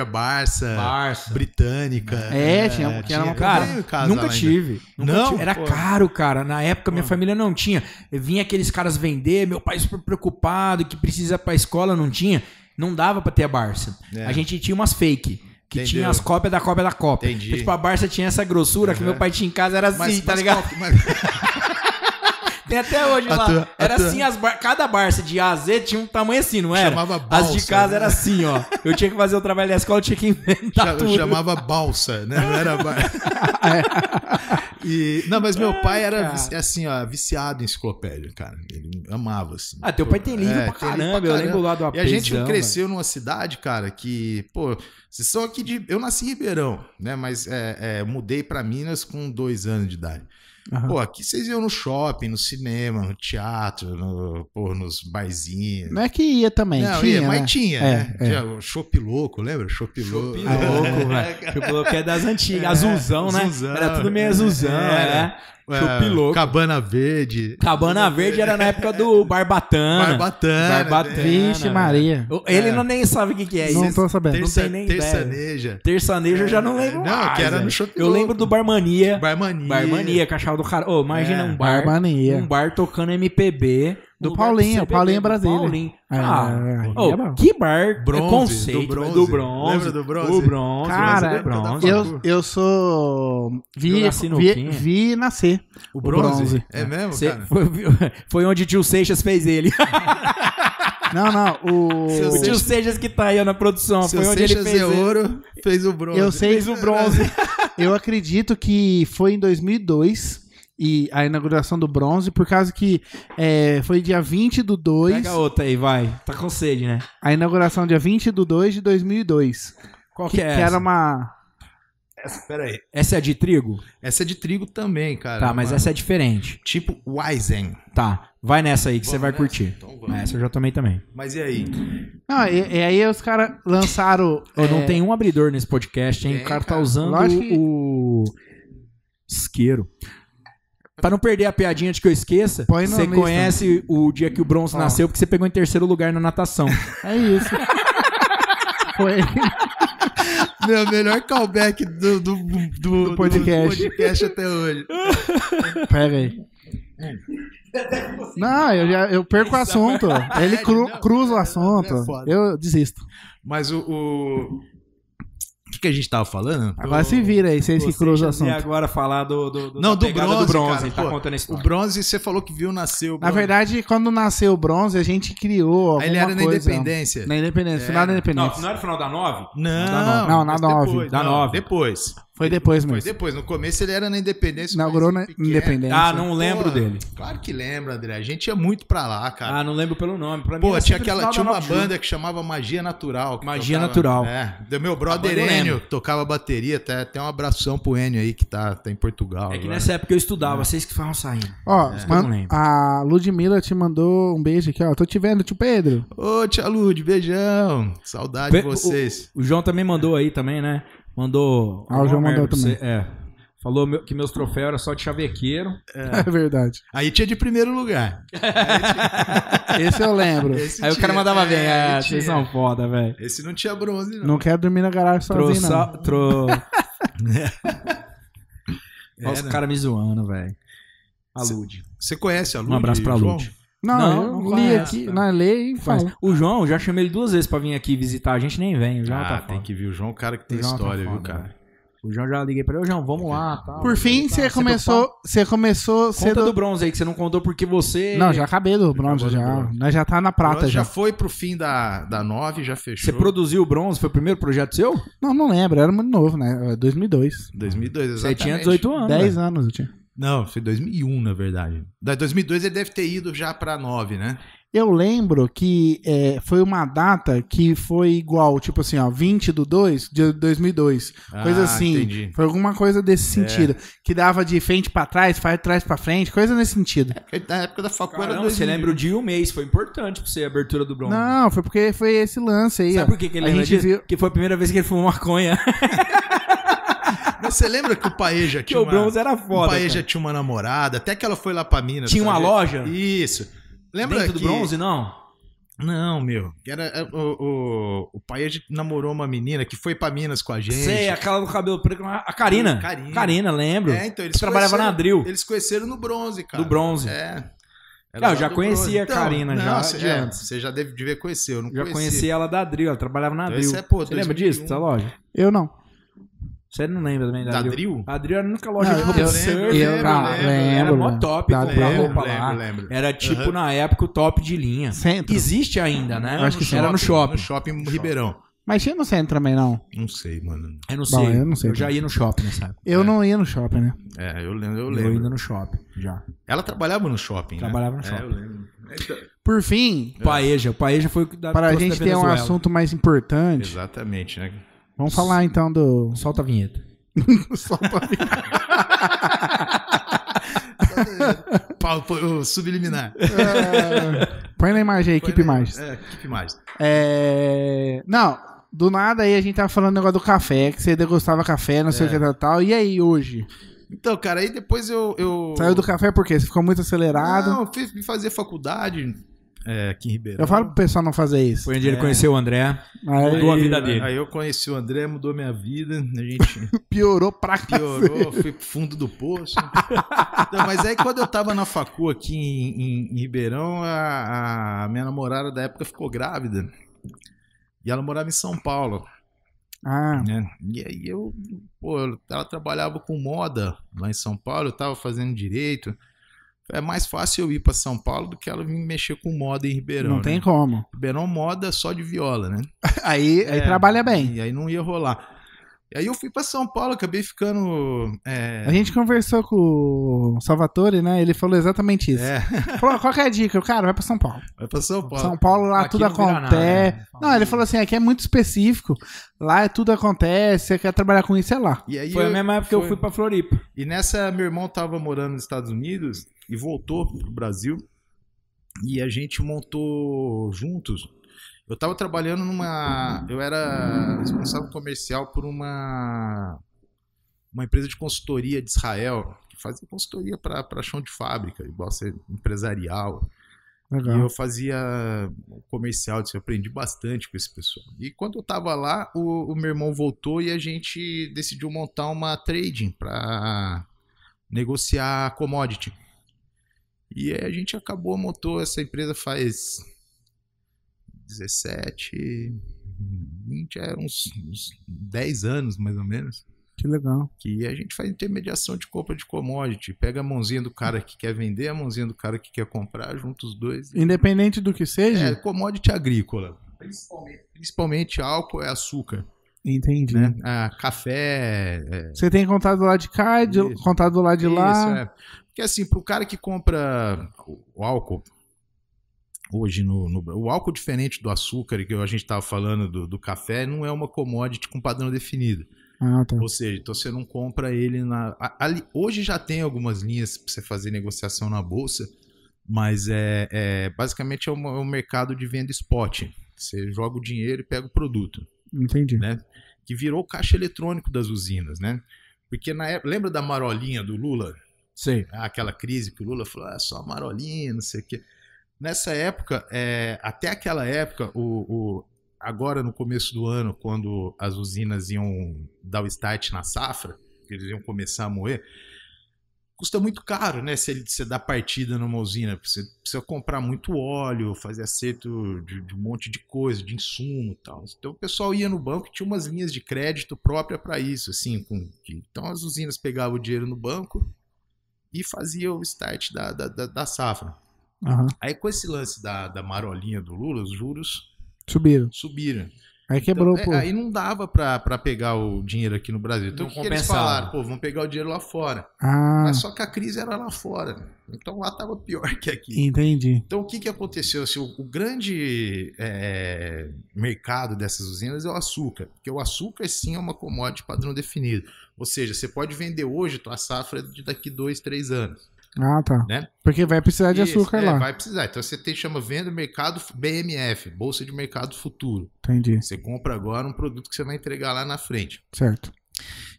Enciclopédia Barça,
Barça.
Britânica.
É, tinha- que era uma-
Cara,
Eu tenho casa
nunca
lá ainda.
tive. Nunca
Não?
tive. Era
Pô.
caro, cara. Na época, minha família não tinha. Vinha aqueles caras vender, meu pai super preocupado, que precisa ir pra escola, não tinha. Não dava pra ter a Barça.
É.
A gente tinha umas fake. Que
Entendeu.
tinha as cópias da cópia da cópia.
Entendi.
Então, tipo, a Barça tinha essa grossura que meu pai tinha em casa, era assim, tá ligado?
qual- mas-
Tem até hoje
A
lá.
tua- a
era
tua-
assim, as bar- cada Barça de A a Z tinha um tamanho assim, não era?
Chamava
as de
balsa,
casa
né?
era assim, ó. Eu tinha que fazer o trabalho da escola, eu tinha que
Tá
inventar
Cha-
tudo.
chamava balsa, né? Não era bar... E- não, mas meu pai era vici- assim, ó, viciado em enciclopédia, cara. Ele amava assim.
Ah, teu pai tem livro
É,
pra
tem livro
caramba,
pra
eu
caramba.
lembro lá do
E a gente
apesão,
cresceu numa cidade, cara, que, pô, vocês são aqui de. Eu nasci em Ribeirão, né? Mas é, é, mudei pra Minas com dois anos de idade.
Aham.
Pô, aqui vocês iam no shopping, no cinema, no teatro, no, pô, nos barzinhos.
Não é que ia também,
Não,
tinha,
ia,
né?
mas tinha,
É,
né?
é.
Tinha o Chopp Louco, lembra? Chopp Louco.
Chopp Tá louco, velho. Chopp louco é das antigas. azulzão, né?
azulzão.
Era tudo meio azulzão,
Era.
é. Chopp louco.
Cabana Verde.
Cabana Verde era na época do Barbatana.
Barbatana.
Barbatana.
né?
Vixe,
Ana,
Maria.
Eu- Ele não nem sabe o que, que é
não
isso.
tô sabendo.
Ter-
Terça,
tem nem ideia.
terçaneja.
Terçanejo eu já não lembro.
Não,
mais,
que era
velho.
no Chopp
Eu lembro do Barmania.
Barmania.
Barmania, cachorro do cara. Ô, imagina
É,
um bar.
Barbania.
Um bar tocando MPB.
Do
no lugar
Paulinho,
do CBD,
Paulinho
do
Brasília.
Paulinho.
É,
Ah,
é,
ô,
é bom.
que bar
Bronze,
conceito,
do bronze.
do bronze.
Lembra do bronze?
O bronze,
Cara,
do bronze.
Eu, eu sou. Vi,
Eu nasci no
vi,
Quinha.
vi nascer.
O
bronze.
bronze. É mesmo,
Cê-
cara?
foi, foi onde o tio Seixas fez ele.
Não, não. O...
Seu
O tio
Seixas-
Seixas que tá aí ó, na produção.
Seu
foi onde
Seixas
ele fez
é
ele.
ouro, fez o bronze.
Eu sei.
Fez o bronze.
Eu acredito que foi em 2002 e a inauguração do bronze, por causa que é, foi dia 20 do 2.
Pega outra aí, vai. Tá com sede, né?
A inauguração dia 20 do 2 de 2002.
Qual
Que,
que, é
que
essa?
era uma.
Essa, pera aí.
Essa é a de trigo?
Essa é de trigo também, cara.
tá, mas
Uma-
essa é diferente.
Tipo Weizen.
Tá, vai nessa aí que você
Vamos
vai
nessa?
curtir.
Então vamos.
Essa eu já tomei também.
Mas e aí?
Não, e, e aí os caras lançaram.
Eu
é,
não tem um abridor nesse podcast, hein?
Tem,
o cara tá
cara.
usando
Lógico que-
o isqueiro. Pra não perder a piadinha de que eu esqueça,
Põe na
você
lista.
conhece o dia que o Bronson
Ó.
nasceu porque você pegou em terceiro lugar na natação.
É isso. Foi.
Meu melhor callback do, do, do, do
podcast.
podcast até hoje.
Pega aí. Não, eu, já, eu perco o assunto. Ele cru- cruza o assunto.
É foda.
Eu desisto.
Mas o. O, o que, que a gente tava falando?
Agora se vira aí, vocês que cruzam o
E
assunto.
agora falar do, do,
Não, do
pegada
bronze,
do bronze
cara,
ele tá
pô.
contando isso.
O bronze, você falou que viu, nasceu.
Na verdade, quando nasceu o bronze, a gente criou. Alguma
Aí ele era na
coisa.
independência.
Na independência, final
é
da
Não,
independência.
não era o final da nove?
Não,
Não, na
mas
nove,
depois,
na
não,
nove.
Depois.
Foi depois
é Foi
mesmo.
depois. No começo ele era na independência.
Inaugurou na
mas pequeno.
independência.
Ah, não lembro
Pô,
dele.
Claro que lembra, André. A gente ia muito pra lá, cara.
Ah, não lembro pelo nome. Pra mim
Pô,
era
tinha,
sempre
aquela, tinha
final da
uma
Nove
banda que chamava Magia Natural. que
Magia Natural.
É. Do meu
A
brother
banda eu
Enio,
lembro.
tocava bateria. Até, até um abração pro Enio aí, que tá, tá em Portugal.
junto. É que
agora.
nessa época eu
É.
estudava, vocês que falam saindo.
Ó,
É.
man-
Eu não lembro.
a Ludmilla te mandou um beijo aqui, ó. Tô te vendo, tio Pedro.
Ô, tia Lud, beijão. Saudade de
Pe-
vocês.
O João também mandou aí também, né? Mandou.
Ah, o João
Alguma
mandou
merda pra você- É. Falou meu- que meus troféus eram só de chavequeiro.
É, verdade.
Aí tinha de primeiro lugar.
Esse eu lembro.
Esse
aí o cara
tinha-
mandava bem.
é,
É,
ele
vocês
tinha.
são foda, velho.
Esse não tinha bronze, não.
Não quero dormir na garagem sozinho,
Trouxe.
não.
Tro...
É,
Olha os
né?
caras me zoando, velho. A Lud.
Você conhece a Lud?
Um abraço pra
João?
Lud.
Não,
Não,
eu
não
li
conhece,
aqui,
né?
tá.
na lei e
Mas
falo.
o João, eu já chamei ele duas vezes pra vir aqui visitar. A gente nem vem. O João
Ah,
tá
tem
foda.
que ver. O João é um cara que tem
O João tá
história,
foda,
viu, cara?
velho. O João já liguei pra ele. Ô, João, vamos lá. Tal.
Por fim,
Tá,
você começou. Você começou
Conta
cedo.
do bronze aí que você não contou porque você.
Não, já acabei do bronze,
Acabou do
já.
bronze.
Nós já tá na
Prata
prata
já.
já.
foi pro fim da, da nove, já fechou.
Você produziu o bronze? Foi o primeiro projeto seu?
Não, não lembro, era muito novo, né? 2002.
2002,
Você
exatamente.
tinha 18 anos.
10
velho.
anos eu tinha.
Não, foi 2001, na verdade. Da 2002 ele deve ter ido já pra nove, né?
Eu lembro que é, foi uma data que foi igual, tipo assim, ó, 20 do 2 de 2002. Coisa
Ah,
assim.
Entendi.
Foi alguma coisa desse sentido. Que dava de frente pra trás, faz trás pra frente, coisa nesse sentido.
Porque Na época da faculdade
Caramba, você lembra o dia e o mês. Foi importante pra você a abertura do bronze.
Não, foi porque foi esse lance aí,
Sabe
ó.
por que, que ele
a
lembra
gente
disso?
viu.
Que foi a primeira vez que ele fumou maconha.
Você lembra que o Paeja
que
tinha
o
uma...
bronze era
o
foda.
Paeja
cara.
tinha uma namorada, até que ela foi lá pra Minas.
Tinha uma
sabe?
loja?
Isso. Lembra
Dentro
que...
do bronze, não?
Não, meu. Era, é, o, o, o Paeja namorou uma menina que foi pra Minas com a gente.
Sei, é aquela do cabelo preto. A Karina.
Karina.
Karina, lembro.
É, então, eles
Você trabalhava
conheceram-
na Drill.
Eles conheceram no bronze, cara.
Do bronze.
É.
Não, eu já conhecia a Karina, já,
Você,
de
é,
antes.
você já deve, devia conhecer, eu não
Já
conhecia.
conheci ela da Drill, ela trabalhava na
Então,
Drill.
esse é, pô,
Você lembra
2001.
disso, dessa loja?
Eu não.
Você não lembra também da,
um. Da
Drill?
Drill?
A Drill era a única loja
Ah,
de roupa
eu
surf.
lembro, eu- tá,
era
lembro,
mó
lembro.
top
Da-
comprar
lembro,
roupa lá.
lembro, lembro.
Era tipo,
Aham.
na época, o top de linha.
Centro.
Existe ainda, né?
Eu acho que sim.
era no shopping.
No shopping Ribeirão.
Mas tinha no centro também, não.
Não sei, mano.
Eu não sei.
Bom,
eu
eu não sei.
já ia no shopping, sabe?
Eu não ia no shopping, né?
É, eu lembro. Eu
Eu,
lembro.
ainda no shopping, já.
Ela trabalhava no shopping,
Trabalhava
né?
no shopping.
É, eu lembro. Então,
Por fim,
Paeja, o Paeja foi o que da,
para a
trouxe
gente
da
ter um
Venezuela.
assunto mais importante,
exatamente, né?
vamos falar então do.
Solta a vinheta.
Só pra-
Pau, pô, ô, subliminar.
É, Põe na imagem aí, equipe
Foi, né?
imagens.
É, equipe imagens.
É... Não, do nada aí a gente tava falando do negócio do café, que você degustava café, não sei o que tal, tal. E aí, hoje?
Então, cara, aí depois eu... eu...
Saiu do café por quê? Você ficou muito acelerado.
Não, eu fui fui fazer faculdade é, aqui em Ribeirão.
Eu falo pro pessoal não fazer isso.
Foi onde ele conheceu o André.
Aí
Mudou a vida dele.
Aí eu conheci o André, mudou minha vida, a gente
piorou pra cacete.
piorou, fui pro fundo do poço. Não, mas aí quando eu tava na facu aqui em, em- em Ribeirão, a, a minha namorada da época ficou grávida. E ela morava em São Paulo,
Ah,
né? E aí eu, pô, eu- ela trabalhava com moda lá em São Paulo, eu tava fazendo direito. É mais fácil eu ir pra São Paulo do que ela vir mexer com moda em Ribeirão.
não tem
né?
como.
Ribeirão moda só de viola, né?
É. Aí, aí trabalha bem.
E aí não ia rolar. E aí eu fui pra São Paulo, acabei ficando. É.
A gente conversou com o Salvatore, né? Ele falou exatamente isso.
é,
Falou, qual que é a dica? O cara vai pra São Paulo.
vai pra São Paulo.
São Paulo lá
Aqui
tudo
não vira nada,
acontece.
né?
Não, ele falou assim, aqui é muito específico. Lá é tudo acontece, você quer trabalhar com isso, é lá.
E aí
Foi
eu-
a mesma época que eu
foi.
fui pra Floripa.
E nessa, meu irmão tava morando nos Estados Unidos e voltou pro Brasil. E a gente montou juntos. Eu tava trabalhando numa. Eu era responsável comercial por uma. Uma empresa de consultoria de Israel, que fazia consultoria para chão de fábrica, igual ser empresarial. E
Legal.
eu fazia comercial disso, eu aprendi bastante com esse pessoal. E quando eu tava lá, o, o meu irmão voltou e a gente decidiu montar uma trading para negociar commodity. E aí a gente acabou, montou essa empresa faz 17, 20, é, uns, uns 10 anos mais ou menos.
Que legal.
Que a gente faz intermediação de compra de commodity. Pega a mãozinha do cara que quer vender, a mãozinha do cara que quer comprar, junta os dois
Independente do que
é,
seja.
commodity agrícola. Principalmente, principalmente álcool é açúcar,
Entendi.
né? Ah, café. é,
Você tem contato lá de cá, de,
Isso.
contato lá de
isso,
lá.
é. Porque assim, pro cara que compra o- o álcool hoje no, no- o álcool diferente do açúcar que a gente estava falando do, do café não é uma commodity com padrão definido.
Ah, tá.
Ou seja, então você não compra ele na. a- ali- hoje já tem algumas linhas para você fazer negociação na bolsa, mas é, é- basicamente é um, é um mercado de venda spot. Você joga o dinheiro e pega o produto,
Entendi.
Né? que virou o caixa eletrônico das usinas, né? Porque na época, lembra da marolinha do Lula?
Sei.
Ah, aquela crise que o Lula falou, ah, só marolinha, não sei o quê. Nessa época, é, até aquela época, o, o- agora no começo do ano, quando as usinas iam dar o start na safra, que eles iam começar a moer, custa muito caro, né? Se ele- você dá partida numa usina, você precisa comprar muito óleo, fazer acerto de, de um monte de coisa, de insumo e tal. Então o pessoal ia no banco e tinha umas linhas de crédito própria para isso, assim. com- que- então as usinas pegavam o dinheiro no banco e fazia o start da, da, da, da safra.
Aham.
Aí com esse lance da, da marolinha do Lula, os juros
Subiram.
subiram.
Aí
Então,
quebrou,
é,
pô.
aí não dava pra, pra pegar o dinheiro aqui no Brasil. Então
Não
o que, que eles
compensava.
falaram? Pô, vamos pegar o dinheiro lá fora.
Ah,
Mas só que a crise era lá fora. Então lá tava pior que aqui.
entendi.
Então o que, que aconteceu? Assim, o, o grande é, mercado dessas usinas é o açúcar. Porque o açúcar sim é uma commodity padrão definido. Ou seja, você pode vender hoje tua safra é de daqui dois, três anos.
Ah, tá.
Né?
Porque vai precisar de
Isso,
açúcar
é,
lá.
Vai precisar. Então você tem chama venda mercado BMF, Bolsa de Mercado Futuro.
Entendi.
Você compra agora um produto que você vai entregar lá na frente.
Certo.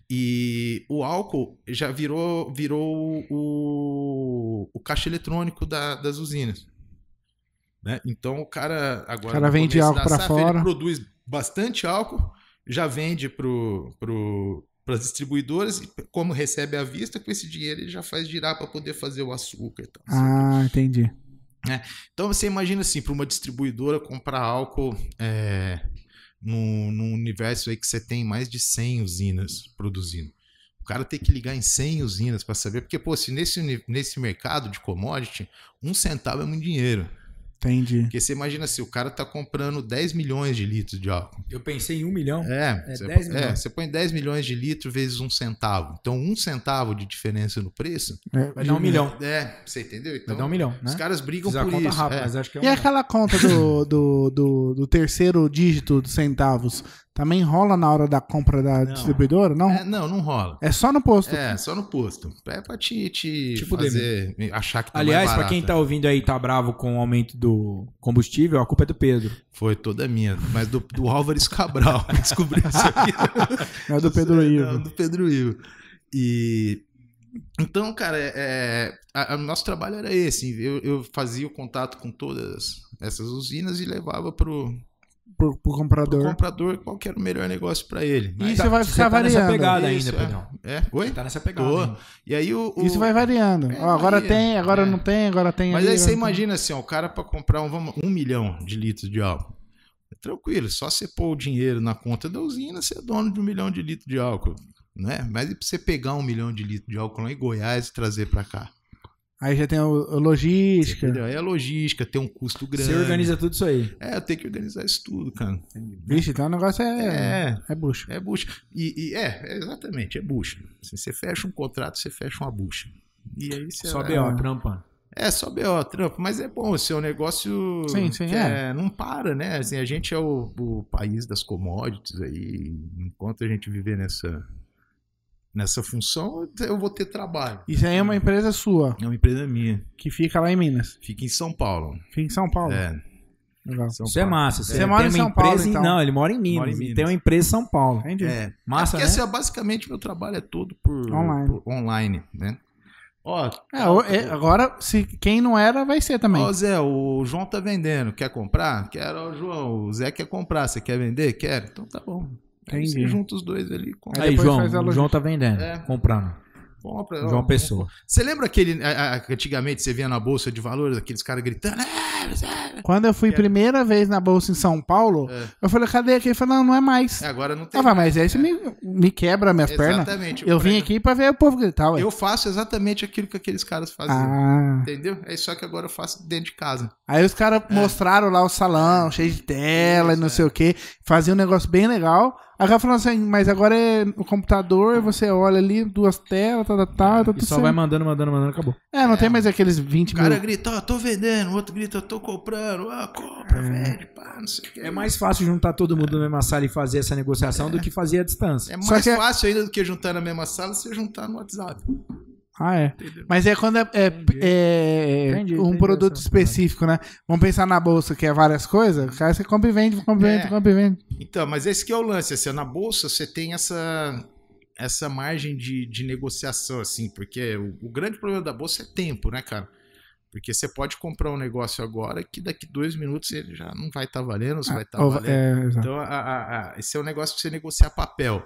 E o álcool já virou virou o, o caixa eletrônico da- das usinas. Né? Então o cara agora
O cara
no
vende
começo
álcool
da
pra
safra,
fora.
Ele produz bastante álcool, já vende pro pro para distribuidoras e como recebe à vista com esse dinheiro ele já faz girar para poder fazer o açúcar e tal.
Ah, entendi.
Então você imagina assim, para uma distribuidora comprar álcool é, num, num universo aí que você tem mais de 100 usinas produzindo. O cara tem que ligar em 100 usinas para saber, porque pô, se nesse, uni- nesse mercado de commodity, um centavo é muito dinheiro.
Entendi.
Porque você imagina assim, o cara tá comprando 10 milhões de litros de álcool.
Eu pensei em um milhão.
É,
É,
você,
10
põe-
milhões.
é, você põe 10 milhões de litros vezes um centavo. Então, um centavo de diferença no preço.
É,
Vai dar um milhão.
É, você entendeu?
Vai
Então,
dar um milhão,
os
né?
caras brigam
Fiz a
por
conta
isso.
rápida,
é.
mas acho que é um
E aquela conta do, do, do, do terceiro dígito dos centavos também rola na hora da compra da
Não.
distribuidora? Não?
É, não, não rola.
É só no posto.
É, só no posto. É pra te, te
Tipo
fazer achar que tá
Aliás,
mais
pra quem
barata.
tá ouvindo aí e tá bravo com o aumento do combustível, a culpa é do Pedro.
tá-
Foi toda minha, mas do, do Álvares Cabral. Descobri isso aqui.
É o do Pedro
Não,
Ivo.
do Pedro Ivo. E... Então, cara, é, é, a- a- o nosso trabalho era esse. Eu, eu fazia o contato com todas essas usinas e levava pro,
Pro, pro
pro
comprador.
comprador qual que era o melhor negócio pra ele.
E Isso vai ficar
tá nessa
variando.
pegada
Isso,
ainda, Pedrão.
é. É? Oi?
Você tá nessa pegada.
Tô.
ainda.
E aí o... o-
Isso vai variando.
É,
Ó, agora
varia.
tem, agora
É.
não tem, agora tem.
Mas
ali,
então.
aí você
agora não tem.
imagina assim, ó, o cara para comprar um, vamos- um milhão de litros de álcool. É tranquilo, só você pôr o dinheiro na conta da usina, você é dono de um milhão de litros de álcool. Né? Mas e pra você pegar um milhão de litros de álcool lá em Goiás e trazer pra cá?
Aí já tem a o- a logística.
Entendeu? Aí é logística, tem um custo grande.
Você organiza tudo isso aí.
É, tem que organizar isso tudo, cara.
Vixe, então o negócio é. É,
É,
bucho.
é bucha. E, e- é, é, exatamente, é bucha. Assim, você fecha um contrato, você fecha uma bucha. E aí você
Só B.O., trampa.
É, só BO, trampo. Mas é bom, o seu negócio
Sim, sim,
que é, não para, né? Assim, a gente é o, o país das commodities aí. Enquanto a gente viver nessa, nessa função, eu vou ter trabalho.
Isso aí é uma empresa sua,
É uma empresa minha.
que fica lá em Minas.
Fica em São Paulo.
Fica em São Paulo.
É,
Legal.
São
Isso é massa. Você,
Você mora
tem
em
uma
São
empresa
Paulo,
em-
então?
Não, ele mora em Minas.
Mora em
e
Minas.
Tem uma empresa em São Paulo.
Entendi.
É.
Massa,
Porque
né?
assim, ó, basicamente meu trabalho é todo por
Online.
por online né? Ó,
É, o- é, agora, se quem não era, vai ser também.
ó, Zé, o João tá vendendo. Quer comprar? Quero, ó, João. O Zé quer comprar. Você quer vender? Quero. Então tá bom. Aí
Entendi.
você junta os dois ali e compra.
Aí
Aí,
depois
João,
faz a
o João tá vendendo,
É.
comprando.
compra, ó,
João Pessoa.
Você lembra aquele. a- a- que Antigamente você via na Bolsa de Valores aqueles caras gritando. "Ah, Zé!"
Quando eu fui primeira vez na bolsa em São Paulo,
É.
eu falei, cadê aqui? Ele falou, não, não é mais.
Agora não tem.
Ah, vai, mas aí você me, me quebra minhas pernas.
exatamente.
Eu vim
Por exemplo,
aqui pra ver o povo gritar, ué.
Eu faço exatamente aquilo que aqueles caras faziam.
Ah.
Entendeu? É só que agora eu faço dentro de casa.
Aí os caras mostraram lá o salão, cheio de tela e não sei o que. Fazia um negócio bem legal. Aí o cara falou assim, mas agora é o computador, você olha ali, duas telas, tá, tá, tá, tá
E
tudo
só
certo.
vai mandando, mandando, mandando, acabou.
É, não tem mais aqueles 20
O cara
mil.
grita, ó, tô vendendo, o outro grita, eu tô comprando, ó,
É.
compra, vende, pá, não sei o que.
É mais fácil juntar todo mundo na mesma sala e fazer essa negociação do que fazer à distância.
É
Só
mais
que é-
fácil ainda do que juntar na mesma sala você juntar no WhatsApp.
Ah, é. Mas é quando é, é- é
Entendi,
um
entendi
produto
essa
específico, né? Vamos pensar na bolsa, que é várias coisas. O cara você compra e vende, compra e vende,
É.
compra e vende.
Então, mas esse que é o lance, assim, na bolsa você tem essa essa margem de, de negociação, assim, porque o, o grande problema da bolsa é tempo, né, cara? Porque você pode comprar um negócio agora que daqui dois minutos ele já não vai estar valendo, você vai estar
Ou-
valendo.
é, exato.
Então, a- a- a- esse é um negócio pra você negociar papel.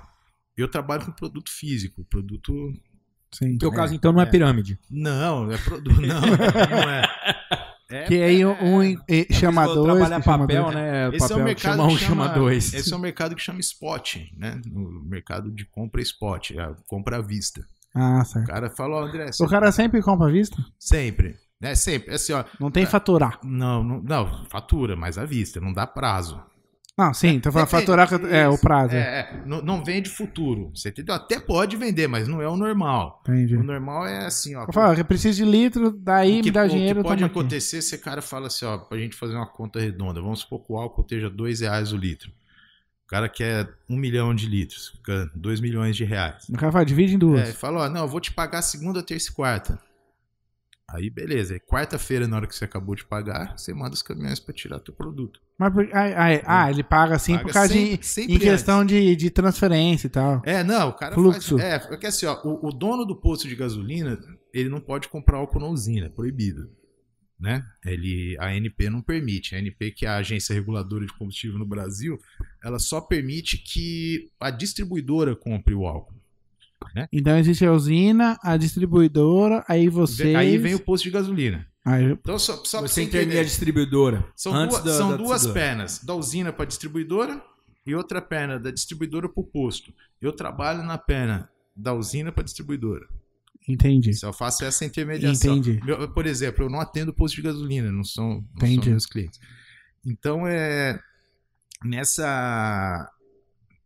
Eu trabalho com produto físico, produto.
Sim.
No teu caso, então, não é,
é.
pirâmide.
Não, é produto. Não, não é. É-
Que aí um em- eh, chama
Quando
dois.
Trabalhar
que chama
papel,
dois.
né?
Esse
papel
é um
que
mercado
chama um,
que
chama dois.
Esse é um mercado que chama spot, né? O mercado de compra spot, é a compra à vista.
Ah,
O
certo.
cara fala, ó, André,
O cara sempre compra à vista?
sempre, né? Sempre, assim, ó,
Não tem faturar.
não, não, não, fatura, mas à vista, não dá prazo.
Não, sim, então fa-
Depende,
faturar que eu- é o
isso.
prazo.
É, é, não, não vende futuro, você entendeu? Até pode vender, mas não é o normal.
Entendi.
O normal é assim, ó.
Eu falo, eu preciso de litro, daí
o
me
que,
dá
o que
dinheiro. eu
pode
tomo aqui.
acontecer se o cara fala assim, ó, pra gente fazer uma conta redonda, vamos supor que o álcool esteja dois reais o litro. O cara quer um milhão de litros, fica dois milhões de reais.
O cara fala, divide em duas.
É, e fala, ó, não, eu vou te pagar segunda, terça e quarta. Aí, beleza. Aí, quarta-feira, na hora que você acabou de pagar, você manda os caminhões pra tirar teu produto.
Mas por- ah, ah, é. Ah, ele paga assim
Paga
por causa
sempre-
de.
sempre
Em questão de, de transferência e tal.
antes. É, não, o cara
Fluxo.
faz... É, porque assim, ó, o, o dono do posto de gasolina, ele não pode comprar álcool na usina, é proibido. Né? Ele, a ANP não permite. A ANP, que é a Agência Reguladora de Combustível no Brasil, ela só permite que a distribuidora compre o álcool.
Então existe a usina, a distribuidora, aí vocês. Ah,
Aí vem o posto de gasolina.
Aí-
Então, só, só pra
Você
você entender.
intermedia a distribuidora.
São,
antes
duas,
da-
são
da
duas
distribuidora.
pernas, da usina para distribuidora e outra perna da distribuidora para o posto. Eu trabalho na perna da usina para distribuidora.
Entendi.
Se eu faço essa intermediação.
Entendi.
Meu- por exemplo, eu não atendo posto de gasolina, não são, não
Entendi.
são meus clientes. Então é nessa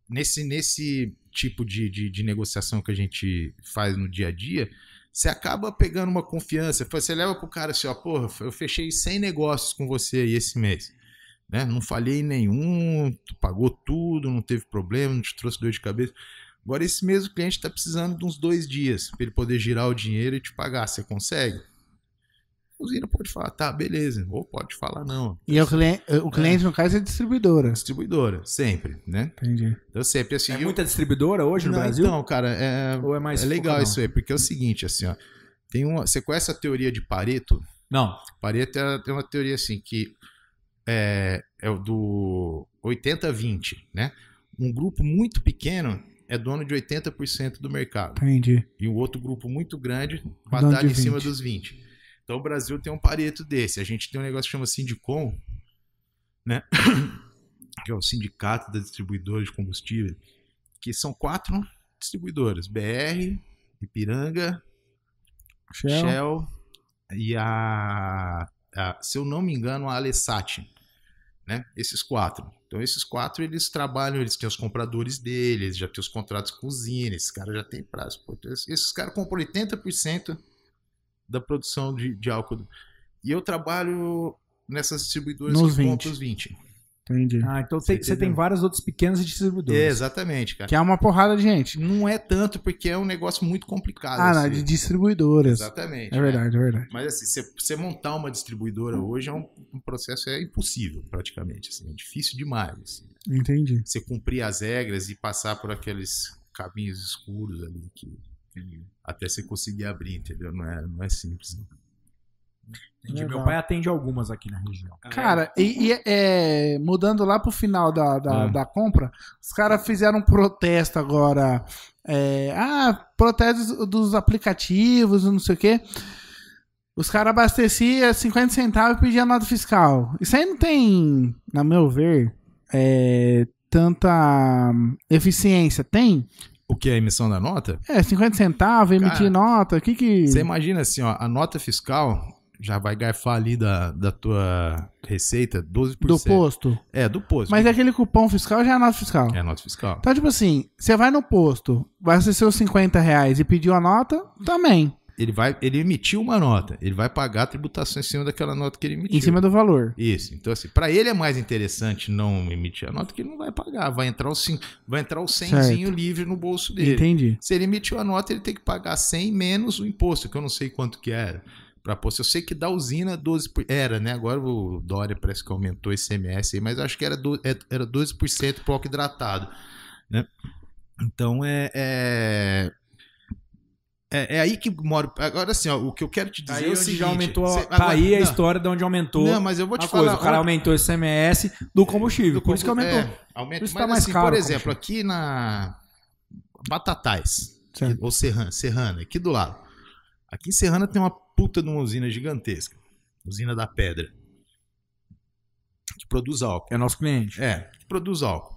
nesse nesse tipo de, de, de negociação que a gente faz no dia a dia, você acaba pegando uma confiança. Você leva pro cara assim, ó, porra, eu fechei 100 negócios com você aí esse mês. Né? Não falhei em nenhum, tu pagou tudo, não teve problema, não te trouxe dor de cabeça. Agora esse mesmo cliente está precisando de uns dois dias para ele poder girar o dinheiro e te pagar. Você consegue? A usina pode falar, tá, beleza. Ou pode falar, não.
E é o cliente, o cliente no caso, é a distribuidora.
Distribuidora, sempre, né?
Entendi.
Então sempre assim.
É
eu-
muita distribuidora hoje no
Não,
Brasil?
Então, cara, é,
Ou é mais
é legal
focadão?
isso aí, porque é o seguinte, assim, ó. Tem uma, você conhece a teoria de Pareto?
Não.
Pareto é tem uma teoria assim que é, é o do 80-20, né? Um grupo muito pequeno é dono de 80% do mercado.
Entendi.
e um outro grupo muito grande
Rodando
batalha
de
em cima
20.
dos 20. Então o Brasil tem um pareto desse. A gente tem um negócio que chama Sindicom, né? que é o Sindicato da Distribuidora de Combustível, que são quatro distribuidoras: BR, Ipiranga,
Então, Shell.
Shell e a, a- se eu não me engano, a Alessati, né? Esses quatro. Então, esses quatro, eles trabalham, eles têm os compradores deles, já têm os contratos com usina, esses caras já têm prazo. Pô, então, esses- esses caras compram 80% da produção de, de álcool. E eu trabalho nessas distribuidoras
Nos
que
20.
compram os 20.
Entendi.
Ah, então tem-
Você
você tem
entendeu?
vários outros pequenos
É,
distribuidores.
exatamente, cara.
Que é uma porrada de gente.
Não é tanto porque é um negócio muito complicado.
Ah, não,
assim.
de distribuidoras.
Exatamente.
É verdade, é verdade.
Mas assim, você- você montar uma distribuidora hoje é um, um processo é impossível, praticamente. Assim, é difícil demais. assim.
Entendi.
Você cumprir as regras e passar por aqueles caminhos escuros ali que até você conseguir abrir, entendeu? Não é, não é simples. não.
Entendi. Meu
Legal.
pai atende algumas aqui na região.
Cara, e, e, é, mudando lá pro final da, da,
Ah.
da compra, os caras fizeram um protesto agora. é, ah, protesto dos aplicativos, não sei o quê. Os caras abasteciam 50 centavos e pediam nota fiscal. Isso aí não tem, na meu ver, é, tanta eficiência. Tem?
O que é a emissão da nota?
É, 50 centavos, emitir
Cara,
nota, o que que...
Você imagina assim, ó, a nota fiscal já vai garfar ali da, da tua receita 12%.
Do posto.
É, do posto.
Mas aquele cupom fiscal já é nota fiscal.
É a nota fiscal.
Então, tipo assim, você vai no posto, vai acessar os 50 reais e pediu a nota, também.
Ele, vai, ele emitiu uma nota, ele vai pagar a tributação em cima daquela nota que ele emitiu.
Em cima do valor.
Isso. Então, assim, pra ele é mais interessante não emitir a nota que ele não vai pagar. Vai entrar o, cin- vai entrar o 100 livre no bolso dele.
Entendi.
Se ele emitiu a nota, ele tem que pagar 100 menos o imposto, que eu não sei quanto que era. Pra posto. Eu sei que da usina 12%. por- Era, né? Agora o Dória parece que aumentou esse ICMS aí, mas acho que era, do- é- era 12% pro álcool hidratado. Né? Então é. é... É, é aí que mora. Agora, assim, ó, o que eu quero te dizer
Aí
é o
onde
seguinte.
já aumentou.
cê-
a-
agora-
tá aí a
não,
história de onde aumentou
Não, mas eu vou te
a
falar.
coisa. O cara
onde-
aumentou o CMS do combustível.
do
por isso que
combo-
aumentou.
É, aumenta.
Por isso
mas,
tá mais
assim,
caro,
por exemplo, aqui na Batatais,
Certo.
que- ou Serrana, Serrana, aqui do lado. Aqui em Serrana tem uma puta de uma usina gigantesca. Usina da Pedra. Que produz álcool.
É nosso cliente.
É, que produz álcool.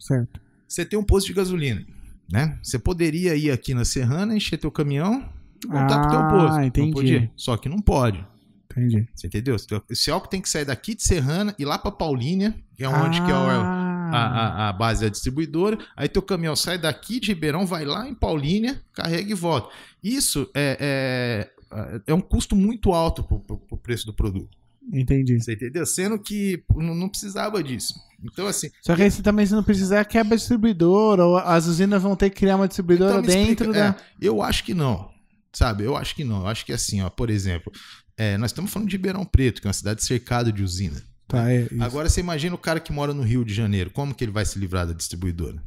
Certo.
Você tem um posto de gasolina, né? Você poderia ir aqui na Serrana, encher teu caminhão e voltar pro teu
Ah,
um posto. Não
entendi.
podia? Só que não pode.
Entendi.
Você entendeu? Esse álcool tem que sair daqui de Serrana e lá pra Paulínia, que é onde que é o,
Ah,
a, a- a base da distribuidora, aí teu caminhão sai daqui de Ribeirão, vai lá em Paulínia, carrega e volta. Isso é, é, é um custo muito alto pro, pro, pro preço do produto.
Entendi.
Você entendeu? Sendo que não, não precisava disso. Então, assim,
Só que aí você também, se não precisar, é quebra a distribuidora, ou as usinas vão ter que criar uma distribuidora
me
dentro
explica-
da.
é, eu acho que não. Sabe, eu acho que não. Eu acho que assim, ó, por exemplo, é, nós estamos falando de Ribeirão Preto, que é uma cidade cercada de usina.
Tá, é isso.
Agora você imagina o cara que mora no Rio de Janeiro, como que ele vai se livrar da distribuidora?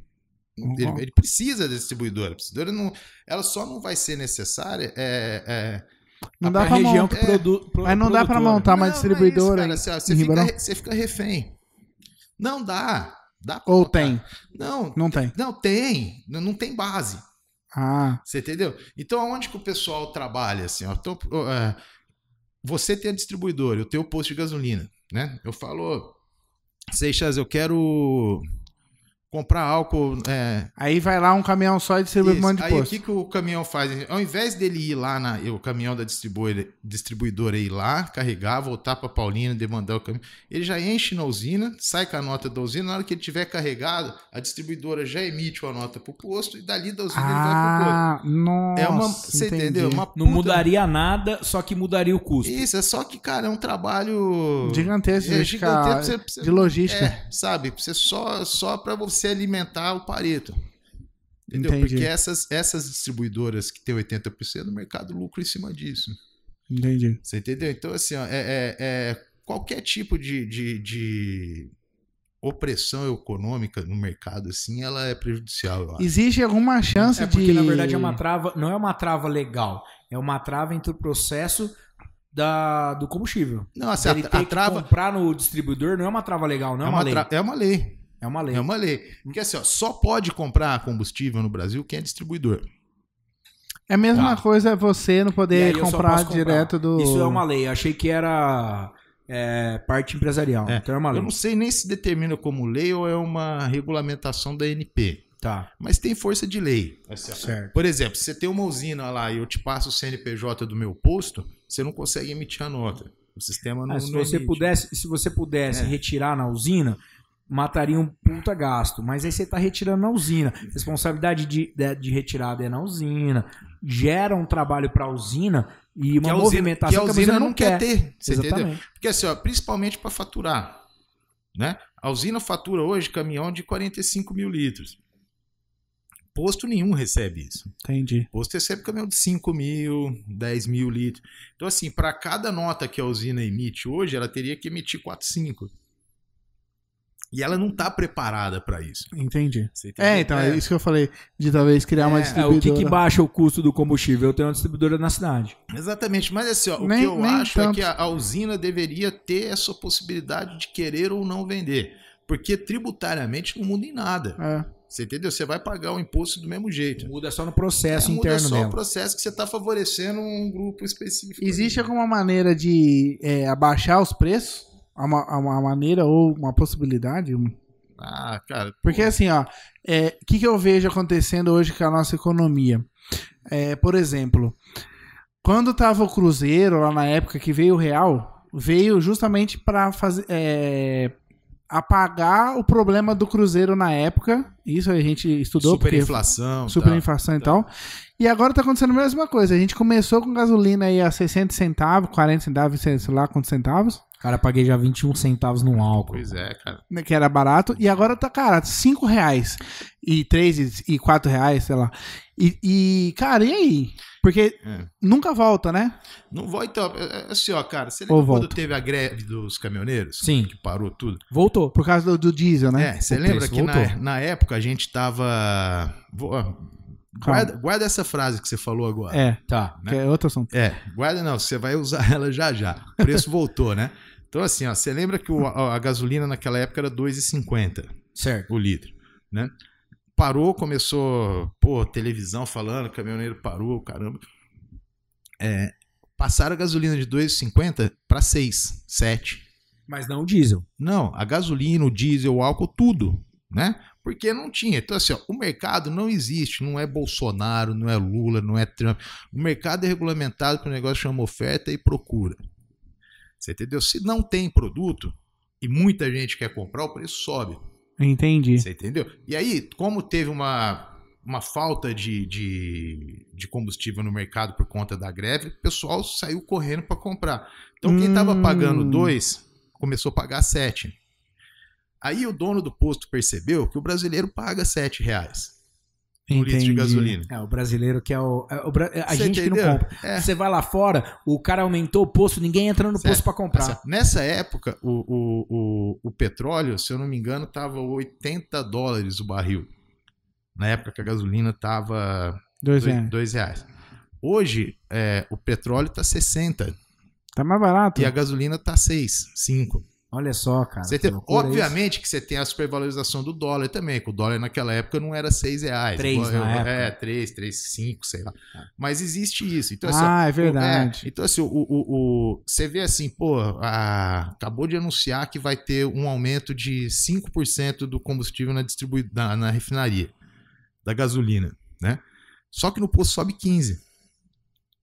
Uhum.
Ele, ele precisa da distribuidora. A distribuidora não, ela só não vai ser necessária. é, é-
não
A
dá
pra
pra
região
montar.
que É. produ- pro-
Mas não dá pra
produtora.
montar uma
Não, não é
Tá distribuidora.
isso, cara. Você-
em
você, fica,
Ribeirão?
re- você fica refém. Não dá. Dá pra
É. Ou
montar.
tem?
Não,
Não tem.
não tem. Não, não tem base.
Ah,
Você entendeu? Então, aonde que o pessoal trabalha assim? ó? Então, ó, é, você tem a distribuidora, eu tenho o posto de gasolina, né? Eu falo, Seixas, eu quero comprar álcool. é,
aí vai lá um caminhão só e distribui um
isso.
monte de
Aí o
posto.
que, que o caminhão faz? Ao invés dele ir lá na, o caminhão da distribuidora, distribuidora ir lá, carregar, voltar para Paulina, demandar o caminhão, ele já enche na usina, sai com a nota da usina. Na hora que ele tiver carregado, a distribuidora já emite uma nota pro posto e dali da usina ele vai pro posto.
Ah, nossa.
É uma, você
entendi.
entendeu? Uma
Não
puta-
mudaria nada, só que mudaria o custo.
Isso, é só que, cara, é um trabalho
Gigantesco,
é,
de
gigantesco
ficar-
pra você, pra você-
de logística.
é, sabe? Pra Você só só para você alimentar o pareto. Entendeu?
Entendi.
Porque essas, essas distribuidoras que têm 80% do mercado lucra em cima disso.
Entendi.
Você entendeu? Então, assim, ó, é, é- é qualquer tipo de, de, de opressão econômica no mercado, assim, ela é prejudicial, eu acho.
Existe alguma chance
É porque,
de.
na verdade, é uma trava, não é uma trava legal, é uma trava entre o processo da, do combustível.
Não, assim, a,
Ele
a
tem que
trava
comprar no distribuidor não é uma trava legal, não é, uma, lei.
tra- é uma lei.
É uma lei.
É uma lei. Porque assim, ó, só pode comprar combustível no Brasil quem é distribuidor.
É a mesma
Tá.
coisa você não
E aí
poder
eu só
comprar
posso
direto do.
Isso é uma lei. Eu achei que era é, parte empresarial.
É.
Então é uma
Eu
lei.
não sei nem se determina como lei ou é uma regulamentação da ANP.
Tá.
mas tem força de lei.
Certo.
Por exemplo, se você tem uma usina lá e eu te passo o CNPJ do meu posto, você não consegue emitir a nota. O sistema não.
Ah, se
não
você
emite.
pudesse, se você pudesse
É.
retirar na usina, mataria um puta gasto. Mas aí você tá retirando na usina. Responsabilidade de, de, de retirada é na usina. Gera um trabalho pra usina e
Que
uma
a usina- que
movimentação
a
que a
usina não quer
ter.
ter. Você entendeu?
Exatamente.
Porque assim, ó, principalmente para faturar. Né? A usina fatura hoje caminhão de 45 mil litros. Posto nenhum recebe isso.
Entendi.
Posto recebe caminhão de 5 mil, 10 mil litros. Então, assim, para cada nota que a usina emite hoje, ela teria que emitir 4, 5. E ela não está preparada para isso.
Entendi.
Você entendeu?
É, então, é isso que eu falei. De talvez criar uma
É,
É,
o que, que
distribuidora.
baixa o custo do combustível? Eu tenho uma distribuidora na cidade.
Exatamente, mas assim, ó, o
Nem-
que eu
nem
acho é
tanto.
que a, a usina deveria ter essa possibilidade de querer ou não vender. Porque tributariamente não muda em nada.
É.
Você entendeu? Você vai pagar o imposto do mesmo jeito.
Muda só no
É
processo
É, muda
interno
só o
mesmo.
processo que você está favorecendo um grupo específico.
Existe alguma maneira de é, abaixar os preços? Há Uma, há uma maneira ou uma possibilidade? Um-
Ah, cara.
Porque assim, ó, é, o que, que eu vejo acontecendo hoje com a nossa economia? É, por exemplo, quando tava o Cruzeiro, lá na época que veio o Real, veio justamente para fazer. é, apagar o problema do Cruzeiro na época. Isso a gente estudou. porque
superinflação. tá.
Superinflação e tal. E agora tá acontecendo a mesma coisa. A gente começou com gasolina aí a 60 centavos, 40 centavos, sei lá quantos centavos,
Cara, eu paguei já 21 centavos no álcool.
Pois é, cara.
né, que era barato. E agora tá, cara, 5 reais. E 3 e 4 reais, sei lá. E, e, cara, e aí? Porque
É.
nunca volta, né?
Não vai então. é- é Assim, ó, cara, você
Ou
lembra quando
volta.
teve a greve dos caminhoneiros?
Sim.
Que parou tudo.
Voltou.
Por causa do, do diesel, né?
É, você
O
lembra
preço
que na,
voltou.
na época a gente tava. Vou- ó, Guarda, guarda essa frase que você falou agora.
É,
Tá.
que é outro assunto.
É, guarda não, você vai usar ela já já. O preço voltou, né? Então assim, ó, você lembra que o- a, a gasolina naquela época era 2,50
Certo.
o litro, né? Parou, começou, pô, televisão falando, caminhoneiro parou, caramba. É, passaram a gasolina de 2,50 para 6, 7.
Mas não o diesel.
Não, a gasolina, o diesel, o álcool, tudo, né? Porque não tinha. Então, assim, ó, o mercado não existe, não é Bolsonaro, não é Lula, não é Trump. O mercado é regulamentado por um negócio que chama oferta e procura. Você entendeu? Se não tem produto e muita gente quer comprar, o preço sobe.
Entendi.
Você entendeu? E aí, como teve uma, uma falta de, de, de combustível no mercado por conta da greve, o pessoal saiu correndo para comprar. Então, quem estava
Hum.
pagando dois começou a pagar sete. Aí o dono do posto percebeu que o brasileiro paga sete reais um
Entendi.
litro de gasolina.
É, o brasileiro que é o. é o bra- é a
Você
gente que não
entendeu?
compra.
É.
Você vai lá fora, o cara aumentou o posto, ninguém entra no
Certo.
posto pra
Tá.
comprar.
Essa- nessa época, o, o, o, o petróleo, se eu não me engano, estava 80 dólares o barril. Na época que a gasolina estava
Dois
Dois-
reais.
dois reais. Hoje, é, o petróleo tá 60
Tá mais barato.
e a gasolina tá 6, 5.
Olha só, cara.
Você
que
tem-
Ah, tá loucura é
obviamente que você tem a supervalorização do dólar também, que o dólar naquela época não era 6 reais.
Três
Igual
na
eu-
época. Ah.
É, 3, 3, 5, sei lá. Mas existe isso. Então, assim, ó,
ah, é
o-
verdade.
é, então, assim, o, o- o- você vê assim, pô, a- acabou de anunciar que vai ter um aumento de 5% do combustível na, distribui, na, na refinaria, da gasolina, né? Só que no posto sobe 15.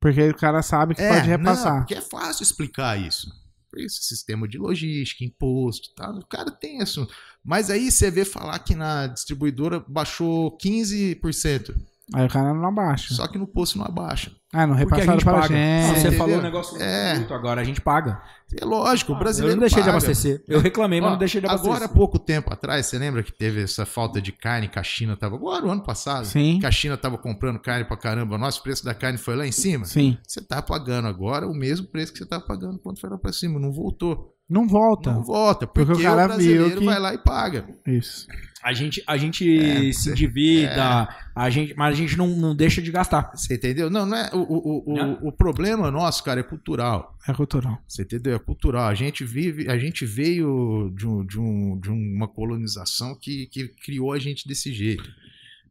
Porque o cara sabe que pode repassar.
Não, porque é fácil explicar isso. Esse sistema de logística, imposto, tá? o cara tem isso. Mas aí você vê falar que na distribuidora baixou 15%,
Aí o cara não abaixa.
só que no posto não abaixa.
Ah, não
é isso. Porque a
repassaram
gente
para a
paga.
gente.
Não, você
Entendeu?
falou um negócio
É.
muito agora, a gente paga.
É lógico, o
Ah, eu
brasileiro
não deixei
paga.
de abastecer. Eu reclamei, mas
Ó,
não deixei de abastecer.
Agora, há pouco tempo atrás, você lembra que teve essa falta de carne que a China estava... Agora, o ano passado,
Sim.
que a China estava comprando carne pra caramba. Nossa, o preço da carne foi lá em cima.
Sim.
Você tá pagando agora o mesmo preço que você estava pagando quando foi lá pra cima. Não voltou.
Não volta.
Não volta, porque,
Então, Porque o
o,
cara
brasileiro
viu que-
vai lá e paga.
Isso.
A gente, a gente
É,
se endivida, a gente, mas a gente não, não deixa de gastar.
Você entendeu? Não, não é. O, o, o,
Não.
o, o problema nosso, cara, é cultural.
É cultural.
Você entendeu? É cultural. A gente vive, a gente veio de, um, de, um, de uma colonização que, que criou a gente desse jeito.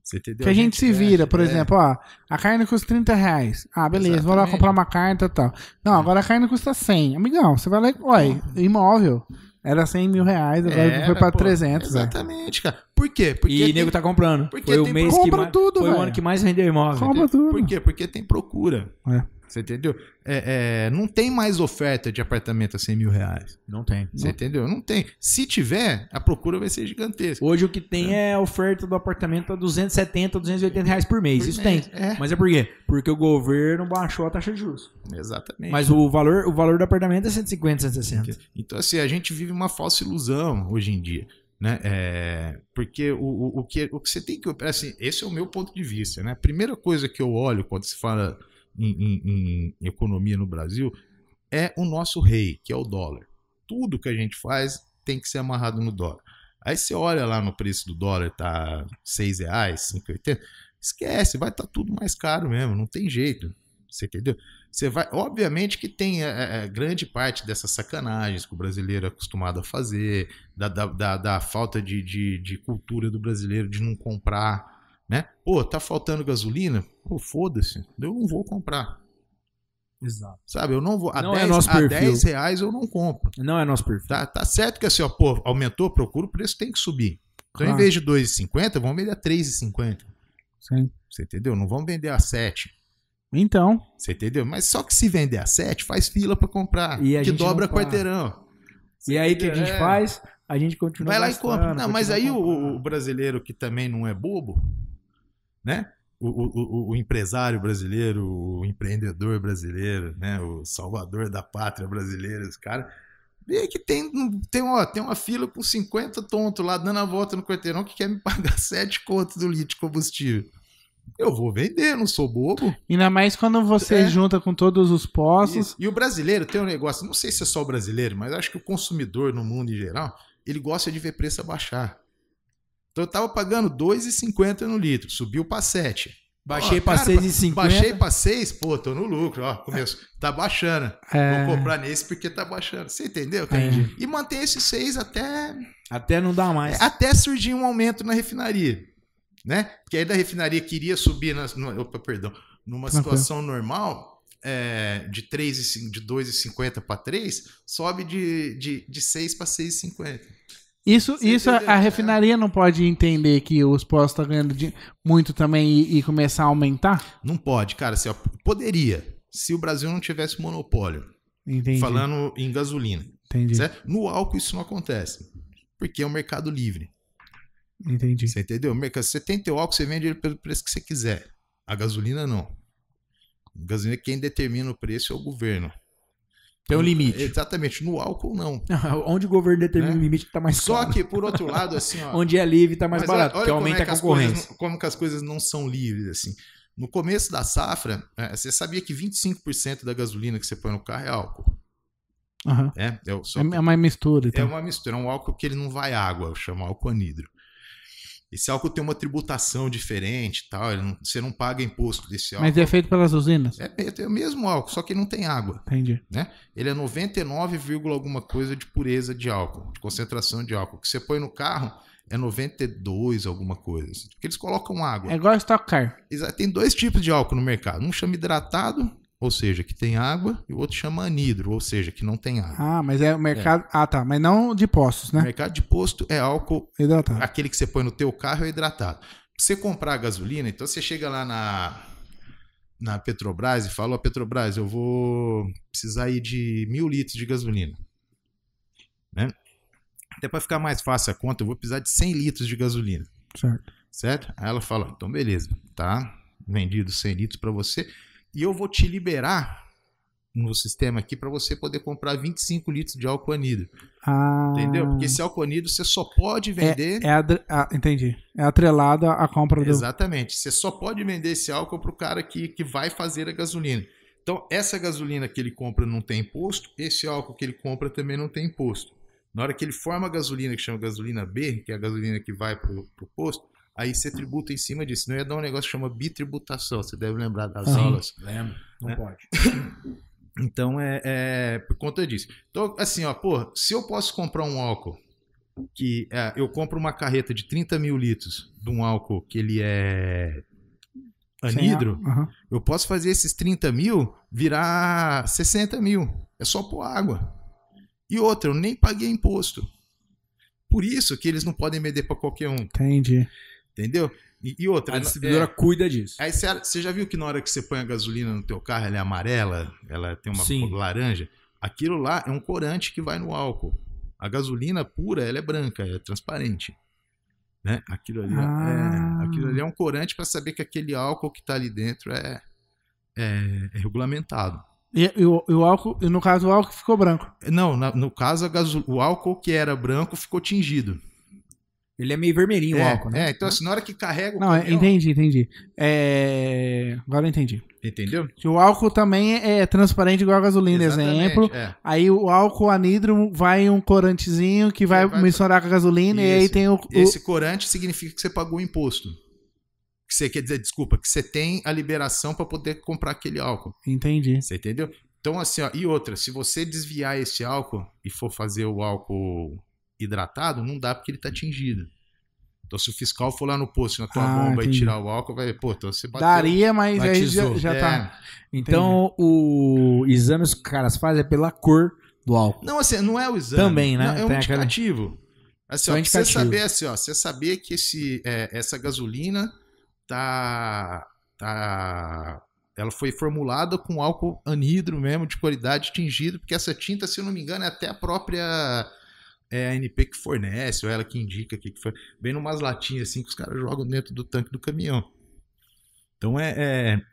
Você entendeu?
Que a gente se
é,
vira, por
é.
exemplo, ó, a carne custa 30 reais. Ah, beleza, vou lá
Exatamente. É.
comprar uma carne e tal. Não, agora a carne custa 100. Amigão, você vai lá e. Olha, imóvel. Era 100 mil reais, agora
Era,
foi pra
pô.
300. né?
Exatamente, cara. Por quê? Porque
e o
tem-
nego tá comprando.
porque
Foi o
tem-
mês que
Compra
mais,
tudo,
Foi o
velho.
ano que mais vendeu imóvel.
Compra tudo.
Por quê? Porque tem procura.
É.
Você entendeu? É, é, não tem mais oferta de apartamento a 100 mil reais.
Não tem.
Você entendeu? Não tem. Se tiver, a procura vai ser gigantesca.
Hoje o que tem é a oferta do apartamento a 270, 280 reais por mês. Isso tem.
É,
Mas é por quê? Porque o governo baixou a taxa de juros.
exatamente.
Mas o valor, o valor do apartamento é 150, 160.
Então, assim, a gente vive uma falsa ilusão hoje em dia. Né? É, porque o, o, o que, o que você tem que. Assim, esse é o meu ponto de vista. Né? A primeira coisa que eu olho quando se fala em, em- em economia no Brasil é o nosso rei, que é o dólar. Tudo que a gente faz tem que ser amarrado no dólar. Aí você olha lá no preço do dólar, tá R$ 6 reais, 5,80. Esquece, vai estar tudo mais caro mesmo, não tem jeito. Você entendeu? Você vai, obviamente que tem é, é, grande parte dessas sacanagens que o brasileiro é acostumado a fazer, da, da, da, da falta de, de, de cultura do brasileiro de não comprar, né? Pô, tá faltando gasolina? Pô, foda-se, eu não vou comprar,
Exato.
sabe? Eu não vou, a,
Não é
10,
nosso
a
perfil.
10 reais eu não compro.
Não é nosso perfil.
Tá, tá certo que assim, ó, pô, aumentou, procura, o preço tem que subir. Então,
Claro.
em vez de 2,50, vamos vender a 3,50.
Sim.
Você entendeu? Não vamos vender a 7.
Então,
Você entendeu? Mas só que se vender a 7, faz fila pra comprar.
E a
que
gente
dobra
não para.
quarteirão.
E aí o que a gente
É.
faz? A gente continua.
Vai lá e
gastando,
compra. Não, mas aí
continua
o,
comprando.
o brasileiro que também não é bobo, né? O, o- o- o empresário brasileiro, o empreendedor brasileiro, né? O salvador da pátria brasileira, esse cara. Vê que tem, tem, ó, tem uma fila com 50 tontos lá dando a volta no quarteirão que quer me pagar 7 contos do litro de combustível. Eu vou vender, não sou bobo.
ainda mais quando você
É.
junta com todos os postos.
Isso. E o brasileiro tem um negócio, não sei se é só o brasileiro, mas acho que o consumidor no mundo em geral, ele gosta de ver preço abaixar. Então eu tava pagando 2,50 no litro, subiu para 7.
Baixei
Ó,
pra
cara,
6,50.
Baixei para 6, pô, tô no lucro, ó, começo. Tá baixando.
É,
Vou comprar nesse porque tá baixando. Você entendeu? cara?
Entendi.
E manter esse 6 até
Até não dá mais.
até surgir um aumento na refinaria, né? Porque aí da refinaria queria subir, nas- no- opa, perdão, numa
Tranquilo.
situação normal, é, de 3 e cin- de 2,50 para 3, sobe de, de, de 6 para 6,50.
Isso,
Você
isso a-
entendeu?
a
é.
refinaria não pode entender que os postos estão ganhando din- muito também e, e começar a aumentar?
Não pode, cara, assim, ó, poderia, se o Brasil não tivesse monopólio,
Entendi.
falando em gasolina,
entendi,
certo? No álcool isso não acontece, porque é um mercado livre.
entendi.
Você entendeu? Mercado, você tem teu álcool, você vende ele pelo preço que você quiser. A gasolina não. A gasolina, quem determina o preço é o governo.
Tem um limite.
Exatamente. No álcool, não.
Ah, Onde o governo determina
Né?
o limite, tá mais
é
Só
caro.
que, por outro lado, assim, ó.
Onde é livre, tá mais
mas
barato. Porque
como
aumenta
é que
a
as coisas
concorrência.
não- como que as coisas não são livres, assim. No começo da safra, eh, você sabia que 25% da gasolina que você põe no carro é álcool.
Aham.
Né? É, o- só
É
que-
é uma mistura.
É
Então.
uma mistura, é um álcool que ele não vai água, chama álcool anidro. Esse álcool tem uma tributação diferente e tal, ele não- você não paga imposto desse álcool.
Mas é feito pelas usinas?
É, é o mesmo álcool, só que ele não tem água.
Entendi.
Ele é 99, vírgula alguma coisa de pureza de álcool, de concentração de álcool. O que você põe no carro é 92 alguma coisa. assim. Porque eles colocam água.
É igual Stock Car.
Exa- Tem dois tipos de álcool no mercado. Um chama hidratado, ou seja, que tem água, e o outro chama anidro, ou seja, que não tem água.
Ah, mas é o mercado. Ah, tá. Mas não de postos,
No
né? ah, tá,
mercado de posto é álcool
Hidratado.
aquele que você põe no teu carro é hidratado. Pra você comprar gasolina, então você chega lá na, na Petrobras e fala, ó, Petrobras, eu vou precisar aí de mil litros de gasolina. Né? Até para ficar mais fácil a conta, eu vou precisar de 100 litros de gasolina,
Certo.
certo? Aí ela fala, então beleza, tá vendido 100 litros para você e eu vou te liberar no sistema aqui para você poder comprar 25 litros de álcool anidro,
Ah,
entendeu? Porque esse álcool anidro você só pode vender...
É adre- ah, entendi. É atrelado à à compra do.
Exatamente. Você só pode vender esse álcool para o cara que, que vai fazer a gasolina. Então, essa gasolina que ele compra não tem imposto, esse álcool que ele compra também não tem imposto. Na hora que ele forma a gasolina, que chama gasolina B, que é a gasolina que vai para o posto, aí você tributa em cima disso. Não ia dar um negócio que chama bitributação, você deve lembrar das
Aham.
aulas.
Lembra? Não
né?
pode.
Então é, é por conta disso. Então, assim, ó, pô, se eu posso comprar um álcool que é, eu compro uma carreta de 30 mil litros de um álcool que ele é
Sem
anidro,
a- ah, Aham.
eu posso fazer esses 30 mil virar 60 mil. É só pôr água. E outra, eu nem paguei imposto. Por isso que eles não podem vender pra qualquer um,
Entendi.
entendeu? E, e outra,
A
na-
distribuidora cuida disso.
é, aí você, você já viu que na hora que você põe a gasolina no teu carro, ela é amarela, ela tem uma
Sim.
cor laranja? Aquilo lá é um corante que vai no álcool. A gasolina pura, ela é branca, é transparente. Né? Aquilo, ali,
Ah.
é, aquilo ali é um corante para saber que aquele álcool que tá ali dentro é, é- é regulamentado.
E, e o, e o álcool, e no caso o álcool ficou branco.
Não, na- no caso, a gaso- o álcool que era branco ficou tingido.
Ele é meio vermelhinho o
é,
álcool, né?
é, então assim, na hora que carrega o
Não, é-
caminhão-
entendi, entendi. É, agora eu entendi.
entendeu?
Que o álcool também é transparente igual a gasolina,
Exatamente,
exemplo.
é.
Aí o álcool anidro vai um corantezinho que vai,
É, vai-
misturar com a gasolina e aí
Isso.
tem o, o-
Esse corante significa que você pagou o imposto. Que você quer dizer, desculpa, que você tem a liberação para poder comprar aquele álcool.
Entendi.
Você entendeu? Então, assim, ó, e outra, se você desviar esse álcool e for fazer o álcool hidratado, não dá porque ele tá tingido. Então, se o fiscal for lá no posto na tua
Ah,
bomba
entendi.
e tirar o álcool, vai, pô, então você bateu.
Daria, mas aí
batizou.
já, já
É.
tá.
Então, o exame que os caras fazem é pela cor do álcool.
Não, assim, não é o exame.
Também, né?
Não, é um
Tem aquela-
indicativo. Assim,
Só
ó,
um
pra você
indicativo.
saber, assim, ó, você saber que esse, é, essa gasolina tá, tá... Ela foi formulada com álcool anidro mesmo, de qualidade tingido, porque essa tinta, se eu não me engano, é até a própria é, ANP que fornece, ou ela que indica o que que foi. Vem numas latinhas assim que os caras jogam dentro do tanque do caminhão. Então é,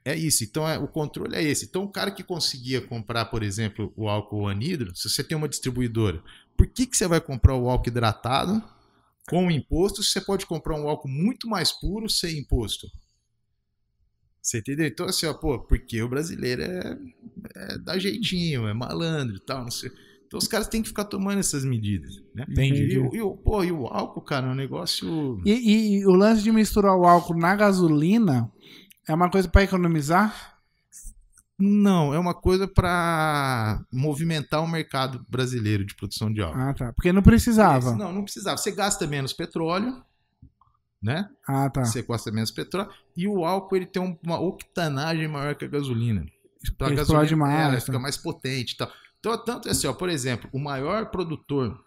é, é isso. Então é- o controle é esse. Então o cara que conseguia comprar, por exemplo, o álcool anidro, se você tem uma distribuidora, por que, que você vai comprar o álcool hidratado com imposto se você pode comprar um álcool muito mais puro sem imposto? Você entendeu? Então assim, ó, pô, porque o brasileiro é, é dá jeitinho, é malandro e tal, não sei. Então os caras têm que ficar tomando essas medidas, né?
Entendi.
E, o- e o- pô, e o álcool, cara, é um negócio...
E, e- e o lance de misturar o álcool na gasolina é uma coisa pra economizar?
Não, é uma coisa pra movimentar o mercado brasileiro de produção de álcool.
Ah, tá. Porque não precisava.
Não, não precisava. Você gasta menos petróleo, né?
Ah, tá.
Você gasta menos petróleo. E o álcool ele tem uma octanagem maior que a gasolina. Então, a
Ele
gasolina
explode mais,
ela
tá.
fica mais potente e tal. Então, tanto é assim, ó, por exemplo, o maior produtor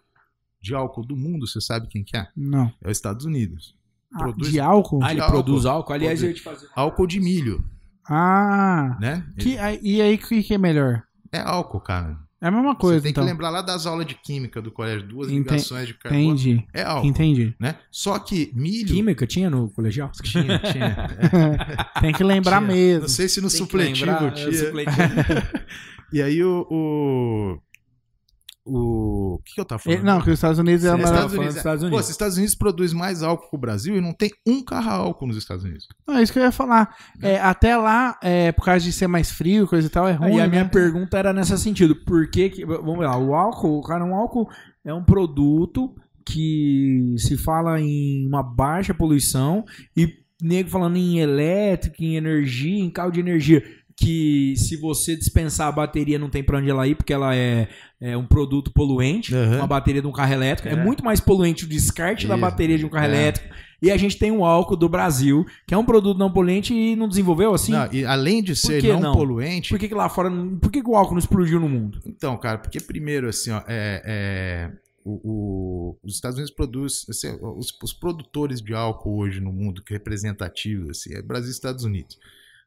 de álcool do mundo, você sabe quem que é?
Não.
É os Estados Unidos.
Ah,
Produz-
de álcool?
Ah, ele
álcool.
produz álcool. Aliás,
Produz.
eu ia te fazer.
Álcool de milho,
Ah.
né?
Que, aí- e aí, o que, que é melhor?
É álcool, cara.
É a mesma
Você
coisa,
tem
então.
que lembrar lá das aulas de química do colégio, duas
Enten-
ligações de carbono.
Entendi.
É álcool.
Entendi.
né? Só que milho.
Química tinha no colegial?
Tinha, tinha.
Tem que lembrar
Tinha.
mesmo.
Não sei se no
Tem que
supletivo
lembrar,
tinha.
é, supletivo.
E aí o. O. O, o que, que eu tava
É,
falando?
não, que os Estados Unidos é a
Você
Os
tava
maior.
Estados
falando dos
Unidos,
Estados
Pô,
Unidos.
os Estados Unidos produz mais álcool que o Brasil e não tem um carro a álcool nos Estados Unidos.
Não, é isso que eu ia falar. É, até lá, é, por causa de ser mais frio, coisa e tal, é ruim.
e a
né?
minha pergunta era nesse sentido. Por que, que- Vamos lá, o álcool, cara, um álcool é um produto que se fala em uma baixa poluição e nego falando em elétrico, em energia, em carro de energia. Que se você dispensar a bateria não tem pra onde ela ir, porque ela é, é um produto poluente,
Aham.
uma bateria de um carro elétrico. É,
É.
muito mais poluente o descarte da
Isso.
bateria de um carro
É.
elétrico. E a gente tem o álcool do Brasil, que é um produto não poluente e não desenvolveu assim.
Não, e além de ser
que
não,
não?
poluente.
Por que, que lá fora. não- Por que, que o álcool não explodiu no mundo?
Então, cara, porque primeiro, assim, ó, é, é, o- o- os Estados Unidos produz. assim, os, os produtores de álcool hoje no mundo, que representativos, assim, é Brasil e Estados Unidos.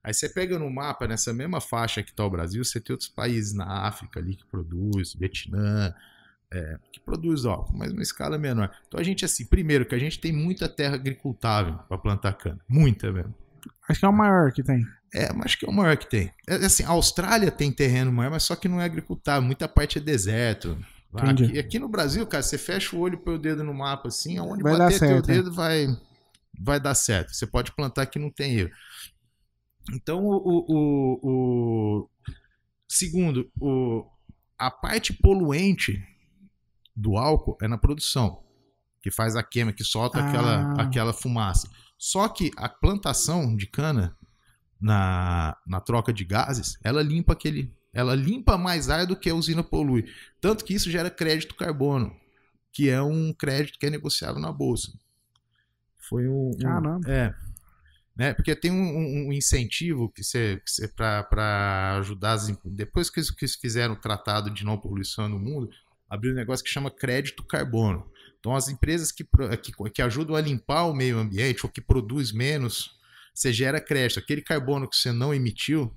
Aí você pega no mapa, nessa mesma faixa que está o Brasil, você tem outros países na África ali que produz, Vietnã, é, que produz álcool, mas uma escala menor. Então a gente, assim, primeiro que a gente tem muita terra agricultável para plantar cana. Muita mesmo.
Acho que é o maior que tem.
É, mas acho que é o maior que tem. É, assim, a Austrália tem terreno maior, mas só que não é agricultável. Muita parte é deserto. Lá,
Entendi.
Aqui, aqui no Brasil, cara, você fecha o olho e põe o dedo no mapa assim, aonde
Vai dar
bater teu
certo, né?
dedo vai, vai dar certo. Você pode plantar que não tem erro. Então, o, o- o- o- segundo, o- a parte poluente do álcool é na produção, que faz a queima, que solta
Ah.
aquela, aquela fumaça. Só que a plantação de cana na, na troca de gases, ela limpa aquele, ela limpa mais ar do que a usina polui. Tanto que isso gera crédito carbono, que é um crédito que é negociado na bolsa. Foi um, um-
Caramba.
é. Né? Porque tem um, um- um incentivo que você, que você para ajudar as em- depois que eles, que eles fizeram o tratado de não poluição no mundo, abriu um negócio que chama crédito carbono. Então, as empresas que, pro- que, que ajudam a limpar o meio ambiente ou que produz menos, você gera crédito. Aquele carbono que você não emitiu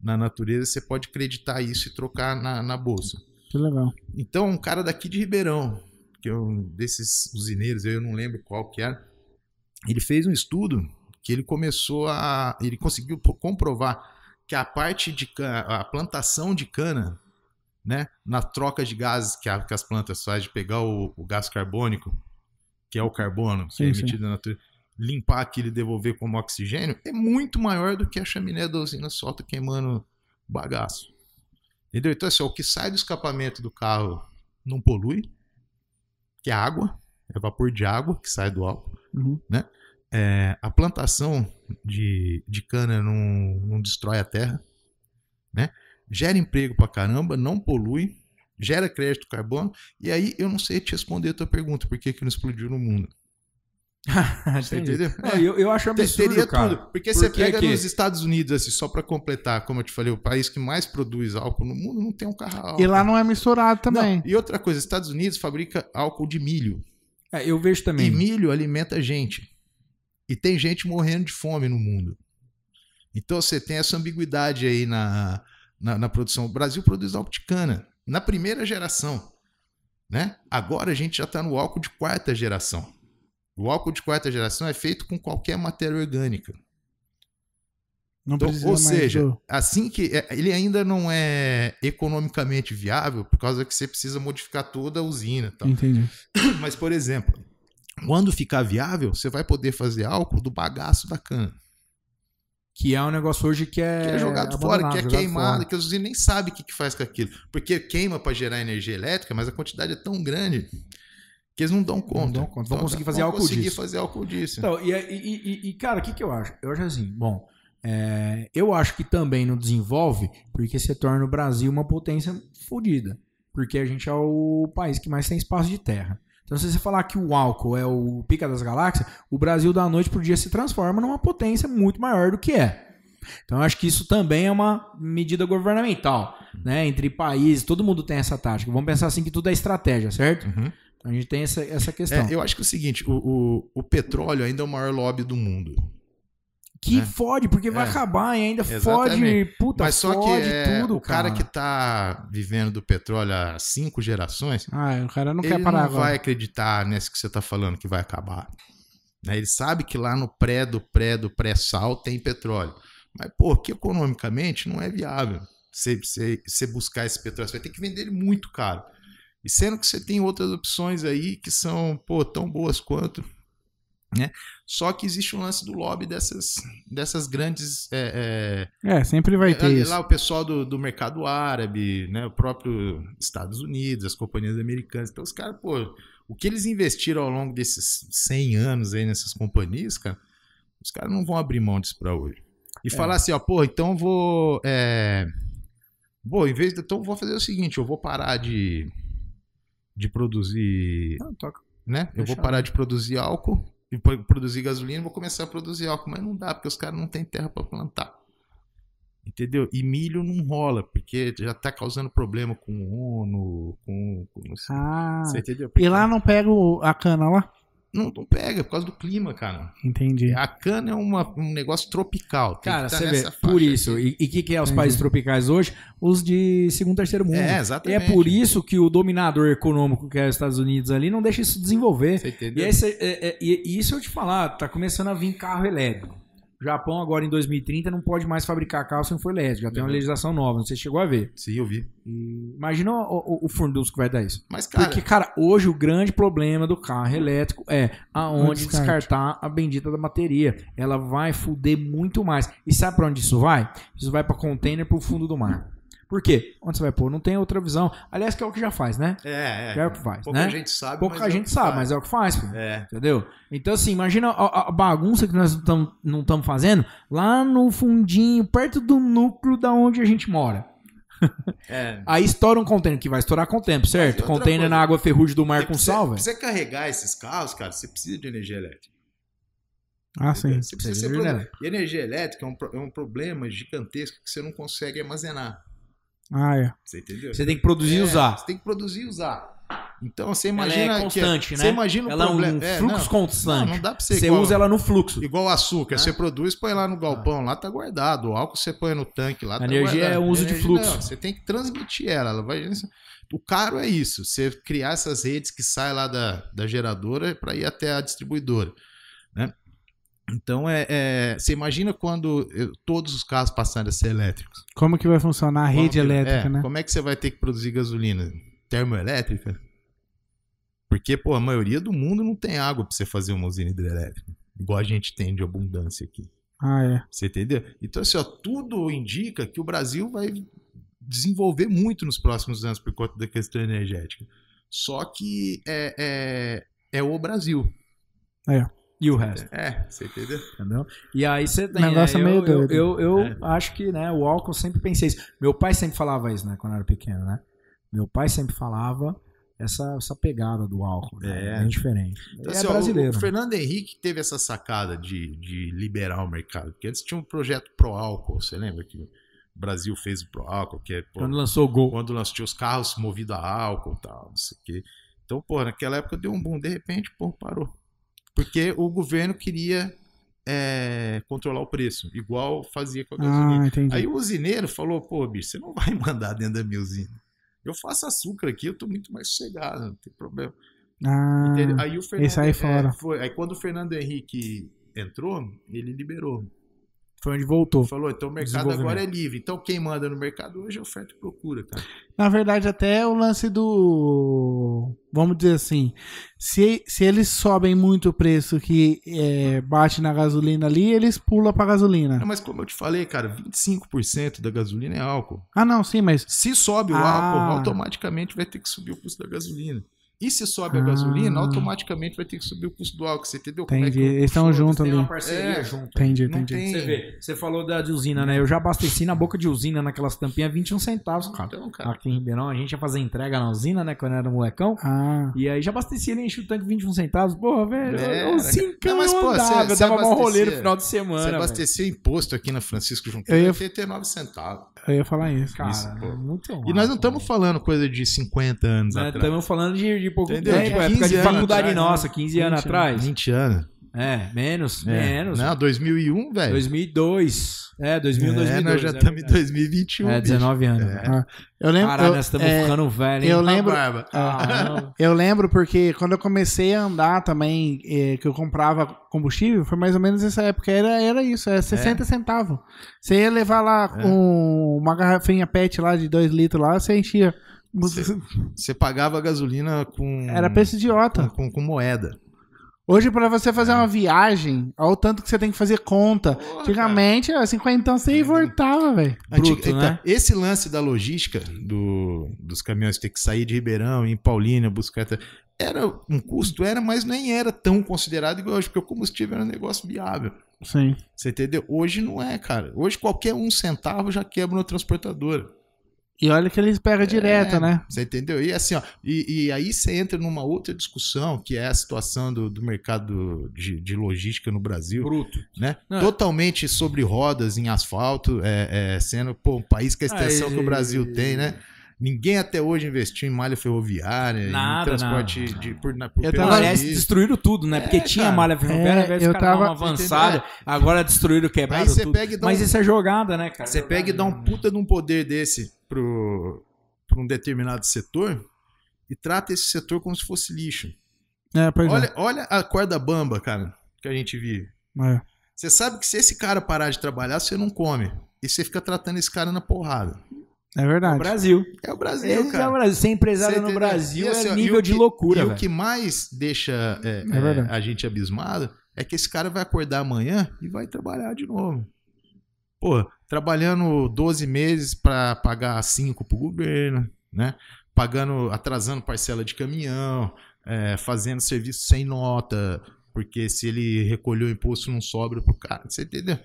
na natureza, você pode creditar isso e trocar na, na bolsa.
Que legal.
Então, um cara daqui de Ribeirão, que é um desses usineiros, eu não lembro qual que era, ele fez um estudo que ele começou a. Ele conseguiu po- comprovar que a parte de cana, a plantação de cana, né, na troca de gases que, a- que as plantas fazem, de pegar o, o gás carbônico, que é o carbono que é
Sim, sim.
emitido na natureza, limpar aquilo e devolver como oxigênio, é muito maior do que a chaminé da usina solta queimando bagaço. Entendeu? Então, assim, ó, o que sai do escapamento do carro não polui, que é água, é vapor de água que sai do álcool.
Uhum.
Né? É, a plantação de, de cana não, não destrói a terra, né? gera emprego pra caramba, não polui, gera crédito carbono, e aí eu não sei te responder a tua pergunta, por que, que não explodiu no mundo? Tá Você
Entendi.
entendeu?
Não, eu, eu acho
Te-
absurdo,
teria
cara.
tudo. Porque
Por
você
que
pega
que-
nos Estados Unidos, assim, só pra completar, como eu te falei, o país que mais produz álcool no mundo não tem um carro a álcool.
E lá não é misturado também.
Não, e outra coisa, Estados Unidos fabrica álcool de milho.
É, eu vejo também.
E milho alimenta gente. E tem gente morrendo de fome no mundo. Então você tem essa ambiguidade aí na, na, na produção. O Brasil produz álcool de cana na primeira geração. Né? Agora a gente já está no álcool de quarta geração. O álcool de quarta geração é feito com qualquer matéria orgânica.
Não
Então,
precisa
ou
mais
seja,
do-
assim que é, ele ainda não é economicamente viável, por causa que você precisa modificar toda a usina. e Tal.
Entendi.
Mas, por exemplo, quando ficar viável, você vai poder fazer álcool do bagaço da cana.
Que é um negócio hoje que é.
Que é, jogado fora,
abandonado,
que é
jogado
queimado,
fora.
que as usinas nem sabem o que, que faz com aquilo. Porque queima para gerar energia elétrica, mas a quantidade é tão grande que eles não dão conta.
dão conta. Vão conseguir fazer
vão
álcool
conseguir
disso.
fazer álcool disso.
Então, e, e- e- e, cara, o que, que eu acho? Eu acho assim, bom. é, eu acho que também não desenvolve porque se torna o Brasil uma potência fodida. Porque a gente é o país que mais tem espaço de terra. Então, se você falar que o álcool é o pica das galáxias, o Brasil da noite pro dia se transforma numa potência muito maior do que é. Então, eu acho que isso também é uma medida governamental, né? Entre países, todo mundo tem essa tática. Vamos pensar assim que tudo é estratégia, certo?
Uhum.
Então, a gente tem essa, essa questão.
É, eu acho que é o seguinte, o, o- o petróleo ainda é o maior lobby do mundo.
Que
né?
fode, porque vai
É.
acabar e ainda
Exatamente.
fode, puta,
Mas só que
Então, fode
é,
tudo,
o cara,
cara.
que tá vivendo do petróleo há cinco gerações,
Ah, o cara não
ele
quer parar
não
agora.
vai acreditar nesse que você está falando que vai acabar. né? Ele sabe que lá no pré do pré do pré-sal tem petróleo. Mas, pô, que economicamente não é viável você, você, você buscar esse petróleo. Você vai ter que vender ele muito caro. E sendo que você tem outras opções aí que são, pô, tão boas quanto. Né? Só que existe um lance do lobby dessas, dessas grandes é, é,
É, sempre vai ter
Ali
isso.
lá o pessoal do, do mercado árabe, né, o próprio Estados Unidos, as companhias americanas. Então os caras, pô, o que eles investiram ao longo desses 100 anos aí nessas companhias, cara, os caras não vão abrir mão disso pra hoje.
É.
E falar assim, ó, pô, então vou, é, vou, em vez de, então vou fazer o seguinte, eu vou parar de de produzir,
Não,
Tá,
toca.
né? Eu vou
Fechado.
parar de produzir álcool e pro- produzir gasolina, e vou começar a produzir álcool, mas não dá porque os caras não têm terra pra plantar. Entendeu? E milho não rola, porque já tá causando problema com o ONU, com. com não sei.
Ah.
Você entendeu?
E lá não pega o- a cana lá?
não, não pega, por causa do clima, cara.
Entendi.
A cana é uma- um negócio tropical. Tem
Cara,
que tá
você
nessa
vê,
faixa
por
aqui.
isso, e e o que, que é os
Entendi.
países tropicais hoje? Os de segundo, terceiro mundo.
É,
É,
exatamente.
por isso que o dominador econômico que é os Estados Unidos ali não deixa isso desenvolver.
Você
E,
entendeu?
aí cê- é- é- e- e isso eu te falar, tá começando a vir carro elétrico. O Japão agora em 2030 não pode mais fabricar carro se não for elétrico, já tem uma
Uhum.
legislação nova, não sei se chegou a ver.
Sim, eu vi.
E imagina o, o, o furdunço que vai dar isso.
Mas, cara,
Porque, cara, hoje o grande problema do carro elétrico é aonde
O descarte.
descartar a bendita da bateria. Ela vai fuder muito mais. E sabe pra onde isso vai? Isso vai pra container pro fundo do mar. Por quê? Onde você vai pôr? Não tem outra visão. Aliás, que é o que já faz, né?
é, é.
Já é o que faz,
Pouca
né?
gente sabe.
Pouca
mas é o
gente
que
sabe,
faz.
mas é o que faz, pô.
É.
Entendeu? Então, assim, imagina a, a- a bagunça que nós tam- não estamos fazendo lá no fundinho, perto do núcleo da onde a gente mora.
é.
Aí estoura um container, que vai estourar com o tempo,
Mas e
certo?
outra
Container
coisa? Tipo,
na água ferrugem do mar
Pra
É com
você-
sal,
pra
velho.
você carregar esses carros, cara, você precisa de energia elétrica.
Ah, sim.
Você precisa
Precisa
ser
de
produ-
energia
E energia elétrica é um, pro- é um problema gigantesco que você não consegue armazenar.
Ah, é.
Você entendeu?
Você tem que produzir e
É,
usar.
Você tem que produzir e usar. Então você
Ela
imagina
é
que
constante, né?
Você imagina o
ela é um
problema. é,
fluxo
não, não,
constante.
não dá pra você,
Você
igual,
usa ela no fluxo.
igual açúcar.
Né?
Você produz, põe lá no galpão, lá tá guardado. O álcool você põe no tanque, lá
A
tá
energia
guardado.
é o uso de
Energia,
fluxo.
não, você tem que transmitir ela. ela vai... O caro é isso. Você criar essas redes que saem lá da, da geradora para ir até a distribuidora. Né? Então, é, é, você imagina quando eu- todos os carros passarem a ser elétricos.
Como que vai funcionar a
Como
rede
que-
elétrica,
é,
né?
Como é que você vai ter que produzir gasolina? Termoelétrica? Porque, pô, a maioria do mundo não tem água pra você fazer uma usina hidrelétrica. Igual a gente tem de abundância aqui.
Ah, é.
Você entendeu? Então, assim, ó, tudo indica que o Brasil vai desenvolver muito nos próximos anos por conta da questão energética. Só que é, é, é o Brasil.
E o resto.
É, você entendeu?
Entendeu? E aí você tem.
Negócio
né?
meio
eu, eu,
doido.
eu, eu
É.
acho que né, o álcool eu sempre pensei isso. Meu pai sempre falava isso, né? Quando eu era pequeno, né? Meu pai sempre falava essa, essa pegada do álcool. Né?
É.
Bem diferente.
Então,
Ele
assim,
é
ó, o-
brasileiro.
O Fernando Henrique teve essa sacada de, de liberar o mercado. Porque antes tinha um projeto pro álcool. Você lembra que o Brasil fez o pro álcool? Que é, pô,
Quando lançou o gol.
quando nós tinha os carros movidos a álcool e tal, não sei o quê. Então, pô, naquela época deu um boom. De repente, pô, parou. Porque o governo queria é, controlar o preço. Igual fazia com a gasolina.
Ah, entendi.
Aí o usineiro falou, pô, bicho, você não vai mandar dentro da minha usina. Eu faço açúcar aqui, eu tô muito mais sossegado, não tem problema.
ah,
Entende? Aí o Fernando,
esse aí
é,
fora.
foi- aí quando o Fernando Henrique entrou, ele liberou.
Foi onde voltou.
Falou, então o mercado
Desenvolvimento.
agora é livre. Então quem manda no mercado hoje é oferta e procura, cara.
na verdade, até o lance do. Vamos dizer assim. Se, se eles sobem muito o preço que é, bate na gasolina ali, eles pulam pra gasolina.
Não, mas como eu te falei, cara, 25% da gasolina é álcool.
Ah, não, sim, mas.
Se sobe o
Ah.
álcool, automaticamente vai ter que subir o custo da gasolina. E se sobe a
Ah.
gasolina, automaticamente vai ter que subir o custo do álcool. Você entendeu? como é que
Entendi.
eu-
Eles estão
Foda-se,
juntos
tem
ali. É.
uma parceria junto.
Entendi,
Não
entendi.
tem-
É. Você vê, você falou da de usina, né? Eu já abasteci na boca de usina naquelas tampinhas 21 centavos, cara.
Então, cara.
Aqui em Ribeirão, a gente ia fazer entrega na usina, né? Quando era molecão.
Ah,
E aí já abastecia, ele enchia o tanque 21 centavos. Porra, velho,
É,
eu
cara.
cinco
Não, mas,
eu
pô,
andava,
você-
eu
você
dava mó rolê no
abastecia-
final de semana,
Você
velho.
abastecia imposto aqui na Francisco Junqueira,
Eu ia-
89 centavos.
eu ia falar isso.
Cara,
Isso, pô.
muito
E
Ah,
nós não estamos falando coisa de 50 anos
falando.
atrás.
Estamos falando de, de pouco
Entendeu?
tempo,
De
época
15
de
anos
faculdade
atrás, né?
nossa, 15 anos
20
atrás.
20 anos.
É, menos,
É.
menos.
Não, 2001, velho.
2002. É, 2000,
É,
2002.
nós já estamos em
verdade.
2021.
É, 19 anos.
É.
Eu lembro.
Caralho,
eu,
nós estamos
é,
ficando velho, hein?
eu lembro-
Barba.
Caramba.
Eu lembro porque quando eu comecei a andar também, eh, que eu comprava combustível, foi mais ou menos essa época. Era, era isso,
É.
era 60 centavos. Você ia levar lá
É.
um- uma garrafinha PET lá de 2 litros lá, você enchia.
Você- Você pagava a gasolina com.
Era preço
com,
idiota.
com, com moeda.
Hoje, pra você fazer
É.
uma viagem, olha o tanto que você tem que fazer conta. Antigamente, era 50 então você ia e voltava, velho.
Antiga-
Ah, Bruto,
então,
né?
Esse lance da logística do, dos caminhões ter que sair de Ribeirão, ir em Paulínia, buscar. Era um custo, era, mas nem era tão considerado igual hoje, porque o combustível era um negócio viável.
Sim.
Você entendeu? Hoje não é, cara. Hoje qualquer um centavo já quebra uma transportadora.
E olha que eles pegam direto,
É,
né?
Você entendeu? E assim, ó, e, e aí você entra numa outra discussão, que é a situação do, do mercado de, de logística no Brasil,
Bruto.
né?
Não. é.
Totalmente sobre rodas em asfalto, é, é, sendo pô, um país com a extensão
Aí.
que o Brasil tem, né? Ninguém até hoje investiu em malha ferroviária,
Nada,
em transporte
nada.
de por, na, por
Eu
pelo
tava-
país.
Parece que destruíram tudo, né? Porque
É,
tinha a
cara.
malha ferroviária,
É,
ao invés de
eu
os caras
tava-
uma avançada, agora destruíram,
É. Aí
quebraram
você
tudo.
pega e dá
Mas
um-
isso é jogada, né, cara?
Você pega e dá um puta de um poder desse pro, pra um determinado setor e trata esse setor como se fosse lixo.
É, pois
Olha, olha a corda bamba, cara, que a gente vive.
é. É.
Você sabe que se esse cara parar de trabalhar, você não come. E você fica tratando esse cara na porrada.
É
No
verdade.
Brasil.
É o Brasil,
Esse é o
cara.
Brasil. Ser empresário
Você
no
entendeu?
Brasil
E assim, ó,
é
e
nível
o
de
que-
loucura,
E o
velho.
que mais deixa é,
É
é,
verdade.
a gente abismado é que esse cara vai acordar amanhã e vai trabalhar de novo. Pô, trabalhando 12 meses pra pagar 5 pro governo, né? Pagando, atrasando parcela de caminhão, é, fazendo serviço sem nota, porque se ele recolheu o imposto não sobra pro cara. Você entendeu?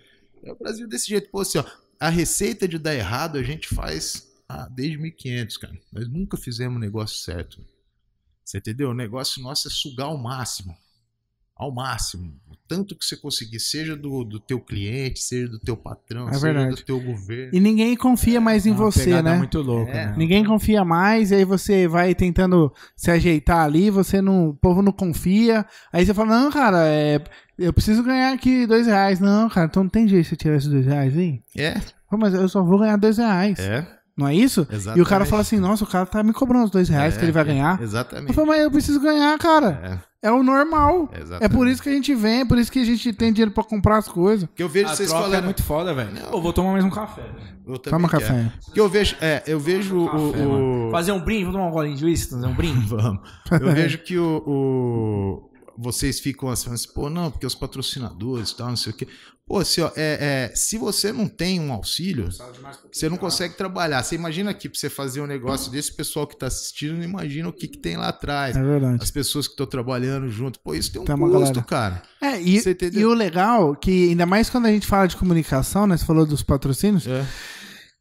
É o Brasil desse jeito. Pô, assim, ó, a receita de dar errado a gente faz ah, desde 1500, cara. Nós nunca fizemos um negócio certo. Você entendeu? O negócio nosso é sugar ao máximo ao máximo. O tanto que você conseguir, seja do, do teu cliente, seja do teu patrão,
É
seja
verdade.
do teu governo.
E ninguém confia mais em
É uma
você,
pegada
né?
muito louca,
É.
né?
Ninguém confia mais, e aí você vai tentando se ajeitar ali, você não. O povo não confia. Aí você fala, não, cara, é, eu preciso ganhar aqui dois reais. Não, cara, então não tem jeito de você tirar esses dois reais aí.
É,
Pô, mas eu só vou ganhar dois reais.
é,
Não é isso?
exatamente. É,
E o cara fala assim, nossa, o cara tá me cobrando os dois reais que ele vai ganhar. Eu
Exatamente.
falo, mas eu preciso ganhar, cara.
É,
É o normal. É
exatamente.
por isso que a gente vem, é por isso que a gente tem dinheiro pra comprar as coisas.
que eu vejo
A
vocês
troca é
falando.
muito foda, velho.
Não.
Pô, vou tomar mais um café. velho.
Eu também
Toma
quero.
café.
Que eu vejo, é, eu vejo o-
Café,
o,
mano. Fazer um brinde, vamos tomar um golinho de uísque, fazer um brinde?
Vamos. Eu vejo que o, o- vocês ficam assim, assim, pô, não, porque os patrocinadores e tal, não sei o quê. Pô, assim, ó, é, é, se você não tem um auxílio, você não consegue trabalhar. Você imagina aqui, pra você fazer um negócio desse, o pessoal que tá assistindo não imagina o que, que tem lá atrás.
É verdade.
As pessoas que estão trabalhando junto. Pô, isso tem um
Tem uma
custo, cara.
É, e,
Você entendeu?
e o legal, que ainda mais quando a gente fala de comunicação, né? Você falou dos patrocínios,
É.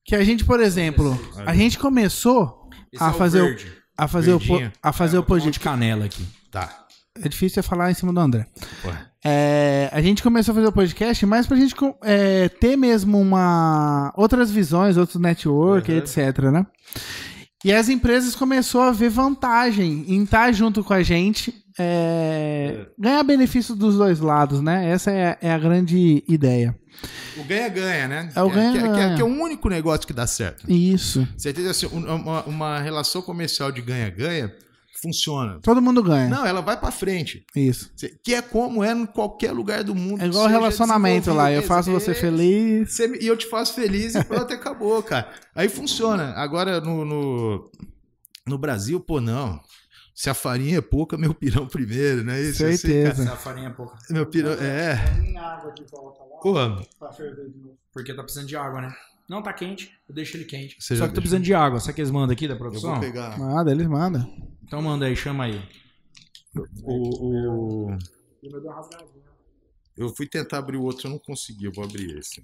que a gente, por exemplo, a gente começou
Ah,
é
a fazer o, a fazer o, po-
Verdinho.
a fazer o
Pão
podcast.
de canela aqui.
Tá.
É difícil eu falar em cima do André.
Pô,
É, a gente começou a fazer o podcast mais pra gente co- é, ter mesmo uma outras visões, outros network,
Uhum.
etc, né? E as empresas começou a ver vantagem em estar junto com a gente, é, ganhar benefício dos dois lados, né? Essa é, é a grande ideia.
O ganha-ganha, né?
É o
Que que-
ganha-ganha.
que- que é o único negócio que dá certo.
Isso.
Você entendeu? Assim, um- uma, uma relação comercial de ganha-ganha funciona.
Todo mundo ganha.
Não, ela vai pra frente.
Isso.
Cê- Que é como é em qualquer lugar do mundo.
É igual
seja
relacionamento lá. Eu
desenvolvido.
faço você
É,
feliz.
cê me- E eu te faço feliz e pronto, acabou, cara. Aí funciona. Agora no, no, no Brasil, pô, não. Se a farinha é pouca, meu pirão primeiro, né? Isso, assim,
Certeza.
a farinha é pouca.
cara. meu pirão, é. Pô,
Porque tá precisando de água, né? Não, tá quente, eu deixo ele quente.
Você
Só
já
que tô
deixa.
precisando de água. Será que eles mandam aqui da
eu
produção?
vou pegar.
Manda, eles mandam.
Então manda aí, chama aí.
O, o- Eu fui tentar abrir o outro, eu não consegui. Eu vou abrir esse.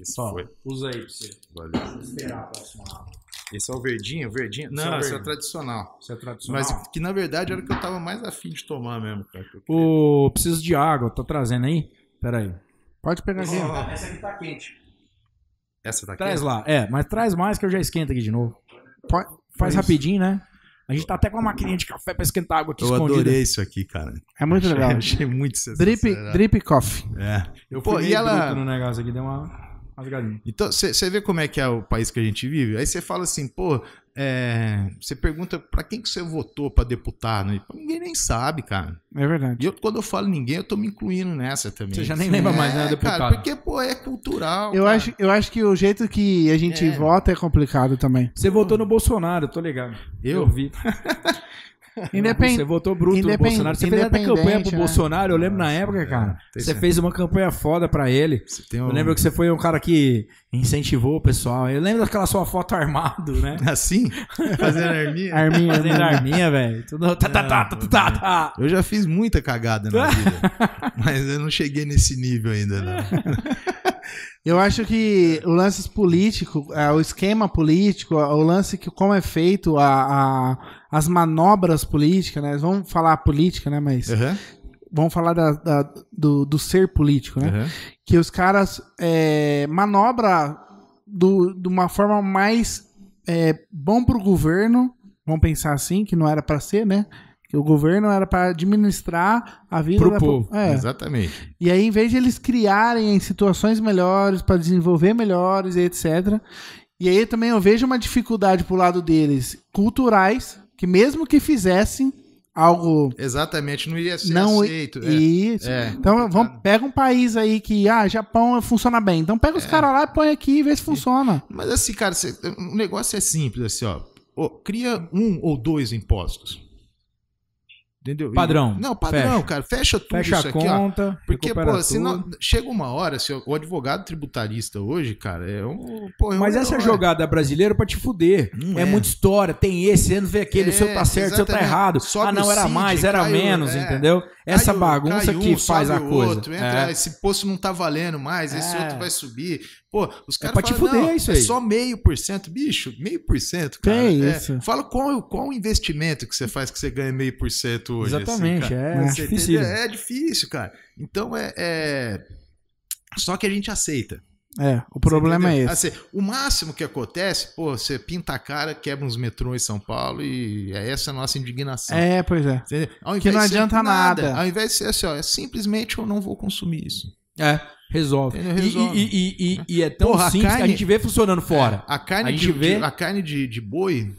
Esse
Só,
foi.
usa aí pra você.
Valeu.
Esperar a próxima água.
Esse é o verdinho, o verdinho.
Esse é
Não,
o
esse é,
verde.
tradicional.
Isso é tradicional.
Mas que na verdade era o que eu tava mais afim de tomar mesmo, cara. que eu queria.
Ô, preciso de água, tá trazendo aí? Pera aí.
Pode pegar aqui. ó.
Essa aqui tá quente.
Essa tá daqui?
Traz lá. É, mas traz mais que eu já esquento aqui de novo.
Pode-
é
Faz
Isso.
rapidinho, né? A gente tá até com uma maquininha de café pra esquentar água aqui
Eu
escondida.
adorei isso aqui, cara.
É muito
achei,
legal.
Achei muito sensacional.
Drip, drip Coffee.
É.
Eu
Pô,
fui
e
meio
ela-
bruto no negócio aqui, deu uma rasgadinha.
Então, você vê como é que é o país que a gente vive? Aí você fala assim, pô, você pergunta pra quem que você votou pra deputado? E Ninguém nem sabe, cara.
É verdade.
E eu, quando eu falo ninguém, eu tô me incluindo nessa também.
Você já nem lembra mais, né,
É,
deputado?
Cara, porque, pô, é cultural.
Eu
cara.
acho, eu acho que o jeito que a gente
É.
vota é complicado também.
Você votou no Bolsonaro, eu tô ligado.
Eu?
vi. Você
Independente.
votou bruto no
Independ-
Bolsonaro. Você fez até campanha pro
independente, né?
Bolsonaro, eu lembro na época, é, cara.
tem
Você
certeza.
fez uma campanha foda pra ele.
Você tem um...
Eu lembro que você foi um cara que incentivou o pessoal. Eu lembro daquela sua foto armado, né?
Assim? Fazendo arminha?
Arminha,
Fazendo
Arminha.
arminha, velho. Tudo tá, tá, tá, tá, tá, tá.
Eu já fiz muita cagada na vida, mas eu não cheguei nesse nível ainda,
É.
não.
Eu acho que
É.
o lance político, é, o esquema político, é, o lance que como é feito, a, a- as manobras políticas, né? Vamos falar política, né? Mas
É.
Aham,
vamos falar da- da- do, do ser político, né?
aham.
Que os caras é, manobra do- de uma forma mais é, bom pro governo, vamos pensar assim, que não era pra ser, né? Que o governo era pra administrar a vida
Pro
da
povo,
po- É.
Exatamente.
E aí, em vez de eles criarem situações melhores para desenvolver melhores e etc. E aí também eu vejo uma dificuldade pro lado deles, culturais, que mesmo que fizessem algo
Exatamente, não iria ser
Não-
aceito. é.
isso.
É,
então,
complicado.
vamos, pega um país aí que, ah, Japão funciona bem. Então pega os
É.
caras lá e põe aqui e vê se funciona.
Mas assim, cara, cê- o negócio é simples, assim, ó. Ô, cria um ou dois impostos. Entendeu? E-
Padrão.
Não, padrão,
Fecha.
cara. Fecha tudo
Fecha
isso
a
aqui, ó.
conta.
Porque,
recupera
pô, senão,
tudo.
chega uma hora, assim, ó, o advogado tributarista hoje, cara, é um. Pô, é um
Mas essa
herói.
jogada brasileira é pra te fuder.
Não
é.
é.
muita história. Tem esse, ano vem aquele, o seu tá
É,
certo, o seu tá
exatamente.
errado.
Sobe
ah, não,
o
era
Cid,
mais, era
cai o-
menos,
é.
entendeu? Essa
Cai um,
bagunça
cai um,
que faz
sobe
a
o
coisa.
Outro, ah,
É.
entra, Esse posto não tá valendo mais, esse
É.
outro vai subir. Pô, os caras
pra te
falam,
fuder
"Não,
isso
é
aí."
só meio por cento. Bicho, meio por cento, cara.
Tem
É,
isso.
Fala qual, qual o investimento que você faz que você ganha meio por cento hoje. assim,
Exatamente,
cara.
é,
Você
difícil.
entendeu? É difícil, cara. Então é, é- Só que a gente aceita.
É, o problema é
entendeu?
esse.
Assim, o máximo que acontece, pô, você pinta a cara, quebra uns metrôs em São Paulo e é essa a nossa indignação.
É, pois é.
Entendeu? Ao
Que
invés
não
de ser
adianta nada.
Ao invés de ser assim, ó, é simplesmente eu não vou consumir isso.
É, resolve.
Entendeu?
E-
Resolve.
E, e- e- e é tão
Porra, a
simples que a É.
carne-
gente vê funcionando fora.
A carne,
A gente
de,
vê-
de- a carne de, de boi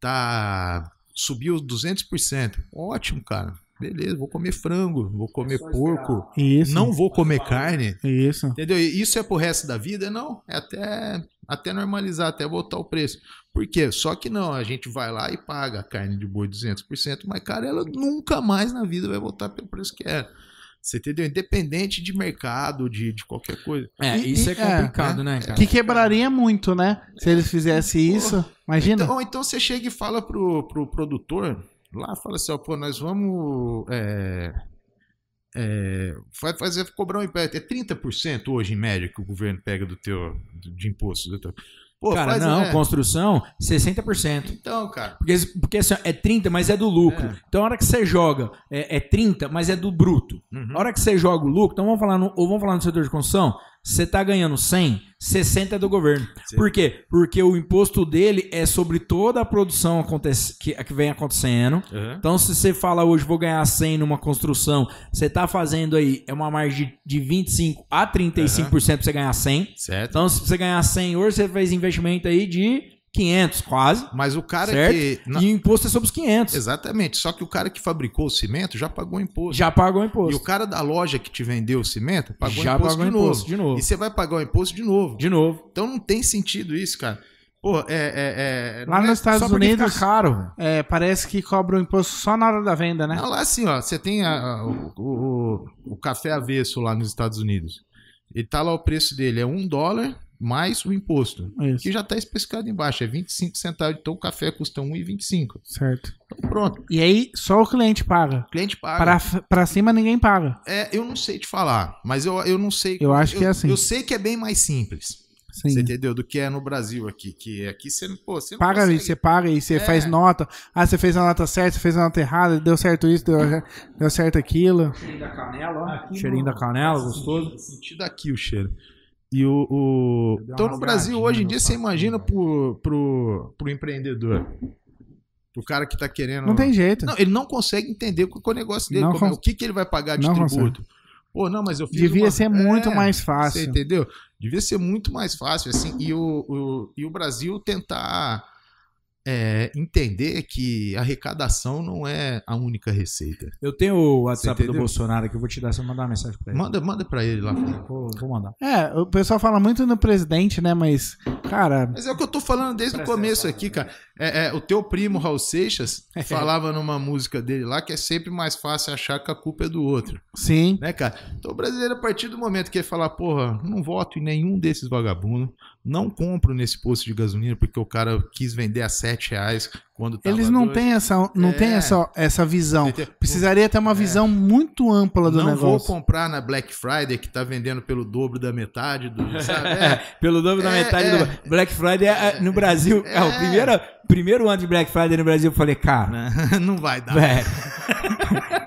tá subiu 200%. Ótimo, cara. Beleza, vou comer frango, vou comer porco,
Isso.
não vou comer carne.
Isso.
Entendeu? E Isso é pro resto da vida? Não, é até, até normalizar, até botar o preço. Por quê? Só que não, a gente vai lá e paga a carne de boi 200%, mas, cara, ela nunca mais na vida vai voltar pelo preço que era. Você entendeu? Independente de mercado, de, de qualquer coisa.
É,
E-
isso
e-
é complicado, né, cara?
Que quebraria muito, né? Se eles fizessem isso.
né?
Imagina.
Então, ou então você chega e fala pro, pro produtor, lá fala assim, ó, pô, nós vamos... é, é, vai fazer cobrar um imposto. É 30% hoje, em média, que o governo pega do teu, do- de imposto. do teu- Pô,
cara,
faz,
não,
é.
construção, 60%.
Então, cara.
Porque, porque assim, ó, é 30, mas é do lucro.
É.
Então a hora que você joga é, é 30, mas é do bruto.
Uhum.
A hora que você joga o lucro, então vamos falar no, ou vamos falar no setor de construção, você tá ganhando 100, 60 é do governo.
Sim.
Por quê? Porque o imposto dele é sobre toda a produção aconte- que, que vem acontecendo. Então, se você fala hoje, vou ganhar 100 numa construção, você tá fazendo aí, é uma margem de 25% a 35% pra você ganhar 100.
Certo.
Então, se você ganhar 100 hoje, você fez investimento aí de 500, quase.
Mas o cara
Certo?
que. na-
E o imposto é sobre os 500.
Exatamente. Só que o cara que fabricou o cimento já pagou imposto.
Já pagou o
E o
imposto.
cara da loja que te vendeu o cimento pagou
Já
imposto
pagou
de
o imposto
novo.
de novo.
E você vai pagar o imposto de novo.
De novo.
Então não tem sentido isso, cara. Pô, é. é, é
Lá
não é-
nos Estados
só porque
Unidos,
fica caro, velho.
é, parece que cobra o imposto só na hora da venda, né?
Não, lá assim, ó, você tem a- a- o, o- o café avesso lá nos Estados Unidos. Ele tá lá o preço dele, é um dólar mais o imposto.
Isso.
Que já tá especificado embaixo, é 25 centavos. Então o café custa 1,25.
Certo.
Então pronto,
E aí, só o cliente paga.
o cliente paga.
Pra, pra cima, ninguém paga.
É, eu não sei te falar, mas eu, eu não sei.
Eu acho que é assim.
Eu sei que é bem mais simples.
Sim.
Você entendeu? Do que é no Brasil aqui. Que é aqui você, não- pô, você não
Paga e
consegue.
você paga e você
É.
faz nota. Ah, você fez a nota certa, você fez a nota errada, deu certo isso, deu, deu certo aquilo.
Cheirinho da canela, ó. Cheirinho da canela, gostoso.
sentido aqui o cheiro. E o. o-
Deu uma
Então no Brasil,
rasgadinha
hoje em
no
dia, você
papo,
imagina
né?
pro, pro, pro empreendedor. Pro cara que tá querendo.
Não tem jeito.
Não, ele não consegue entender qual que é o negócio dele.
Não
como é-
cons-
o que, que ele vai pagar de
Não
tributo. Pô, não, mas eu fiz.
Devia
uma-
ser muito
É.
mais
Você
fácil.
entendeu? Devia ser muito mais fácil, assim, e o, o- e o Brasil tentar é, entender que arrecadação não é a única receita.
Eu tenho o
Você
WhatsApp do
entendeu?
Bolsonaro aqui, eu vou te dar, você mandar uma mensagem pra ele.
Manda, manda pra ele lá.
Vou, vou mandar.
É, o pessoal fala muito no presidente, né? Mas, cara,
Mas é o que eu tô falando desde o começo aqui, cara. É, é, o teu primo Raul Seixas falava numa música dele lá que é sempre mais fácil achar que a culpa é do outro,
sim.
né, cara? Então o brasileiro, a partir do momento que ele falar, porra, não voto em nenhum desses vagabundos, não compro nesse posto de gasolina porque o cara quis vender a 7 reais quando tava
Eles não
dois.
têm essa, não
É.
têm essa, essa visão.
Entendeu?
Precisaria ter uma visão muito ampla do
não vou
negócio.
comprar na Black Friday que tá vendendo pelo dobro da metade do. Sabe? É,
Pelo dobro da
É,
metade
é.
do Black Friday é, é, no Brasil. É, o
É.
primeiro, primeiro ano de Black Friday no Brasil, eu falei, cara,
né? não vai dar.
velho,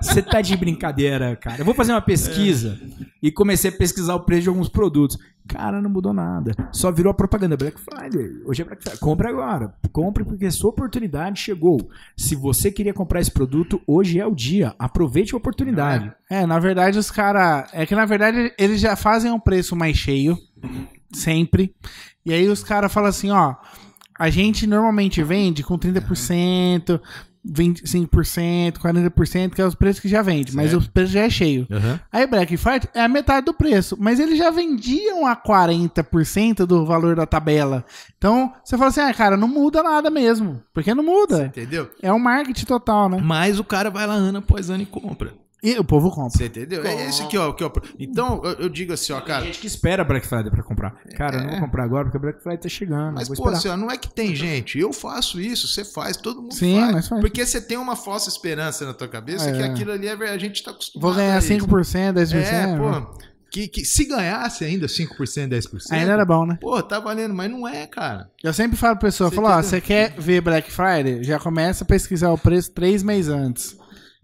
você tá de brincadeira, cara. Eu vou fazer uma pesquisa e comecei a pesquisar o preço de alguns produtos. Cara, não mudou nada. Só virou a propaganda Black Friday. Hoje é Black Friday. Compre agora. Compre porque sua oportunidade chegou. Se você queria comprar esse produto, hoje é o dia. Aproveite a oportunidade.
É, na verdade, os caras. É que na verdade eles já fazem um preço mais cheio. Sempre. E aí os caras falam assim, ó. A gente normalmente vende com 30%, 25%, 40%, que é os preços que já vende, mas
Certo.
o preço já é cheio.
Aham.
Aí Black Friday é a metade do preço, mas eles já vendiam a 40% do valor da tabela. Então, você fala assim, ah, cara, não muda nada mesmo, porque não muda.
Entendeu?
É um marketing total, né?
Mas o cara vai lá ano após ano e compra.
E o povo compra.
Você entendeu? É esse que é o que é o- Então, eu, eu digo assim, ó,
Tem
cara.
gente que espera Black Friday pra comprar. Cara, eu não vou comprar agora porque Black Friday tá chegando.
Mas,
vou
pô,
esperar.
assim, ó, não é que tem gente. Eu faço isso, você faz, todo mundo
Sim,
faz.
mas faz.
Porque você tem uma falsa esperança na tua cabeça
É.
que aquilo ali é ver- a gente tá acostumado.
Vou ganhar
a isso.
5%, 10%.
É, pô. Que, que se ganhasse ainda 5%, 10%.
né? Ainda era bom, né?
Pô, tá valendo, mas não é, cara.
Eu sempre falo pra pessoa, eu
Você
falo, ó,
entendeu?
você quer ver Black Friday? Já começa a pesquisar o preço três meses antes.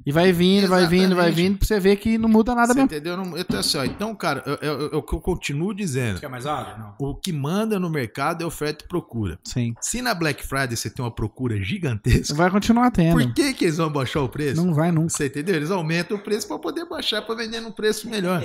E vai vindo, vai vindo, vai
Exatamente.
vindo, pra você ver que não muda nada
Você
mesmo.
entendeu? Não- Então, assim, ó, então, cara, eu- eu- eu- é o que eu continuo dizendo.
Quer mais água? Não.
O que manda no mercado é oferta e procura.
Sim.
Se na Black Friday você tem uma procura gigantesca,
Vai continuar
por
tendo.
que, que eles vão baixar o preço?
Não vai nunca.
Você entendeu? Eles aumentam o preço para poder baixar, para vender num preço melhor.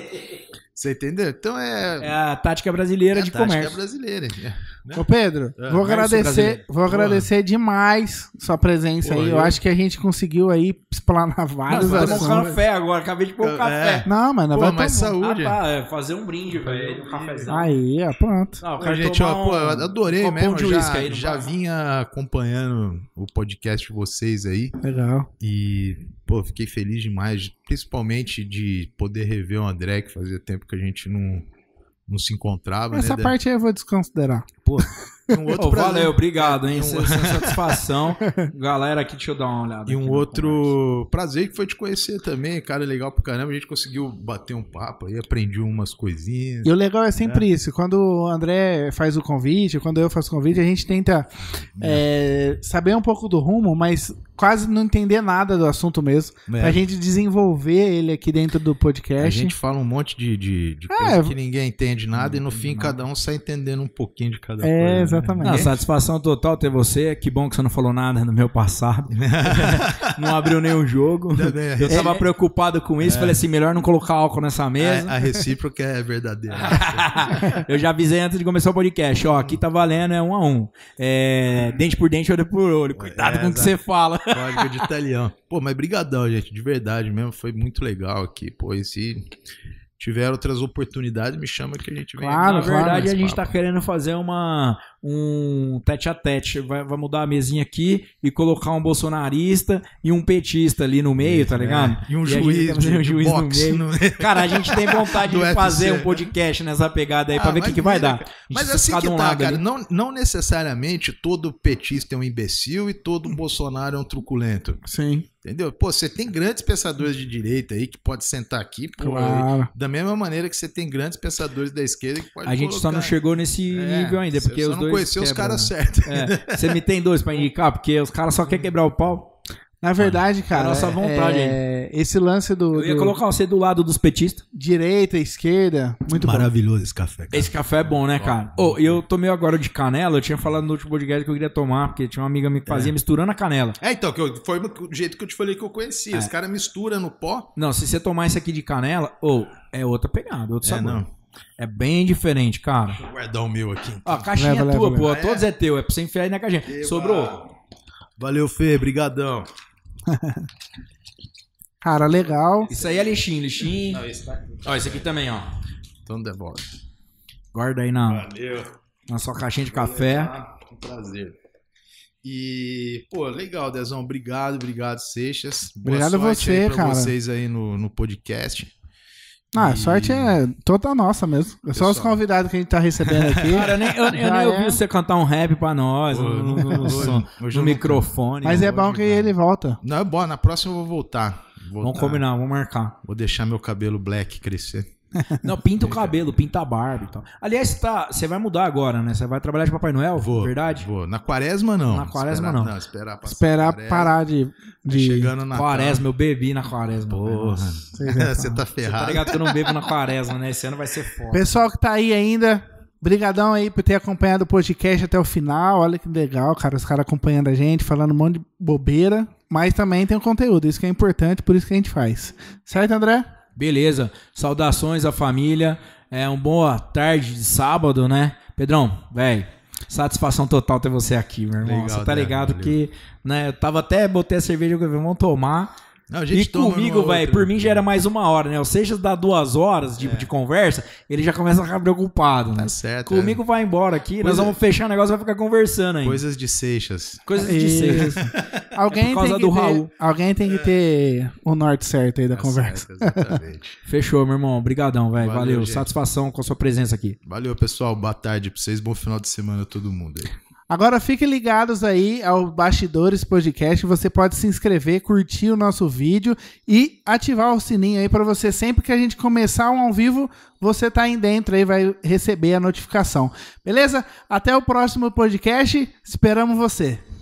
Você entendeu? Então é.
É a tática brasileira
a
de
tática
comércio.
brasileira. É. né?
Ô Pedro,
É,
vou
mas
agradecer,
brasileiro.
vou agradecer demais sua presença
Pô,
aí. Eu,
eu-
acho que a gente conseguiu aí explanar vários
Não, Ah, eu tô tomando
assuntos.
café agora, acabei de pôr o
É.
café.
Não, mas não
um Pô,
vai
mas
tomar.
saúde.
Ah, tá, é fazer um brinde, velho, um cafezão.
Aí, ó, pronto.
Não, eu
Pô,
quero
gente,
tomar
ó, pô, eu adorei
um
mesmo.
copão de
já
uísque aí, não
já
vai?
vinha acompanhando o podcast de vocês aí.
Legal.
E, pô, fiquei feliz demais, principalmente de poder rever o André, que fazia tempo que a gente não, não se encontrava,
Essa
né? Da-
parte aí eu vou desconsiderar.
Um outro
Ô,
prazer.
valeu, obrigado, hein?
um-
Sem sem satisfação. Galera aqui, deixa eu dar uma olhada.
E
aqui
um
na
outro prazer que foi te conhecer também, cara, é legal pra caramba. A gente conseguiu bater um papo aí, aprendi umas coisinhas.
E o legal é sempre isso. Quando o André faz o convite, quando eu faço o convite, a gente tenta é, saber um pouco do rumo, mas quase não entender nada do assunto mesmo.
É,
Pra gente desenvolver ele aqui dentro do
a
podcast.
gente fala um monte de, de,
É,
de coisa que ninguém entende nada e no fim cada um sai entendendo um pouquinho de cada coisa.
É,
né?
exatamente.
Não, satisfação total ter você. Que bom que você não falou nada no meu passado. né? não abriu nenhum jogo.
Ainda bem, a
Eu tava
recíproca-
preocupado com isso. Falei assim, melhor não colocar álcool nessa mesa.
a, a recíproca é verdadeira.
Eu já avisei antes de começar o podcast, ó, aqui tá valendo, é um a um. É, dente por dente, olho por olho. Cuidado
É,
com o que você fala.
Código de italiano. Pô, mas brigadão, gente. De verdade mesmo. Foi muito legal aqui. Pô, e se tiver outras oportunidades, me chama que a gente vem.
Claro,
Na
aqui.
claro,
verdade,
Esse
a gente
papo.
tá querendo fazer uma um tete a tete. Vai, vai mudar a mesinha aqui e colocar um bolsonarista e um petista ali no meio, tá ligado?
E um
E a gente
juiz,
tá fazendo
de,
um
de
juiz no
boxe
meio.
no meio.
Cara, a gente tem vontade
Do
de fazer
UFC,
um podcast nessa pegada aí pra
Ah,
ver o que, que
maneiro,
vai dar. A
cara.
gente
Mas
se
assim
ficar
que
de um
tá,
lado
cara.
ali.
Não, não necessariamente todo petista é um imbecil e todo Bolsonaro é um truculento.
Sim,
Entendeu? Pô, você tem grandes pensadores de direita aí que pode sentar aqui, pô,
claro.
e Da mesma maneira que você tem grandes pensadores da esquerda que pode
A gente só não
colocar.
chegou nesse
É,
nível ainda,
você
porque
só
os
não
dois.
conheceu os
quebram,
caras
né?
certos.
É, Você me tem dois pra indicar, porque os caras só querem quebrar o pau.
Na verdade, cara,
Ah, nossa vontade
é, esse lance do,
Eu ia
do
colocar você do lado dos petistas.
direita, esquerda, muito bom.
Maravilhoso esse café. cara.
Esse café é bom, né, cara? Ô, e eu tomei agora de canela. Eu tinha falado no último podcast que eu queria tomar, porque tinha uma amiga minha que fazia misturando a canela.
É, então, que eu- foi o jeito que eu te falei que eu conhecia. Os caras misturam no pó.
Não, se você tomar esse aqui de canela, ou é outra pegada, outro
É,
sabor.
não.
É bem diferente, cara.
Vou guardar o meu aqui.
Ó, a caixinha
Leva,
é
leva,
tua,
leva.
pô.
Ah, é?
Todos é teu. É pra você enfiar aí na caixinha. Sobrou.
Valeu, Fê. Brigadão.
Cara, legal.
Isso aí é lixinho, lixinho. Ó, esse aqui também, ó.
Então devolve.
Guarda aí na,
Valeu.
na sua caixinha de
É.
café.
Ah, um prazer. E, pô, legal, Dezão. Obrigado, obrigado, Seixas. Boa
Obrigado a
sorte aí
você,
pra
cara.
vocês aí no, no podcast.
Ah, a
E-
sorte é toda nossa mesmo. É só os
Pessoal.
convidados que a gente tá recebendo aqui.
Cara, eu nem, eu, eu
Já
nem
é.
ouvi você cantar um rap pra nós,
Pô,
no, no,
hoje-
no, no som,
hoje eu
no
não-
microfone.
Mas é
hoje,
bom que
cara.
ele volta.
Não, é bom. Na próxima eu vou voltar.
Vamos
Vou voltar.
combinar, vamos marcar.
Vou deixar meu cabelo black crescer.
Não, pinta o cabelo, pinta a barba e tal. Aliás, você tá, você vai mudar agora, né? Você vai trabalhar de Papai Noel,
Vou.
verdade?
Vou. Na quaresma, não.
Na quaresma,
Esperar-
não.
esperar passar a
Esperar
quaresma.
parar de.
Tá
de...
Chegando na
Quaresma, eu bebi na quaresma.
Porra.
é
Nossa.
Você tá
Você tá
ferrado.
ligado que eu não bebo na quaresma, né? Esse ano vai ser foda.
Pessoal que tá aí ainda, brigadão aí por ter acompanhado o podcast até o final. Olha que legal, cara, os caras acompanhando a gente, falando um monte de bobeira, mas também tem o conteúdo, isso que é importante, por isso que a gente faz. Certo, André?
Beleza. Saudações à família. É uma boa tarde de sábado, né? Pedrão, velho. Satisfação total ter você aqui, meu irmão.
Legal,
você tá
Débora,
ligado
valeu.
que, né, eu tava até botei a cerveja que eu falei, vamos tomar.
Não, a
E
toma
comigo,
uma
velho,
outra.
por mim já era mais uma hora, né? Ou seja, dá duas horas
É.
de, de conversa, ele já começa a ficar preocupado, né?
Tá certo.
Comigo vai embora aqui, nós
Coisa-
vamos fechar o negócio e vai ficar conversando
é.
aí.
Coisas de
É
Seixas.
Coisas de
Isso.
ser.
Alguém
É por causa
tem que
do
ter,
Raul.
Alguém tem que ter o norte certo aí da
Tá
conversa.
certo, exatamente.
Fechou, meu irmão. Obrigadão, velho.
Valeu,
Valeu.
gente.
Satisfação com a sua presença aqui.
Valeu, pessoal. Boa tarde pra vocês. Bom final de semana a todo mundo aí.
Agora fiquem ligados aí ao Bastidores Podcast. Você pode se inscrever, curtir o nosso vídeo e ativar o sininho aí para você. Sempre que a gente começar um ao vivo, você tá aí dentro aí, vai receber a notificação. Beleza? Até o próximo podcast. Esperamos você.